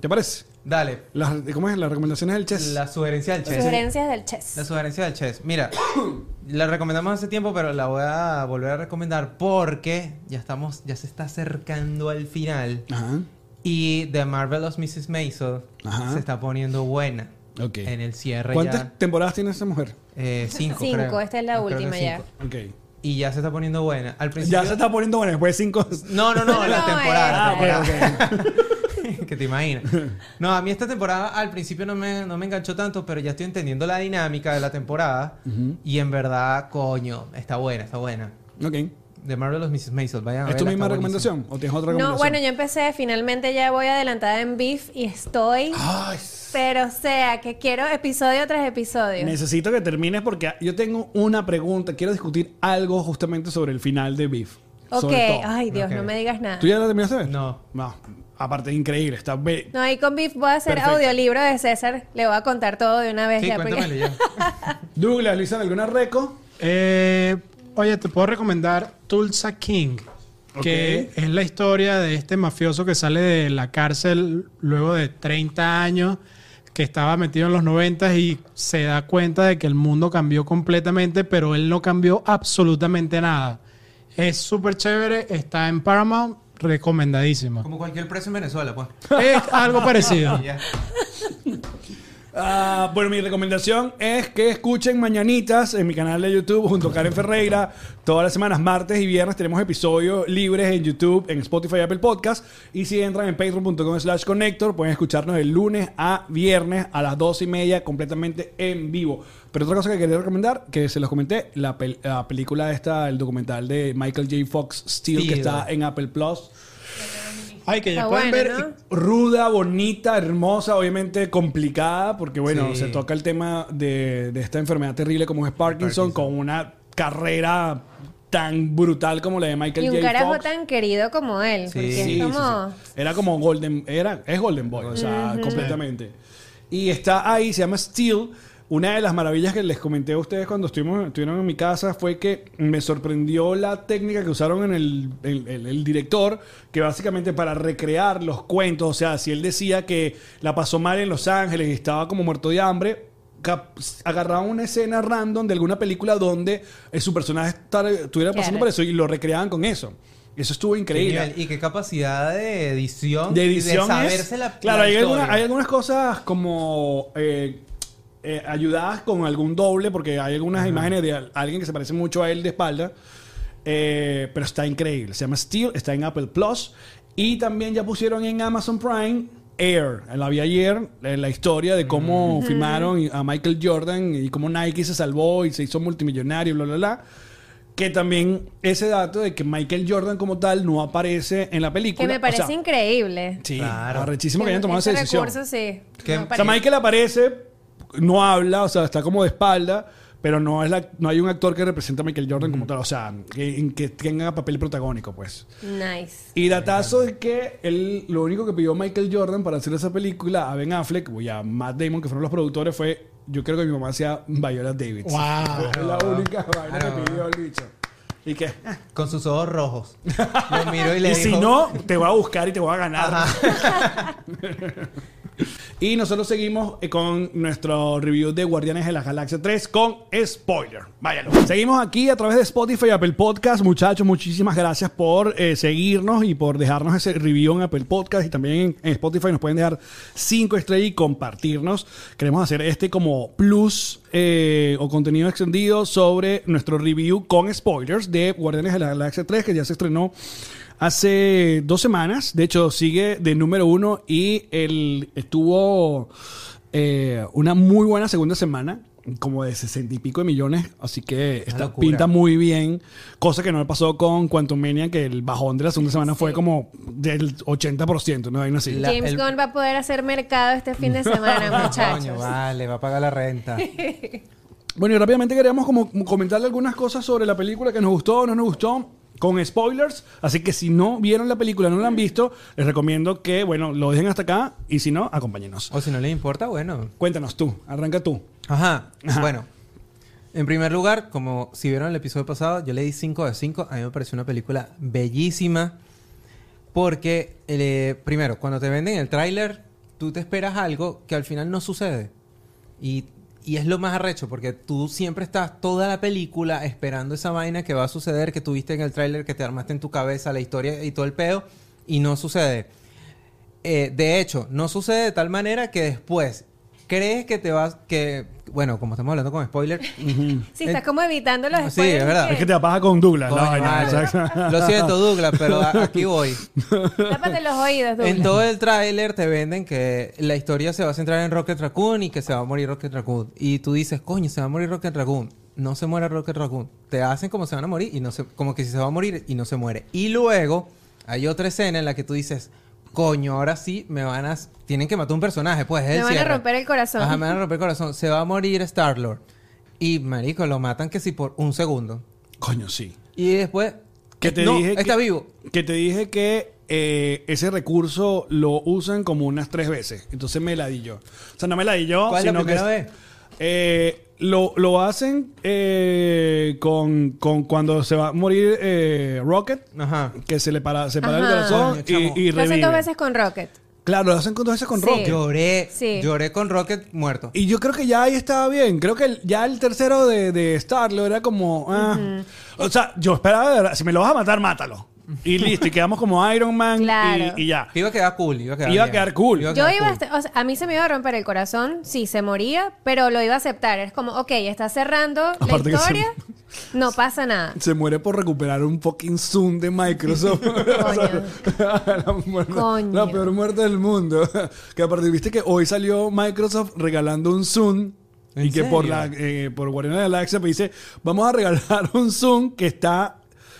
[SPEAKER 2] ¿Te parece?
[SPEAKER 1] Dale,
[SPEAKER 2] Las, ¿Cómo es? Las recomendaciones del
[SPEAKER 3] Pues,
[SPEAKER 2] chess.
[SPEAKER 1] la sugerencia del chess.
[SPEAKER 3] Sugerencias del
[SPEAKER 1] La
[SPEAKER 3] chess.
[SPEAKER 1] sugerencia del chess. Mira, la recomendamos hace tiempo, pero la voy a volver a recomendar porque ya estamos, ya se está acercando al final.
[SPEAKER 2] Ajá.
[SPEAKER 1] Y The Marvelous Mrs. Maisel
[SPEAKER 2] Ajá.
[SPEAKER 1] se está poniendo buena.
[SPEAKER 2] Ok.
[SPEAKER 1] En el cierre
[SPEAKER 2] ¿Cuántas
[SPEAKER 1] ya.
[SPEAKER 2] temporadas tiene esa mujer?
[SPEAKER 1] eh, cinco.
[SPEAKER 3] Cinco,
[SPEAKER 1] creo.
[SPEAKER 3] esta es la
[SPEAKER 1] Creo que
[SPEAKER 3] última ya.
[SPEAKER 1] cinco.
[SPEAKER 2] Ok.
[SPEAKER 1] Y ya se está poniendo buena. Al principio.
[SPEAKER 2] Ya se está poniendo bueno, después de cinco.
[SPEAKER 1] No, no, no,
[SPEAKER 3] No,
[SPEAKER 1] la
[SPEAKER 3] no,
[SPEAKER 2] eh.
[SPEAKER 1] temporada.
[SPEAKER 2] Ah,
[SPEAKER 3] esta.
[SPEAKER 1] la temporada. que te imaginas. No, a mí esta temporada al principio no me, no me enganchó tanto, pero ya estoy entendiendo la dinámica de la temporada. Y en verdad, coño, está buena, está buena.
[SPEAKER 2] ok.
[SPEAKER 1] De Marvelous Mrs. Maisel, vayan a
[SPEAKER 2] ¿Es tu
[SPEAKER 1] verla,
[SPEAKER 2] misma
[SPEAKER 1] está buenísima.
[SPEAKER 2] recomendación? ¿O tienes otra recomendación?
[SPEAKER 3] No, bueno, yo empecé, finalmente ya voy adelantada en beef y estoy. Pero o sea, que quiero episodio tras episodio.
[SPEAKER 2] Necesito que termines porque yo tengo una pregunta. Quiero discutir algo justamente sobre el final de Beef.
[SPEAKER 3] ok,
[SPEAKER 2] Sobre todo.
[SPEAKER 3] ay Dios,
[SPEAKER 1] Ok.
[SPEAKER 3] no me digas nada.
[SPEAKER 2] ¿Tú ya la terminaste de ver?
[SPEAKER 1] No.
[SPEAKER 2] No. Aparte, increíble. Está be-
[SPEAKER 3] No, ahí con beef voy a hacer
[SPEAKER 2] Perfecto.
[SPEAKER 3] audiolibro de César. Le voy a contar todo de una vez
[SPEAKER 1] Sí,
[SPEAKER 3] ya.
[SPEAKER 2] pues
[SPEAKER 3] porque-
[SPEAKER 1] cuéntamelo ya.
[SPEAKER 2] Douglas, Luisa, ¿alguna reco?
[SPEAKER 4] Eh, oye, te puedo recomendar Tulsa King, que es la historia de este mafioso que sale de la cárcel luego de 30 años, que estaba metido en los 90 y se da cuenta de que el mundo cambió completamente, pero él no cambió absolutamente nada. Es súper chévere, está en Paramount, recomendadísimo.
[SPEAKER 1] Como cualquier precio en Venezuela, pues.
[SPEAKER 4] Es algo parecido.
[SPEAKER 1] Ya.
[SPEAKER 2] Ah, bueno, mi recomendación es que escuchen Mañanitas en mi canal de YouTube junto a Karen Ferreira. Todas las semanas, martes y viernes, tenemos episodios libres en YouTube, en Spotify y Apple Podcast. Y si entran en patreon.com slash connector, pueden escucharnos de lunes a viernes a las 12 y media completamente en vivo. Pero otra cosa que quería recomendar, que se los comenté, la, pel- la película esta, el documental de Michael J. Fox, Steel, que
[SPEAKER 1] Steel.
[SPEAKER 2] está en Apple Plus.
[SPEAKER 4] Ay, que ya
[SPEAKER 3] Está
[SPEAKER 4] pueden ver.
[SPEAKER 3] bueno, ¿no?
[SPEAKER 2] Ruda, bonita, hermosa, obviamente complicada, porque bueno,
[SPEAKER 1] Sí.
[SPEAKER 2] se toca el tema de, de esta enfermedad terrible como es Parkinson, con una carrera tan brutal como la de Michael
[SPEAKER 3] Y un
[SPEAKER 2] J.
[SPEAKER 3] carajo
[SPEAKER 2] Fox.
[SPEAKER 3] tan querido como él.
[SPEAKER 1] Sí.
[SPEAKER 3] Porque
[SPEAKER 2] Sí, sí,
[SPEAKER 3] es como.
[SPEAKER 2] sí. Era como Golden, era, es Golden Boy, o sea, completamente. Y está ahí, se llama Steel. Una de las maravillas que les comenté a ustedes cuando estuvimos, estuvieron en mi casa fue que me sorprendió la técnica que usaron en el, el- el- el director, que básicamente para recrear los cuentos, o sea, si él decía que la pasó mal en Los Ángeles y estaba como muerto de hambre, cap- agarraba una escena random de alguna película donde eh, su personaje estar- estuviera pasando
[SPEAKER 3] Claro.
[SPEAKER 2] por eso y lo recreaban con eso. Eso estuvo increíble
[SPEAKER 1] Genial. Y qué capacidad de edición.
[SPEAKER 2] de
[SPEAKER 1] y
[SPEAKER 2] edición
[SPEAKER 1] De
[SPEAKER 2] es-
[SPEAKER 1] saberse la
[SPEAKER 2] claro
[SPEAKER 1] la
[SPEAKER 2] hay,
[SPEAKER 1] historia.
[SPEAKER 2] algunas, hay algunas cosas como eh, eh, ayudadas con algún doble porque hay algunas imágenes de al- alguien que se parece mucho a él de espalda eh, pero está increíble se llama Steel está en Apple Plus y también ya pusieron en Amazon Prime Air la vi ayer eh, la historia de cómo
[SPEAKER 1] Mm.
[SPEAKER 2] filmaron a Michael Jordan y cómo Nike se salvó y se hizo multimillonario bla bla bla Que también ese dato de que Michael Jordan como tal no aparece en la película.
[SPEAKER 3] Que me
[SPEAKER 2] o
[SPEAKER 3] parece
[SPEAKER 2] sea,
[SPEAKER 3] increíble.
[SPEAKER 2] Sí,
[SPEAKER 1] Claro.
[SPEAKER 2] arrechísimo que hayan tomado esa
[SPEAKER 3] Ese
[SPEAKER 2] decisión.
[SPEAKER 3] recurso, sí.
[SPEAKER 1] Que-
[SPEAKER 3] Me
[SPEAKER 2] O sea,
[SPEAKER 3] parece-
[SPEAKER 2] Michael aparece, no habla, o sea, está como de espalda, pero no, es la, no hay un actor que represente a Michael Jordan como tal, o sea, que, en que tenga papel protagónico, pues.
[SPEAKER 3] Nice.
[SPEAKER 2] Y datazo es que él, lo único que pidió Michael Jordan para hacer esa película a Ben Affleck y a Matt Damon, que fueron los productores, fue: Yo creo que mi mamá sea Viola Davis.
[SPEAKER 4] Wow.
[SPEAKER 2] Es la única vaina
[SPEAKER 1] Claro.
[SPEAKER 2] que pidió el bicho. ¿Y qué?
[SPEAKER 1] Con sus ojos rojos. Lo miro y
[SPEAKER 2] Y,
[SPEAKER 1] le digo...
[SPEAKER 2] si no, te voy a buscar y te voy a ganar.
[SPEAKER 1] Ajá.
[SPEAKER 2] Y nosotros seguimos eh, con nuestro review de Guardianes de la Galaxia 3 con spoiler. Váyalo. Seguimos aquí a través de Spotify y Apple Podcast. Muchachos, muchísimas gracias por eh, seguirnos y por dejarnos ese review en Apple Podcast. Y también en, en Spotify nos pueden dejar 5 estrellas y compartirnos. Queremos hacer este como plus eh, o contenido extendido sobre nuestro review con spoilers de Guardianes de la Galaxia 3 que ya se estrenó hace dos semanas. De hecho, sigue de número uno y él estuvo eh, una muy buena segunda semana, como de sesenta y pico de millones. Así que esta
[SPEAKER 1] locura.
[SPEAKER 2] pinta muy bien. Cosa que no le pasó con Quantumania, que el bajón de la segunda semana fue como del 80%, ¿no? Vaina así.
[SPEAKER 1] La-
[SPEAKER 3] James
[SPEAKER 1] el-
[SPEAKER 3] Gunn va a poder hacer mercado este fin de semana,
[SPEAKER 1] Coño,
[SPEAKER 3] muchachos.
[SPEAKER 1] vale, va a pagar la renta.
[SPEAKER 2] Bueno, y rápidamente queríamos como comentarle algunas cosas sobre la película que nos gustó o no nos gustó con spoilers. Así que si no vieron la película, no la han visto, les recomiendo que, bueno, lo dejen hasta acá y si no, acompáñenos.
[SPEAKER 1] O si no le importa, bueno.
[SPEAKER 2] Cuéntanos tú, arranca tú.
[SPEAKER 1] Ajá. Bueno. En primer lugar, como si vieron el episodio pasado, yo le di 5 de 5. A mí me pareció una película bellísima. Porque, eh, primero, cuando te venden el tráiler, tú te esperas algo que al final no sucede. Y, y es lo más arrecho, porque tú siempre estás toda la película esperando esa vaina que va a suceder, que tuviste en el tráiler, que te armaste en tu cabeza, la historia y todo el pedo, y no sucede. Eh, de hecho, no sucede de tal manera que después crees que te vas, que, bueno, como estamos hablando con spoiler,
[SPEAKER 3] Sí, estás como evitando los
[SPEAKER 1] Sí, es
[SPEAKER 3] spoilers.
[SPEAKER 1] verdad.
[SPEAKER 3] que-
[SPEAKER 2] Es que te apaga con Douglas.
[SPEAKER 1] Coño,
[SPEAKER 2] la vaina,
[SPEAKER 1] vale.
[SPEAKER 2] exacto.
[SPEAKER 1] lo siento Douglas, pero a- aquí voy.
[SPEAKER 3] Tápate los oídos, Douglas.
[SPEAKER 1] En todo el tráiler te venden que la historia se va a centrar en Rocket Raccoon y que se va a morir Rocket Raccoon. Y tú dices, coño, se va a morir Rocket Raccoon. No se muere Rocket Raccoon. Te hacen como se van a morir y no se, como que si se va a morir y no se muere. Y luego hay otra escena en la que tú dices, coño, ahora sí me van a, tienen que matar un personaje, pues. es
[SPEAKER 3] Me
[SPEAKER 1] el
[SPEAKER 3] van a
[SPEAKER 1] cierre.
[SPEAKER 3] romper el corazón.
[SPEAKER 1] Ajá, me van a romper el corazón. Se va a morir Star Lord. Y marico, lo matan que si por un segundo.
[SPEAKER 2] Coño, sí.
[SPEAKER 1] Y después,
[SPEAKER 2] Que te
[SPEAKER 1] no,
[SPEAKER 2] dije que-
[SPEAKER 1] está vivo.
[SPEAKER 2] Que te dije que eh, ese recurso lo usan como unas tres veces. Entonces me la di yo. O sea, no me la di yo,
[SPEAKER 1] ¿Cuál es la
[SPEAKER 2] sino
[SPEAKER 1] primera
[SPEAKER 2] que.
[SPEAKER 1] vez?
[SPEAKER 2] Eh, lo, lo hacen eh, con, con cuando se va a morir eh, Rocket,
[SPEAKER 1] Ajá.
[SPEAKER 2] que se le para, se para el
[SPEAKER 3] Ajá.
[SPEAKER 2] corazón
[SPEAKER 1] Coño, chamo.
[SPEAKER 2] y, y
[SPEAKER 3] Lo hacen
[SPEAKER 2] revive.
[SPEAKER 3] dos veces con Rocket.
[SPEAKER 2] Claro, lo hacen con dos veces con
[SPEAKER 3] Sí.
[SPEAKER 2] Rocket.
[SPEAKER 1] Lloré.
[SPEAKER 3] Sí.
[SPEAKER 1] Lloré con Rocket muerto.
[SPEAKER 2] Y yo creo que ya ahí estaba bien. Creo que el- ya el tercero de, de Starlo era como. ah. O sea, yo esperaba, de verdad, si me lo vas a matar, mátalo. Y listo, y quedamos como Iron Man y-
[SPEAKER 3] Claro.
[SPEAKER 2] y, ya.
[SPEAKER 1] Te Iba a quedar cool. Iba a quedar,
[SPEAKER 2] Iba a
[SPEAKER 1] bien.
[SPEAKER 2] quedar cool.
[SPEAKER 3] Yo
[SPEAKER 1] quedar
[SPEAKER 3] iba a,
[SPEAKER 1] cool.
[SPEAKER 3] estar- o sea, a mí se me iba a romper el corazón, sí, se moría, pero lo iba a aceptar. Es como, ok, está cerrando
[SPEAKER 2] Aparte que se-
[SPEAKER 3] la historia, no pasa nada.
[SPEAKER 2] Se muere por recuperar un fucking Zoom de Microsoft. la, muerte-
[SPEAKER 3] Coño.
[SPEAKER 2] la peor muerte del mundo. que a partir, viste que hoy salió Microsoft regalando un Zoom.
[SPEAKER 1] ¿En
[SPEAKER 2] Y que por
[SPEAKER 1] serio?
[SPEAKER 2] la eh, por Guardianes de la Galaxia me dice, vamos a regalar un Zoom que está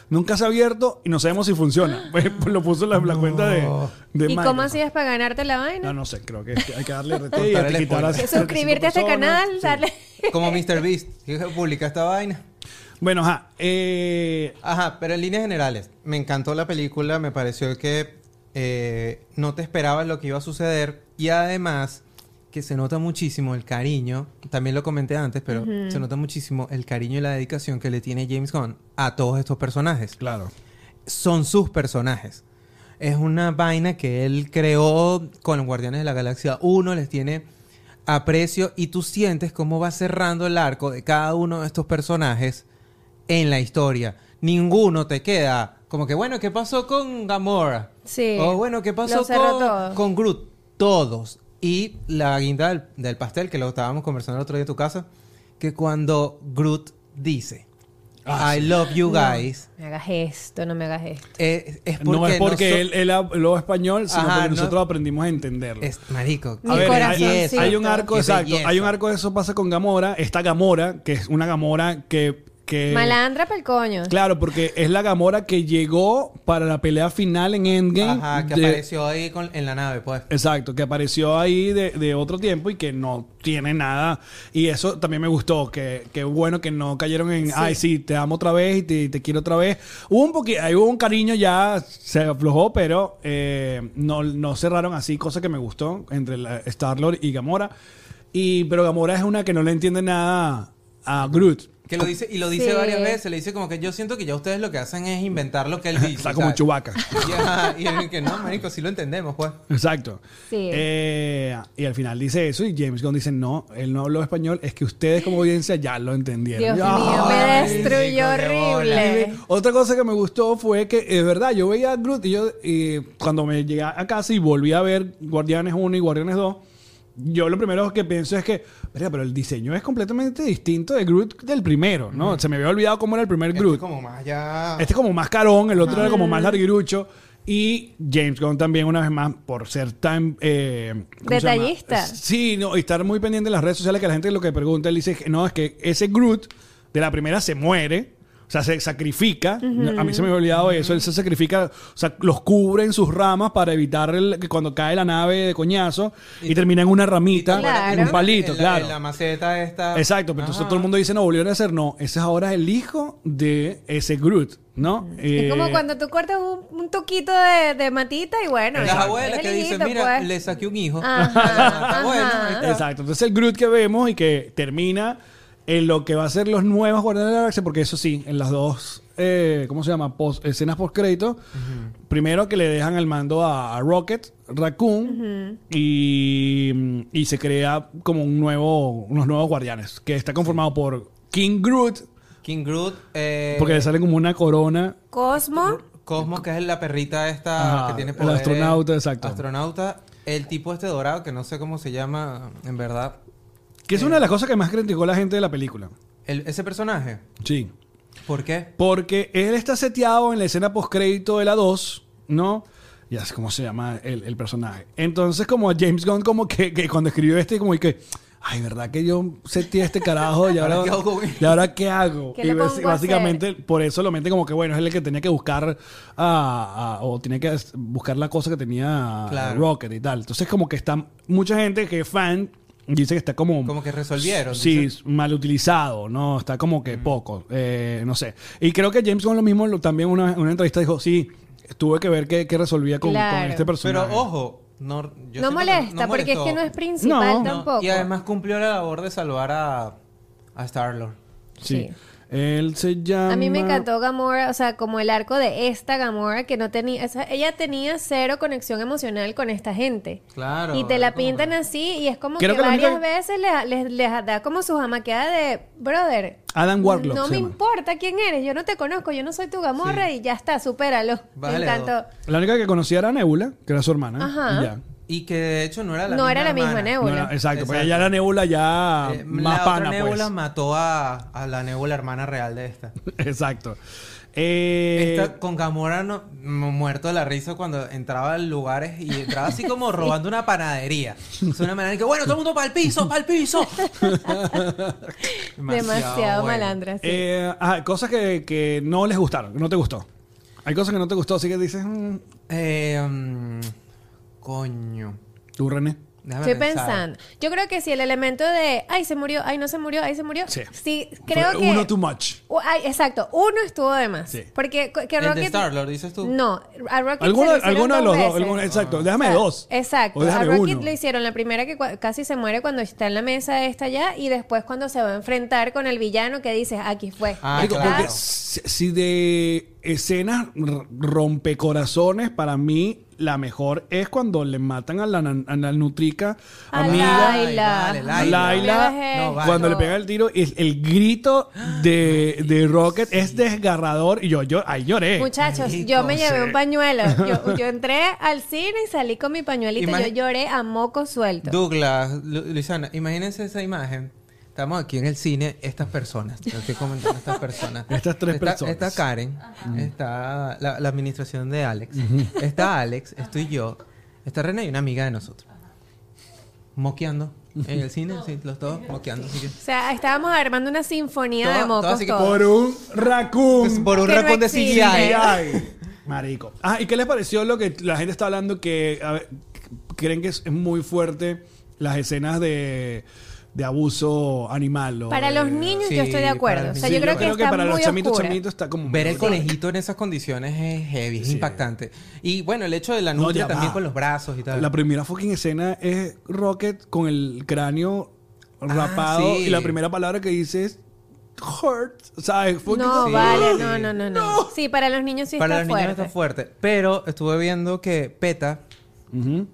[SPEAKER 2] nunca se ha abierto y no sabemos si funciona. Pues, lo puso en la, la cuenta de, de
[SPEAKER 3] ¿Y
[SPEAKER 2] Microsoft.
[SPEAKER 3] cómo hacías para ganarte la vaina?
[SPEAKER 2] No, no sé, creo que hay que darle RT
[SPEAKER 1] Cortar
[SPEAKER 2] y
[SPEAKER 1] el
[SPEAKER 2] etiquetar a
[SPEAKER 1] spoiler.
[SPEAKER 3] Suscribirte a este
[SPEAKER 2] 35
[SPEAKER 3] canal,
[SPEAKER 2] personas.
[SPEAKER 3] darle...
[SPEAKER 1] Como Mr. Beast. que publica esta vaina.
[SPEAKER 2] Bueno, ajá. eh,
[SPEAKER 1] Ajá, pero en líneas generales, me encantó la película, me pareció que eh, no te esperabas lo que iba a suceder y además que se nota muchísimo el cariño, también lo comenté antes, pero se nota muchísimo el cariño y la dedicación que le tiene James Gunn a todos estos personajes.
[SPEAKER 2] claro.
[SPEAKER 1] son sus personajes. Es una vaina que él creó con Guardianes de la Galaxia 1, les tiene aprecio y tú sientes cómo va cerrando el arco de cada uno de estos personajes en la historia. Ninguno te queda como que, bueno, ¿qué pasó con Gamora?
[SPEAKER 3] Sí.
[SPEAKER 1] O bueno, ¿qué pasó
[SPEAKER 3] Lo cerró
[SPEAKER 1] con,
[SPEAKER 3] todo.
[SPEAKER 1] con Groot? Todos. Y la guinda del, del pastel, que lo estábamos conversando el otro día en tu casa, que cuando Groot dice, I love you guys,
[SPEAKER 3] No me hagas esto, no me hagas esto.
[SPEAKER 1] eh, es porque
[SPEAKER 2] no es porque
[SPEAKER 1] noso-
[SPEAKER 2] él, él habló español, sino
[SPEAKER 1] Ajá,
[SPEAKER 2] porque
[SPEAKER 1] no-
[SPEAKER 2] nosotros aprendimos a entenderlo.
[SPEAKER 1] es marico.
[SPEAKER 3] Mi
[SPEAKER 1] qué
[SPEAKER 2] hay,
[SPEAKER 3] corazoncito.
[SPEAKER 1] belleza,
[SPEAKER 2] hay un arco,
[SPEAKER 1] qué
[SPEAKER 2] exacto.
[SPEAKER 1] belleza.
[SPEAKER 2] Hay un arco, eso pasa con Gamora. Esta Gamora, que es una Gamora que, que...
[SPEAKER 3] Malandra pa'l coño.
[SPEAKER 2] Eh, Claro, porque es la Gamora que llegó para la pelea final en Endgame.
[SPEAKER 1] Ajá, que
[SPEAKER 2] de-
[SPEAKER 1] apareció ahí con- en la nave, pues.
[SPEAKER 2] Exacto, que apareció ahí de, de otro tiempo y que no tiene nada. Y eso también me gustó, que, que bueno que no cayeron en, ay, sí, te amo otra vez y te, te quiero otra vez. Hubo un poquito, ahí hubo un cariño ya, se aflojó, pero eh, no, no cerraron así, cosa que me gustó entre la- Star-Lord y Gamora. Y, pero Gamora es una que no le entiende nada a Groot.
[SPEAKER 1] Que lo dice, y lo dice
[SPEAKER 3] Sí.
[SPEAKER 1] varias veces, le dice como que yo siento que ya ustedes lo que hacen es inventar lo que él dice.
[SPEAKER 2] Está como
[SPEAKER 1] ¿sabes?
[SPEAKER 2] Chewbacca.
[SPEAKER 1] Y, ajá, y él que no, marico, sí lo entendemos, pues.
[SPEAKER 2] Exacto.
[SPEAKER 3] Sí.
[SPEAKER 2] Eh, y al final dice eso y James Gunn dice, no, él no habló español, es que ustedes como audiencia ya lo entendieron.
[SPEAKER 3] Dios
[SPEAKER 2] Yo,
[SPEAKER 3] mío,
[SPEAKER 2] "Ay,
[SPEAKER 3] me
[SPEAKER 1] chico,
[SPEAKER 3] destruyó
[SPEAKER 1] qué bola".
[SPEAKER 3] horrible.
[SPEAKER 2] Otra cosa que me gustó fue que, es verdad, yo veía a Groot y yo, eh, cuando me llegué a casa y volví a ver Guardianes 1 y Guardianes 2, yo lo primero que pienso es que, "Verga, pero el diseño es completamente distinto de Groot del primero, ¿no? Se me había olvidado cómo era el primer
[SPEAKER 1] Este
[SPEAKER 2] Groot.
[SPEAKER 1] es como más ya...
[SPEAKER 2] Este es como más carón, el otro era como
[SPEAKER 3] Ah.
[SPEAKER 2] más larguirucho. Y James Gunn también, una vez más, por ser tan... eh, ¿cómo se llama? Eh,
[SPEAKER 3] Detallista.
[SPEAKER 2] Sí, no, y estar muy pendiente en las redes sociales que la gente lo que pregunta, él dice, no, es que ese Groot de la primera se muere. O sea, se sacrifica. A mí se me había olvidado eso. Él se sacrifica. O sea, los cubre en sus ramas para evitar el- que cuando cae la nave de coñazo y, termina en una ramita,
[SPEAKER 3] Claro.
[SPEAKER 2] en un palito,
[SPEAKER 1] En la-
[SPEAKER 2] claro.
[SPEAKER 1] en La, maceta esta...
[SPEAKER 2] Exacto, pero entonces
[SPEAKER 1] Ajá.
[SPEAKER 2] todo el
[SPEAKER 3] Ah.
[SPEAKER 2] mundo dice, no, volvieron a hacer, no, ese es ahora el hijo de ese Groot, ¿no? Eh,
[SPEAKER 3] Es como cuando tú cortas un, un toquito de, de matita y bueno.
[SPEAKER 1] Las
[SPEAKER 3] es-
[SPEAKER 1] abuelas
[SPEAKER 3] es
[SPEAKER 1] que
[SPEAKER 3] el
[SPEAKER 1] dicen,
[SPEAKER 3] hijito,
[SPEAKER 1] mira,
[SPEAKER 3] pues.
[SPEAKER 1] le saqué un hijo.
[SPEAKER 3] Ajá,
[SPEAKER 1] Bueno,
[SPEAKER 3] ajá.
[SPEAKER 1] ahí está.
[SPEAKER 2] Exacto, entonces el Groot que vemos y que termina en lo que va a ser los nuevos Guardianes de la Galaxia, porque eso sí, en las dos, eh, ¿cómo se llama? Post, escenas post-crédito, primero que le dejan el mando a, a Rocket, Raccoon, y, y se crea como un nuevo, unos nuevos guardianes, que está conformado por King Groot,
[SPEAKER 1] King Groot, eh,
[SPEAKER 2] porque le sale como una corona.
[SPEAKER 3] Cosmo.
[SPEAKER 1] Cosmo, que es la perrita esta
[SPEAKER 2] Ajá,
[SPEAKER 1] que tiene
[SPEAKER 2] el
[SPEAKER 1] poderes.
[SPEAKER 2] astronauta, exacto.
[SPEAKER 1] Astronauta. El tipo este dorado, que no sé cómo se llama, en verdad.
[SPEAKER 2] Que
[SPEAKER 3] Eh.
[SPEAKER 2] es una de las cosas que más criticó la gente de la película.
[SPEAKER 1] El- ese personaje.
[SPEAKER 2] Sí.
[SPEAKER 1] ¿Por qué?
[SPEAKER 2] Porque él está seteado en la escena postcrédito de la 2, ¿no? Ya sé cómo se llama el, el personaje. Entonces, como a James Gunn, como que, que cuando escribió este, como que, ay, ¿verdad que yo seteé a este carajo? ¿Y ahora,
[SPEAKER 1] ¿Ahora qué hago con él?
[SPEAKER 2] ¿y ahora qué hago?
[SPEAKER 3] ¿Qué
[SPEAKER 2] y
[SPEAKER 3] le
[SPEAKER 2] bas-
[SPEAKER 3] pongo a
[SPEAKER 2] básicamente, por eso lo mete como que, bueno, es el que tenía que buscar a, a- o tenía que as- buscar la cosa que tenía
[SPEAKER 1] Claro.
[SPEAKER 2] Rocket y tal. Entonces, como que está mucha gente que es fan. Dice que está como...
[SPEAKER 1] Como que resolvieron,
[SPEAKER 2] Sí,
[SPEAKER 1] dice.
[SPEAKER 2] mal utilizado, ¿no? Está como
[SPEAKER 1] Mm.
[SPEAKER 2] que poco, eh, no sé. Y creo que James Gunn lo mismo, lo- también una, una entrevista dijo, sí, tuve que ver qué, qué resolvía con, con
[SPEAKER 3] Claro.
[SPEAKER 2] este personaje.
[SPEAKER 1] Pero oh, ojo, no, yo siento que
[SPEAKER 3] No molesta, porque es
[SPEAKER 1] molestó.
[SPEAKER 3] que no es principal
[SPEAKER 2] No. No,
[SPEAKER 3] tampoco.
[SPEAKER 1] Y además cumplió la labor de salvar a, a Star-Lord.
[SPEAKER 2] Sí.
[SPEAKER 3] sí.
[SPEAKER 2] Él se llama...
[SPEAKER 3] A mí me encantó Gamora, o sea, como el arco de esta Gamora que no tenía, o sea, ella tenía cero conexión emocional con esta gente.
[SPEAKER 1] Claro,
[SPEAKER 3] Y te la
[SPEAKER 1] era como
[SPEAKER 3] pintan
[SPEAKER 1] que-
[SPEAKER 3] así y es como
[SPEAKER 2] Creo
[SPEAKER 3] que,
[SPEAKER 2] que la única-
[SPEAKER 3] varias veces le- les, les da como su jamaqueada de, brother.
[SPEAKER 2] Adam Warlock
[SPEAKER 3] No
[SPEAKER 2] se
[SPEAKER 3] me
[SPEAKER 2] llama.
[SPEAKER 3] importa quién eres, yo no te conozco, yo no soy tu Gamora y ya está, supéralo.
[SPEAKER 1] Bájale
[SPEAKER 3] me encantó.
[SPEAKER 2] La única que conocía era Nebula, que era su hermana.
[SPEAKER 3] Ajá.
[SPEAKER 2] y ya.
[SPEAKER 1] Y que de hecho no era la
[SPEAKER 3] No
[SPEAKER 1] misma
[SPEAKER 3] era la misma
[SPEAKER 1] hermana.
[SPEAKER 3] Nebula.
[SPEAKER 2] No era- exacto, porque
[SPEAKER 1] Exacto.
[SPEAKER 2] ya la Nebula ya
[SPEAKER 1] Eh,
[SPEAKER 2] Ah, más
[SPEAKER 1] la
[SPEAKER 2] pana,
[SPEAKER 1] otra
[SPEAKER 2] pues.
[SPEAKER 1] Nebula mató a, a la Nebula hermana real de esta.
[SPEAKER 2] Exacto. Eh,
[SPEAKER 1] Esta- con Gamora no- mu- muerto de la risa cuando entraba a lugares y entraba así como robando una panadería. Es una manera que, bueno, todo el mundo para el piso, para el piso.
[SPEAKER 3] Demasiado
[SPEAKER 1] bueno.
[SPEAKER 3] malandra. sí.
[SPEAKER 2] eh, ajá, cosas que, que no les gustaron, que no te gustó. Hay cosas que no te gustó, así que dices, mm,
[SPEAKER 1] Eh, mm, coño.
[SPEAKER 2] tú René.
[SPEAKER 1] Déjame
[SPEAKER 3] Estoy
[SPEAKER 1] pensar.
[SPEAKER 3] pensando. Yo creo que si el elemento de, ay, se murió, ay, no se murió, ay, se murió.
[SPEAKER 2] Sí.
[SPEAKER 3] creo
[SPEAKER 2] Fue
[SPEAKER 3] que...
[SPEAKER 2] Uno too much.
[SPEAKER 3] Oh, ay, exacto, uno estuvo de más.
[SPEAKER 2] Sí.
[SPEAKER 3] Porque co- que
[SPEAKER 1] El
[SPEAKER 3] Rocket.
[SPEAKER 1] de Star-Lord, dices tú.
[SPEAKER 3] No, a Rocket se
[SPEAKER 2] Alguno,
[SPEAKER 3] lo hicieron
[SPEAKER 2] alguno de
[SPEAKER 3] dos
[SPEAKER 2] los dos.
[SPEAKER 3] veces.
[SPEAKER 2] alguno- exacto.
[SPEAKER 3] O
[SPEAKER 2] Déjame
[SPEAKER 3] sea,
[SPEAKER 2] dos.
[SPEAKER 3] Exacto.
[SPEAKER 2] O
[SPEAKER 3] A
[SPEAKER 2] déjame
[SPEAKER 3] Rocket
[SPEAKER 2] uno.
[SPEAKER 3] le hicieron la primera que cua- casi se muere cuando está en la mesa esta ya y después cuando se va a enfrentar con el villano que dices, aquí fue.
[SPEAKER 1] Ah,
[SPEAKER 2] Marico,
[SPEAKER 1] claro.
[SPEAKER 2] porque si si de escenas r- rompecorazones, para mí la mejor es cuando le matan a la, nan- a la nutrica
[SPEAKER 3] A
[SPEAKER 2] amiga.
[SPEAKER 1] Ay,
[SPEAKER 3] Ah, Laila.
[SPEAKER 1] vale,
[SPEAKER 2] a
[SPEAKER 1] Laila.
[SPEAKER 2] Laila,
[SPEAKER 3] No hagas
[SPEAKER 1] No, vale.
[SPEAKER 2] cuando le
[SPEAKER 3] esto.
[SPEAKER 2] pegan el tiro, el, el grito de, de Rocket es desgarrador. Y yo, yo ahí lloré.
[SPEAKER 3] Muchachos,
[SPEAKER 1] Marico,
[SPEAKER 3] yo me llevé
[SPEAKER 1] sí.
[SPEAKER 3] un pañuelo. Yo, yo entré al cine y salí con mi pañuelito.
[SPEAKER 1] Imag-
[SPEAKER 3] yo lloré a moco suelto.
[SPEAKER 1] Douglas, Lu- Luisana, imagínense esa imagen. Estamos aquí en el cine, estas personas. Yo estoy comentando estas personas.
[SPEAKER 2] Estas tres
[SPEAKER 1] Está-
[SPEAKER 2] personas.
[SPEAKER 1] Está Karen, está la, la administración de Alex, está Alex, estoy yo, está René y una amiga de nosotros. Moqueando. en el cine, sí, los todos moqueando. Así que,
[SPEAKER 3] O sea, estábamos armando una sinfonía
[SPEAKER 1] Todo-
[SPEAKER 3] de mocos.
[SPEAKER 1] todo así que
[SPEAKER 3] todos.
[SPEAKER 2] Por un
[SPEAKER 1] pues,
[SPEAKER 2] raccoon.
[SPEAKER 1] por un
[SPEAKER 3] Que no
[SPEAKER 1] raccoon de
[SPEAKER 3] existe.
[SPEAKER 1] CGI.
[SPEAKER 2] Ay, Marico. Ah, ¿y qué les pareció lo que la gente está hablando que a ver, creen que es muy fuerte las escenas de, de abuso animal? o
[SPEAKER 3] Para
[SPEAKER 2] de-
[SPEAKER 3] los niños
[SPEAKER 1] sí,
[SPEAKER 3] yo estoy de
[SPEAKER 1] para
[SPEAKER 3] acuerdo. O
[SPEAKER 1] los
[SPEAKER 3] sea, yo
[SPEAKER 2] Sí,
[SPEAKER 3] creo que está
[SPEAKER 2] para
[SPEAKER 3] muy
[SPEAKER 2] los chamitos,
[SPEAKER 3] oscura.
[SPEAKER 2] chamitos está como...
[SPEAKER 1] Ver el conejito en esas condiciones es heavy, es
[SPEAKER 2] Sí.
[SPEAKER 1] impactante. Y bueno, el hecho de la
[SPEAKER 2] No,
[SPEAKER 1] nutria
[SPEAKER 2] ya
[SPEAKER 1] también
[SPEAKER 2] va.
[SPEAKER 1] con los brazos y tal.
[SPEAKER 2] La primera fucking escena es Rocket con el cráneo rapado
[SPEAKER 1] Ah, sí.
[SPEAKER 2] y la primera palabra que dice es hurt. O sea, es fucking-
[SPEAKER 3] No,
[SPEAKER 1] Sí.
[SPEAKER 3] vale, no, no, no, no. Sí, para los niños sí
[SPEAKER 1] Para
[SPEAKER 3] está
[SPEAKER 1] los
[SPEAKER 3] fuerte.
[SPEAKER 1] niños está fuerte. Pero estuve viendo que PETA,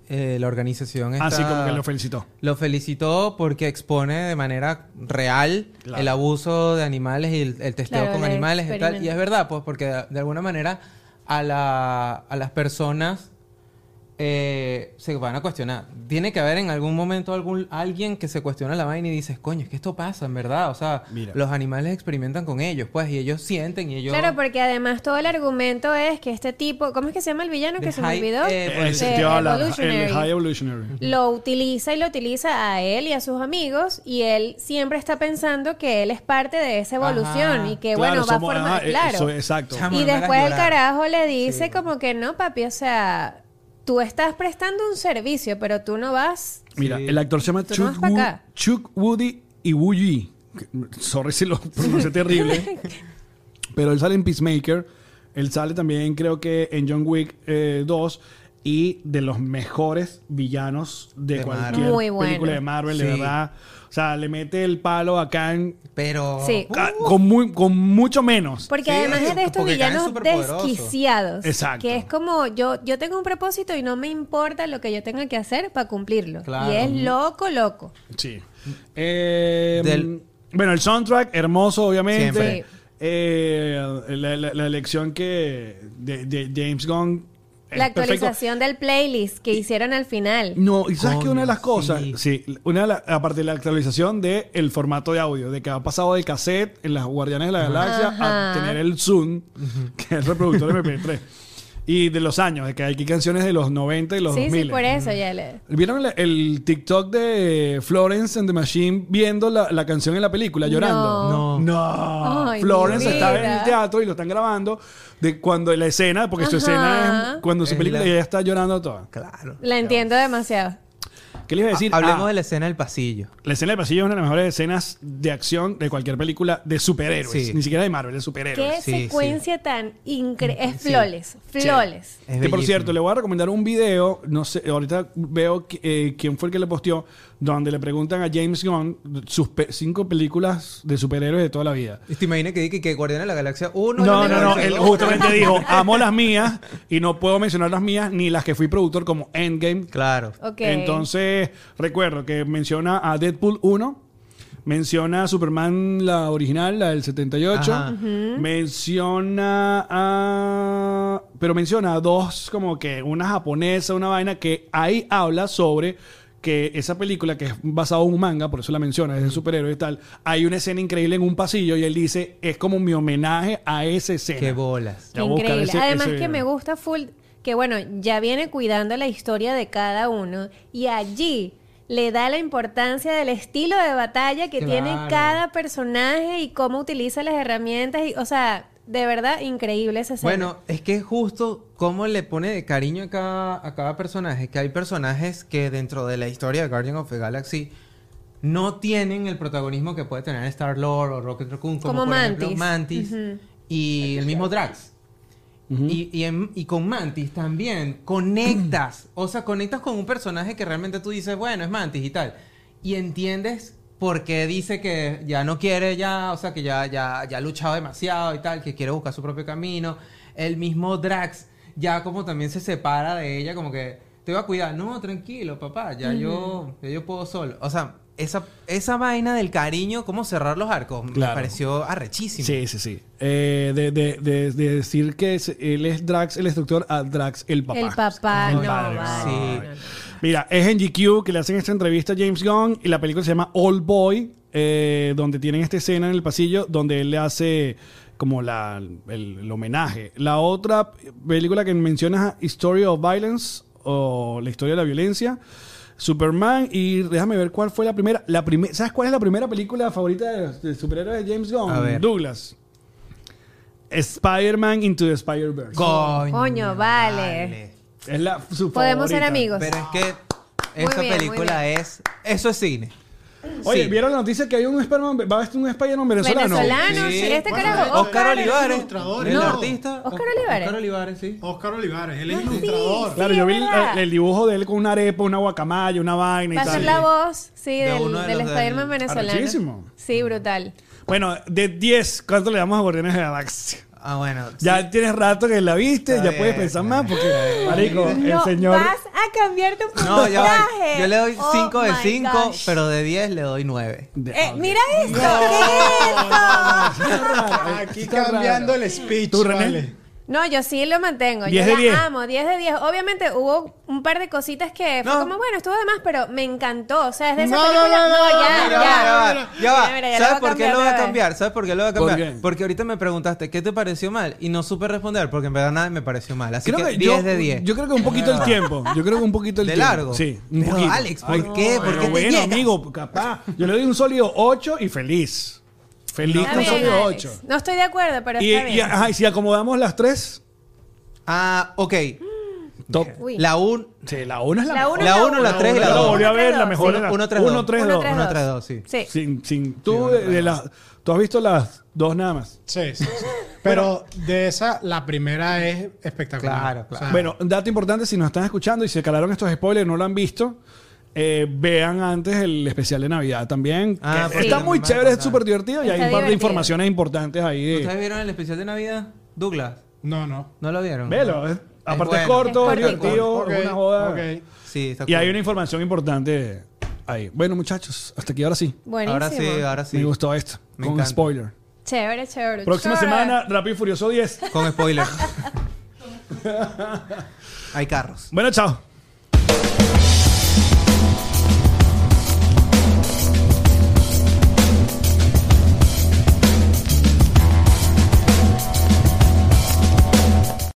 [SPEAKER 1] eh, la organización está...
[SPEAKER 2] Así Ah, como que lo felicitó.
[SPEAKER 1] Lo felicitó porque expone de manera real
[SPEAKER 2] Claro.
[SPEAKER 1] el abuso de animales y el, el testeo
[SPEAKER 3] Claro,
[SPEAKER 1] con
[SPEAKER 3] el
[SPEAKER 1] animales y tal.
[SPEAKER 3] experimento.
[SPEAKER 1] Y es verdad, pues, porque de, de alguna manera a, la- a las personas eh, se van a cuestionar. Tiene que haber en algún momento algún, alguien que se cuestiona la vaina y dices, coño, es que esto pasa, en verdad. O sea,
[SPEAKER 2] Mira.
[SPEAKER 1] los animales experimentan con ellos, pues, y ellos sienten y ellos...
[SPEAKER 3] Claro, porque además todo el argumento es que este tipo, ¿cómo es que se llama el villano
[SPEAKER 1] The
[SPEAKER 3] que se me
[SPEAKER 1] High
[SPEAKER 3] olvidó?
[SPEAKER 1] Evolutionary.
[SPEAKER 2] Eh, Ese
[SPEAKER 3] The
[SPEAKER 2] tío habla, el
[SPEAKER 3] Eh, Evolutionary.
[SPEAKER 2] High Evolutionary.
[SPEAKER 3] lo utiliza y lo utiliza a él y a sus amigos y él siempre está pensando que él es parte de esa
[SPEAKER 1] Ajá.
[SPEAKER 3] evolución y que bueno va
[SPEAKER 2] somos-
[SPEAKER 3] a formar,
[SPEAKER 2] ajá, eh,
[SPEAKER 3] claro.
[SPEAKER 2] eso, exacto.
[SPEAKER 1] Chamo,
[SPEAKER 3] y
[SPEAKER 1] no me hagas
[SPEAKER 3] después el
[SPEAKER 1] llorar.
[SPEAKER 3] carajo le dice como que no, papi, o sea, tú estás prestando un servicio, pero tú no vas.
[SPEAKER 2] Mira, el actor se llama
[SPEAKER 3] Tú no
[SPEAKER 2] Chuck,
[SPEAKER 3] vas pa'
[SPEAKER 2] Wo-
[SPEAKER 3] acá.
[SPEAKER 2] Chuck Woody Iwuyi. Sorry si lo pronuncié terrible. Pero él sale en Peacemaker. Él sale también, creo que, en John Wick eh, 2. Y de los mejores villanos de,
[SPEAKER 1] De
[SPEAKER 2] cualquier
[SPEAKER 3] Marvel. Muy bueno.
[SPEAKER 2] película de Marvel, de
[SPEAKER 1] Sí.
[SPEAKER 2] verdad. O sea, le mete el palo a Kang
[SPEAKER 1] Pero... uh,
[SPEAKER 3] Sí.
[SPEAKER 2] ca- con, muy, con mucho menos.
[SPEAKER 3] Porque
[SPEAKER 1] Sí,
[SPEAKER 3] además es de estos
[SPEAKER 1] porque Kang es
[SPEAKER 3] villanos
[SPEAKER 1] superpoderoso.
[SPEAKER 3] desquiciados.
[SPEAKER 2] Exacto.
[SPEAKER 3] Que es como yo, yo tengo un propósito y no me importa lo que yo tenga que hacer para cumplirlo.
[SPEAKER 1] Claro.
[SPEAKER 3] Y es loco, loco.
[SPEAKER 2] Sí. Eh,
[SPEAKER 1] Del-
[SPEAKER 2] Bueno, el soundtrack, hermoso, obviamente.
[SPEAKER 1] Siempre.
[SPEAKER 3] Sí.
[SPEAKER 2] Eh, la, la- la elección que de, de James Gunn. es
[SPEAKER 3] La
[SPEAKER 2] perfecto.
[SPEAKER 3] actualización del playlist que hicieron al final.
[SPEAKER 2] No, y sabes que
[SPEAKER 1] Coño,
[SPEAKER 2] una de las cosas, sí,
[SPEAKER 1] sí.
[SPEAKER 2] una de la- aparte de la actualización del el formato de audio, de que ha pasado del cassette en las Guardianes de la Galaxia a
[SPEAKER 3] Ajá.
[SPEAKER 2] tener el Zoom, que es el reproductor MP3, y de los años, de que hay aquí canciones de los 90 y los
[SPEAKER 3] sí,
[SPEAKER 2] 2000.
[SPEAKER 3] sí, por eso ya le.
[SPEAKER 2] ¿Vieron el, el TikTok de Florence and the Machine viendo la, la canción en la película, llorando?
[SPEAKER 1] No.
[SPEAKER 2] No.
[SPEAKER 3] Ay,
[SPEAKER 2] Florence
[SPEAKER 3] mi
[SPEAKER 2] estaba en
[SPEAKER 3] vida.
[SPEAKER 2] el teatro y lo están grabando de cuando la escena, porque su
[SPEAKER 3] Ajá.
[SPEAKER 2] escena es cuando su
[SPEAKER 1] Es
[SPEAKER 2] película
[SPEAKER 1] la-
[SPEAKER 2] y ella está llorando toda.
[SPEAKER 1] Claro.
[SPEAKER 3] La entiendo demasiado.
[SPEAKER 2] ¿Qué les iba a decir?
[SPEAKER 1] Hablemos
[SPEAKER 2] Ah,
[SPEAKER 1] de la escena del pasillo.
[SPEAKER 2] la escena del pasillo es una de las mejores escenas de acción de cualquier película de superhéroes.
[SPEAKER 1] Sí.
[SPEAKER 2] Ni siquiera de Marvel, de superhéroes.
[SPEAKER 3] Qué
[SPEAKER 1] Sí, sí.
[SPEAKER 3] secuencia tan increíble. Es flores, flores.
[SPEAKER 1] Es
[SPEAKER 2] que por
[SPEAKER 1] bellísimo.
[SPEAKER 2] cierto, le voy a recomendar un video, no sé, ahorita veo qui- eh, quién fue el que le posteó, donde le preguntan a James Gunn sus pe- cinco películas de superhéroes de toda la vida.
[SPEAKER 1] ¿Te imaginas que, que, que Guardián de la Galaxia 1?
[SPEAKER 2] No, no, no,
[SPEAKER 1] el
[SPEAKER 2] él justamente dijo, amo las mías y no puedo mencionar las mías ni las que fui productor como Endgame.
[SPEAKER 1] Claro.
[SPEAKER 3] Ok.
[SPEAKER 2] Entonces, recuerdo que menciona a Deadpool 1, menciona a Superman la original, la del 78,
[SPEAKER 1] Ajá.
[SPEAKER 2] menciona a... Pero menciona a dos, como que una japonesa, una vaina, que ahí habla sobre que esa película que es basada en un manga, por eso la menciona, es de superhéroe y tal, hay una escena increíble en un pasillo y él dice, es como mi homenaje a esa escena.
[SPEAKER 1] Qué bolas.
[SPEAKER 2] Ya voy a buscar
[SPEAKER 3] Increíble.
[SPEAKER 2] ese-
[SPEAKER 3] Además
[SPEAKER 2] ese
[SPEAKER 3] que
[SPEAKER 2] video.
[SPEAKER 3] me gusta full, que bueno, ya viene cuidando la historia de cada uno y allí le da la importancia del estilo de batalla que tiene
[SPEAKER 1] Claro.
[SPEAKER 3] cada personaje y cómo utiliza las herramientas. Y, o sea, de verdad, increíble esa escena.
[SPEAKER 1] Bueno, es que es justo cómo le pone de cariño a cada, a cada personaje. Que hay personajes que dentro de la historia de Guardian of the Galaxy no tienen el protagonismo que puede tener Star Lord o Rocket Raccoon, como,
[SPEAKER 3] Como
[SPEAKER 1] por ejemplo
[SPEAKER 3] Mantis.
[SPEAKER 1] Mantis y el mismo Drax. Y, y en- y con Mantis también conectas, o sea, conectas con un personaje que realmente tú dices, bueno, es Mantis y tal. Y entiendes por qué dice que ya no quiere, ya, o sea, que ya, ya, ya ha luchado demasiado y tal, que quiere buscar su propio camino. El mismo Drax ya como también se separa de ella, como que te va a cuidar. No, tranquilo, papá, ya yo, ya yo puedo solo. O sea, esa, esa vaina del cariño, cómo cerrar los arcos,
[SPEAKER 2] Claro.
[SPEAKER 1] me pareció arrechísimo.
[SPEAKER 2] Sí, sí, sí. Eh, de, de- de- de decir que es- él es Drax el instructor a Drax el papá.
[SPEAKER 3] el papá,
[SPEAKER 1] El
[SPEAKER 3] Ah, no,
[SPEAKER 1] padre,
[SPEAKER 3] vale,
[SPEAKER 1] sí.
[SPEAKER 3] no, no.
[SPEAKER 2] Mira, es en GQ que le hacen esta entrevista a James Gunn y la película se llama All Boy, eh, donde tienen esta escena en el pasillo donde él le hace como la, el, el homenaje. La otra película que mencionas, History of Violence o La historia de la violencia. Superman y déjame ver cuál fue la primera. La prime- ¿Sabes cuál es la primera película favorita de, de superhéroes de James Gunn?
[SPEAKER 1] A ver.
[SPEAKER 2] Douglas. Spider-Man Into the Spider-Verse.
[SPEAKER 1] Coño,
[SPEAKER 3] Coño, vale.
[SPEAKER 2] Es la, su
[SPEAKER 3] Podemos ser
[SPEAKER 2] favorita.
[SPEAKER 3] amigos.
[SPEAKER 1] Pero es que
[SPEAKER 3] Muy
[SPEAKER 1] esa
[SPEAKER 3] bien, muy
[SPEAKER 1] película es. Eso es cine.
[SPEAKER 2] Oye,
[SPEAKER 1] Sí.
[SPEAKER 2] ¿vieron la noticia que hay un Spider-Man, va a estar un Spider-Man venezolano?
[SPEAKER 3] Venezolano, sí. este
[SPEAKER 4] Bueno,
[SPEAKER 3] carajo.
[SPEAKER 4] Oscar
[SPEAKER 1] Oscar
[SPEAKER 3] Oscar
[SPEAKER 1] Olivares.
[SPEAKER 4] ilustrador.
[SPEAKER 1] El
[SPEAKER 3] No,
[SPEAKER 1] artista.
[SPEAKER 3] Oscar Olivares.
[SPEAKER 1] Oscar Olivares, sí.
[SPEAKER 4] Oscar Olivares, él es
[SPEAKER 3] No, sí,
[SPEAKER 4] ilustrador.
[SPEAKER 2] Claro,
[SPEAKER 3] Sí,
[SPEAKER 2] yo
[SPEAKER 3] es
[SPEAKER 2] vi el,
[SPEAKER 3] verdad.
[SPEAKER 2] el dibujo de él con una arepa, una guacamaya, una vaina y
[SPEAKER 3] Va a ser
[SPEAKER 2] tal.
[SPEAKER 3] la voz, sí,
[SPEAKER 1] De
[SPEAKER 3] del,
[SPEAKER 1] uno de
[SPEAKER 3] del
[SPEAKER 1] los del-
[SPEAKER 3] Spider-Man venezolano.
[SPEAKER 2] Arrechísimo.
[SPEAKER 3] Sí, brutal.
[SPEAKER 2] Bueno, de 10, ¿cuánto le damos a Guardianes de la Galaxia?
[SPEAKER 1] Ah, bueno.
[SPEAKER 2] Ya tienes rato que la viste,
[SPEAKER 1] Está
[SPEAKER 2] ya
[SPEAKER 1] bien,
[SPEAKER 2] puedes
[SPEAKER 1] está
[SPEAKER 2] pensar más
[SPEAKER 1] bien.
[SPEAKER 2] porque, marico, el
[SPEAKER 3] No,
[SPEAKER 2] señor...
[SPEAKER 3] vas a cambiar tu
[SPEAKER 1] No, ya va.
[SPEAKER 3] puntaje.
[SPEAKER 1] Yo le doy
[SPEAKER 3] Oh
[SPEAKER 1] 5 de
[SPEAKER 3] my
[SPEAKER 1] 5,
[SPEAKER 3] gosh.
[SPEAKER 1] pero de 10 le doy 9.
[SPEAKER 3] Eh, mira esto, ¿qué es esto?
[SPEAKER 4] Aquí cambiando el speech.
[SPEAKER 2] ¿Tú, René?
[SPEAKER 4] vale.
[SPEAKER 3] No, yo sí lo mantengo.
[SPEAKER 2] 10 de
[SPEAKER 3] yo
[SPEAKER 2] 10.
[SPEAKER 3] la amo, 10 de 10. Obviamente hubo un par de cositas que fue
[SPEAKER 1] No.
[SPEAKER 3] como, bueno, estuvo de más, pero me encantó. O sea, es de esa
[SPEAKER 4] No, no,
[SPEAKER 3] película.
[SPEAKER 4] no, no,
[SPEAKER 3] Ah, ya,
[SPEAKER 1] Ya
[SPEAKER 4] no,
[SPEAKER 1] va, ya
[SPEAKER 3] ya.
[SPEAKER 1] va, ya va.
[SPEAKER 3] Mira, mira, ya
[SPEAKER 1] ¿Sabes
[SPEAKER 3] lo voy a
[SPEAKER 1] por qué lo voy a
[SPEAKER 3] otra vez.
[SPEAKER 1] cambiar? ¿Sabes por qué lo voy a
[SPEAKER 2] ¿Por
[SPEAKER 1] cambiar?
[SPEAKER 2] qué?
[SPEAKER 1] Porque ahorita me preguntaste qué te pareció mal y no supe responder porque en verdad nada me pareció mal. Así
[SPEAKER 2] Creo
[SPEAKER 1] que,
[SPEAKER 2] que
[SPEAKER 1] 10
[SPEAKER 2] yo,
[SPEAKER 1] de 10.
[SPEAKER 2] yo creo que un poquito
[SPEAKER 1] Ah.
[SPEAKER 2] el tiempo. Yo creo que un poquito el
[SPEAKER 1] ¿De
[SPEAKER 2] tiempo.
[SPEAKER 1] largo?
[SPEAKER 2] Sí, un
[SPEAKER 1] Pero,
[SPEAKER 2] poquito.
[SPEAKER 1] Alex, ¿por qué? ¿Por
[SPEAKER 2] pero
[SPEAKER 1] qué te
[SPEAKER 2] bueno,
[SPEAKER 1] niegas?
[SPEAKER 2] amigo, capaz. Yo le doy un sólido 8 y feliz. Feliz
[SPEAKER 3] Está
[SPEAKER 2] con
[SPEAKER 3] bien,
[SPEAKER 2] sólido
[SPEAKER 3] Alex.
[SPEAKER 2] 8.
[SPEAKER 3] No estoy de acuerdo, pero
[SPEAKER 2] Y,
[SPEAKER 3] está
[SPEAKER 2] y,
[SPEAKER 3] bien.
[SPEAKER 2] ajá, y si acomodamos las tres,
[SPEAKER 1] Ah, ok.
[SPEAKER 2] top.
[SPEAKER 3] Uy.
[SPEAKER 1] La 1,
[SPEAKER 2] Sí, la 1 es la,
[SPEAKER 3] La
[SPEAKER 2] mejor.
[SPEAKER 3] uno
[SPEAKER 1] la
[SPEAKER 3] es
[SPEAKER 1] 1, la 3 y
[SPEAKER 2] Yo
[SPEAKER 1] la
[SPEAKER 2] la volví a
[SPEAKER 1] 2.
[SPEAKER 2] ver, la
[SPEAKER 3] Sí,
[SPEAKER 2] mejor.
[SPEAKER 1] uno, tres, dos.
[SPEAKER 2] 1, 3,
[SPEAKER 3] Uno,
[SPEAKER 2] 2.
[SPEAKER 3] tres,
[SPEAKER 1] 1,
[SPEAKER 3] dos.
[SPEAKER 1] 3, 2, sí.
[SPEAKER 3] Sí.
[SPEAKER 2] Sin, sin, tú, de, de las- tú has visto las dos nada más.
[SPEAKER 4] Sí, sí, sí. Pero de esa, la primera es espectacular.
[SPEAKER 1] Claro, claro.
[SPEAKER 4] O sea,
[SPEAKER 2] Bueno, un dato importante, si nos están escuchando y se calaron estos spoilers, no lo han visto, eh, vean antes el especial de Navidad también.
[SPEAKER 1] Ah,
[SPEAKER 2] que
[SPEAKER 1] porque
[SPEAKER 2] está
[SPEAKER 1] lo
[SPEAKER 2] muy
[SPEAKER 1] mandaron
[SPEAKER 2] chévere, es
[SPEAKER 1] pasar.
[SPEAKER 2] súper divertido y hay
[SPEAKER 3] Está
[SPEAKER 2] un par de
[SPEAKER 3] divertido.
[SPEAKER 2] informaciones importantes ahí. de-
[SPEAKER 1] ¿Ustedes vieron el especial de Navidad? Douglas,
[SPEAKER 4] no, no.
[SPEAKER 1] ¿no lo vieron?
[SPEAKER 2] Velo, es- aparte es,
[SPEAKER 1] bueno.
[SPEAKER 2] corto,
[SPEAKER 3] Es
[SPEAKER 2] es
[SPEAKER 3] corto.
[SPEAKER 2] divertido,
[SPEAKER 4] Ok,
[SPEAKER 2] es una joda.
[SPEAKER 4] ok.
[SPEAKER 1] Sí, está
[SPEAKER 2] Y hay
[SPEAKER 1] cool.
[SPEAKER 2] una información importante ahí. Bueno, muchachos, hasta aquí ahora sí.
[SPEAKER 3] Buenísimo.
[SPEAKER 1] Ahora sí, ahora sí.
[SPEAKER 2] Me gustó esto,
[SPEAKER 1] Me
[SPEAKER 2] con
[SPEAKER 1] encanta.
[SPEAKER 2] spoiler.
[SPEAKER 3] Chévere, chévere.
[SPEAKER 2] Próxima
[SPEAKER 3] chévere.
[SPEAKER 2] semana, Rápido y Furioso 10.
[SPEAKER 1] Con spoiler. hay carros.
[SPEAKER 2] Bueno, chao.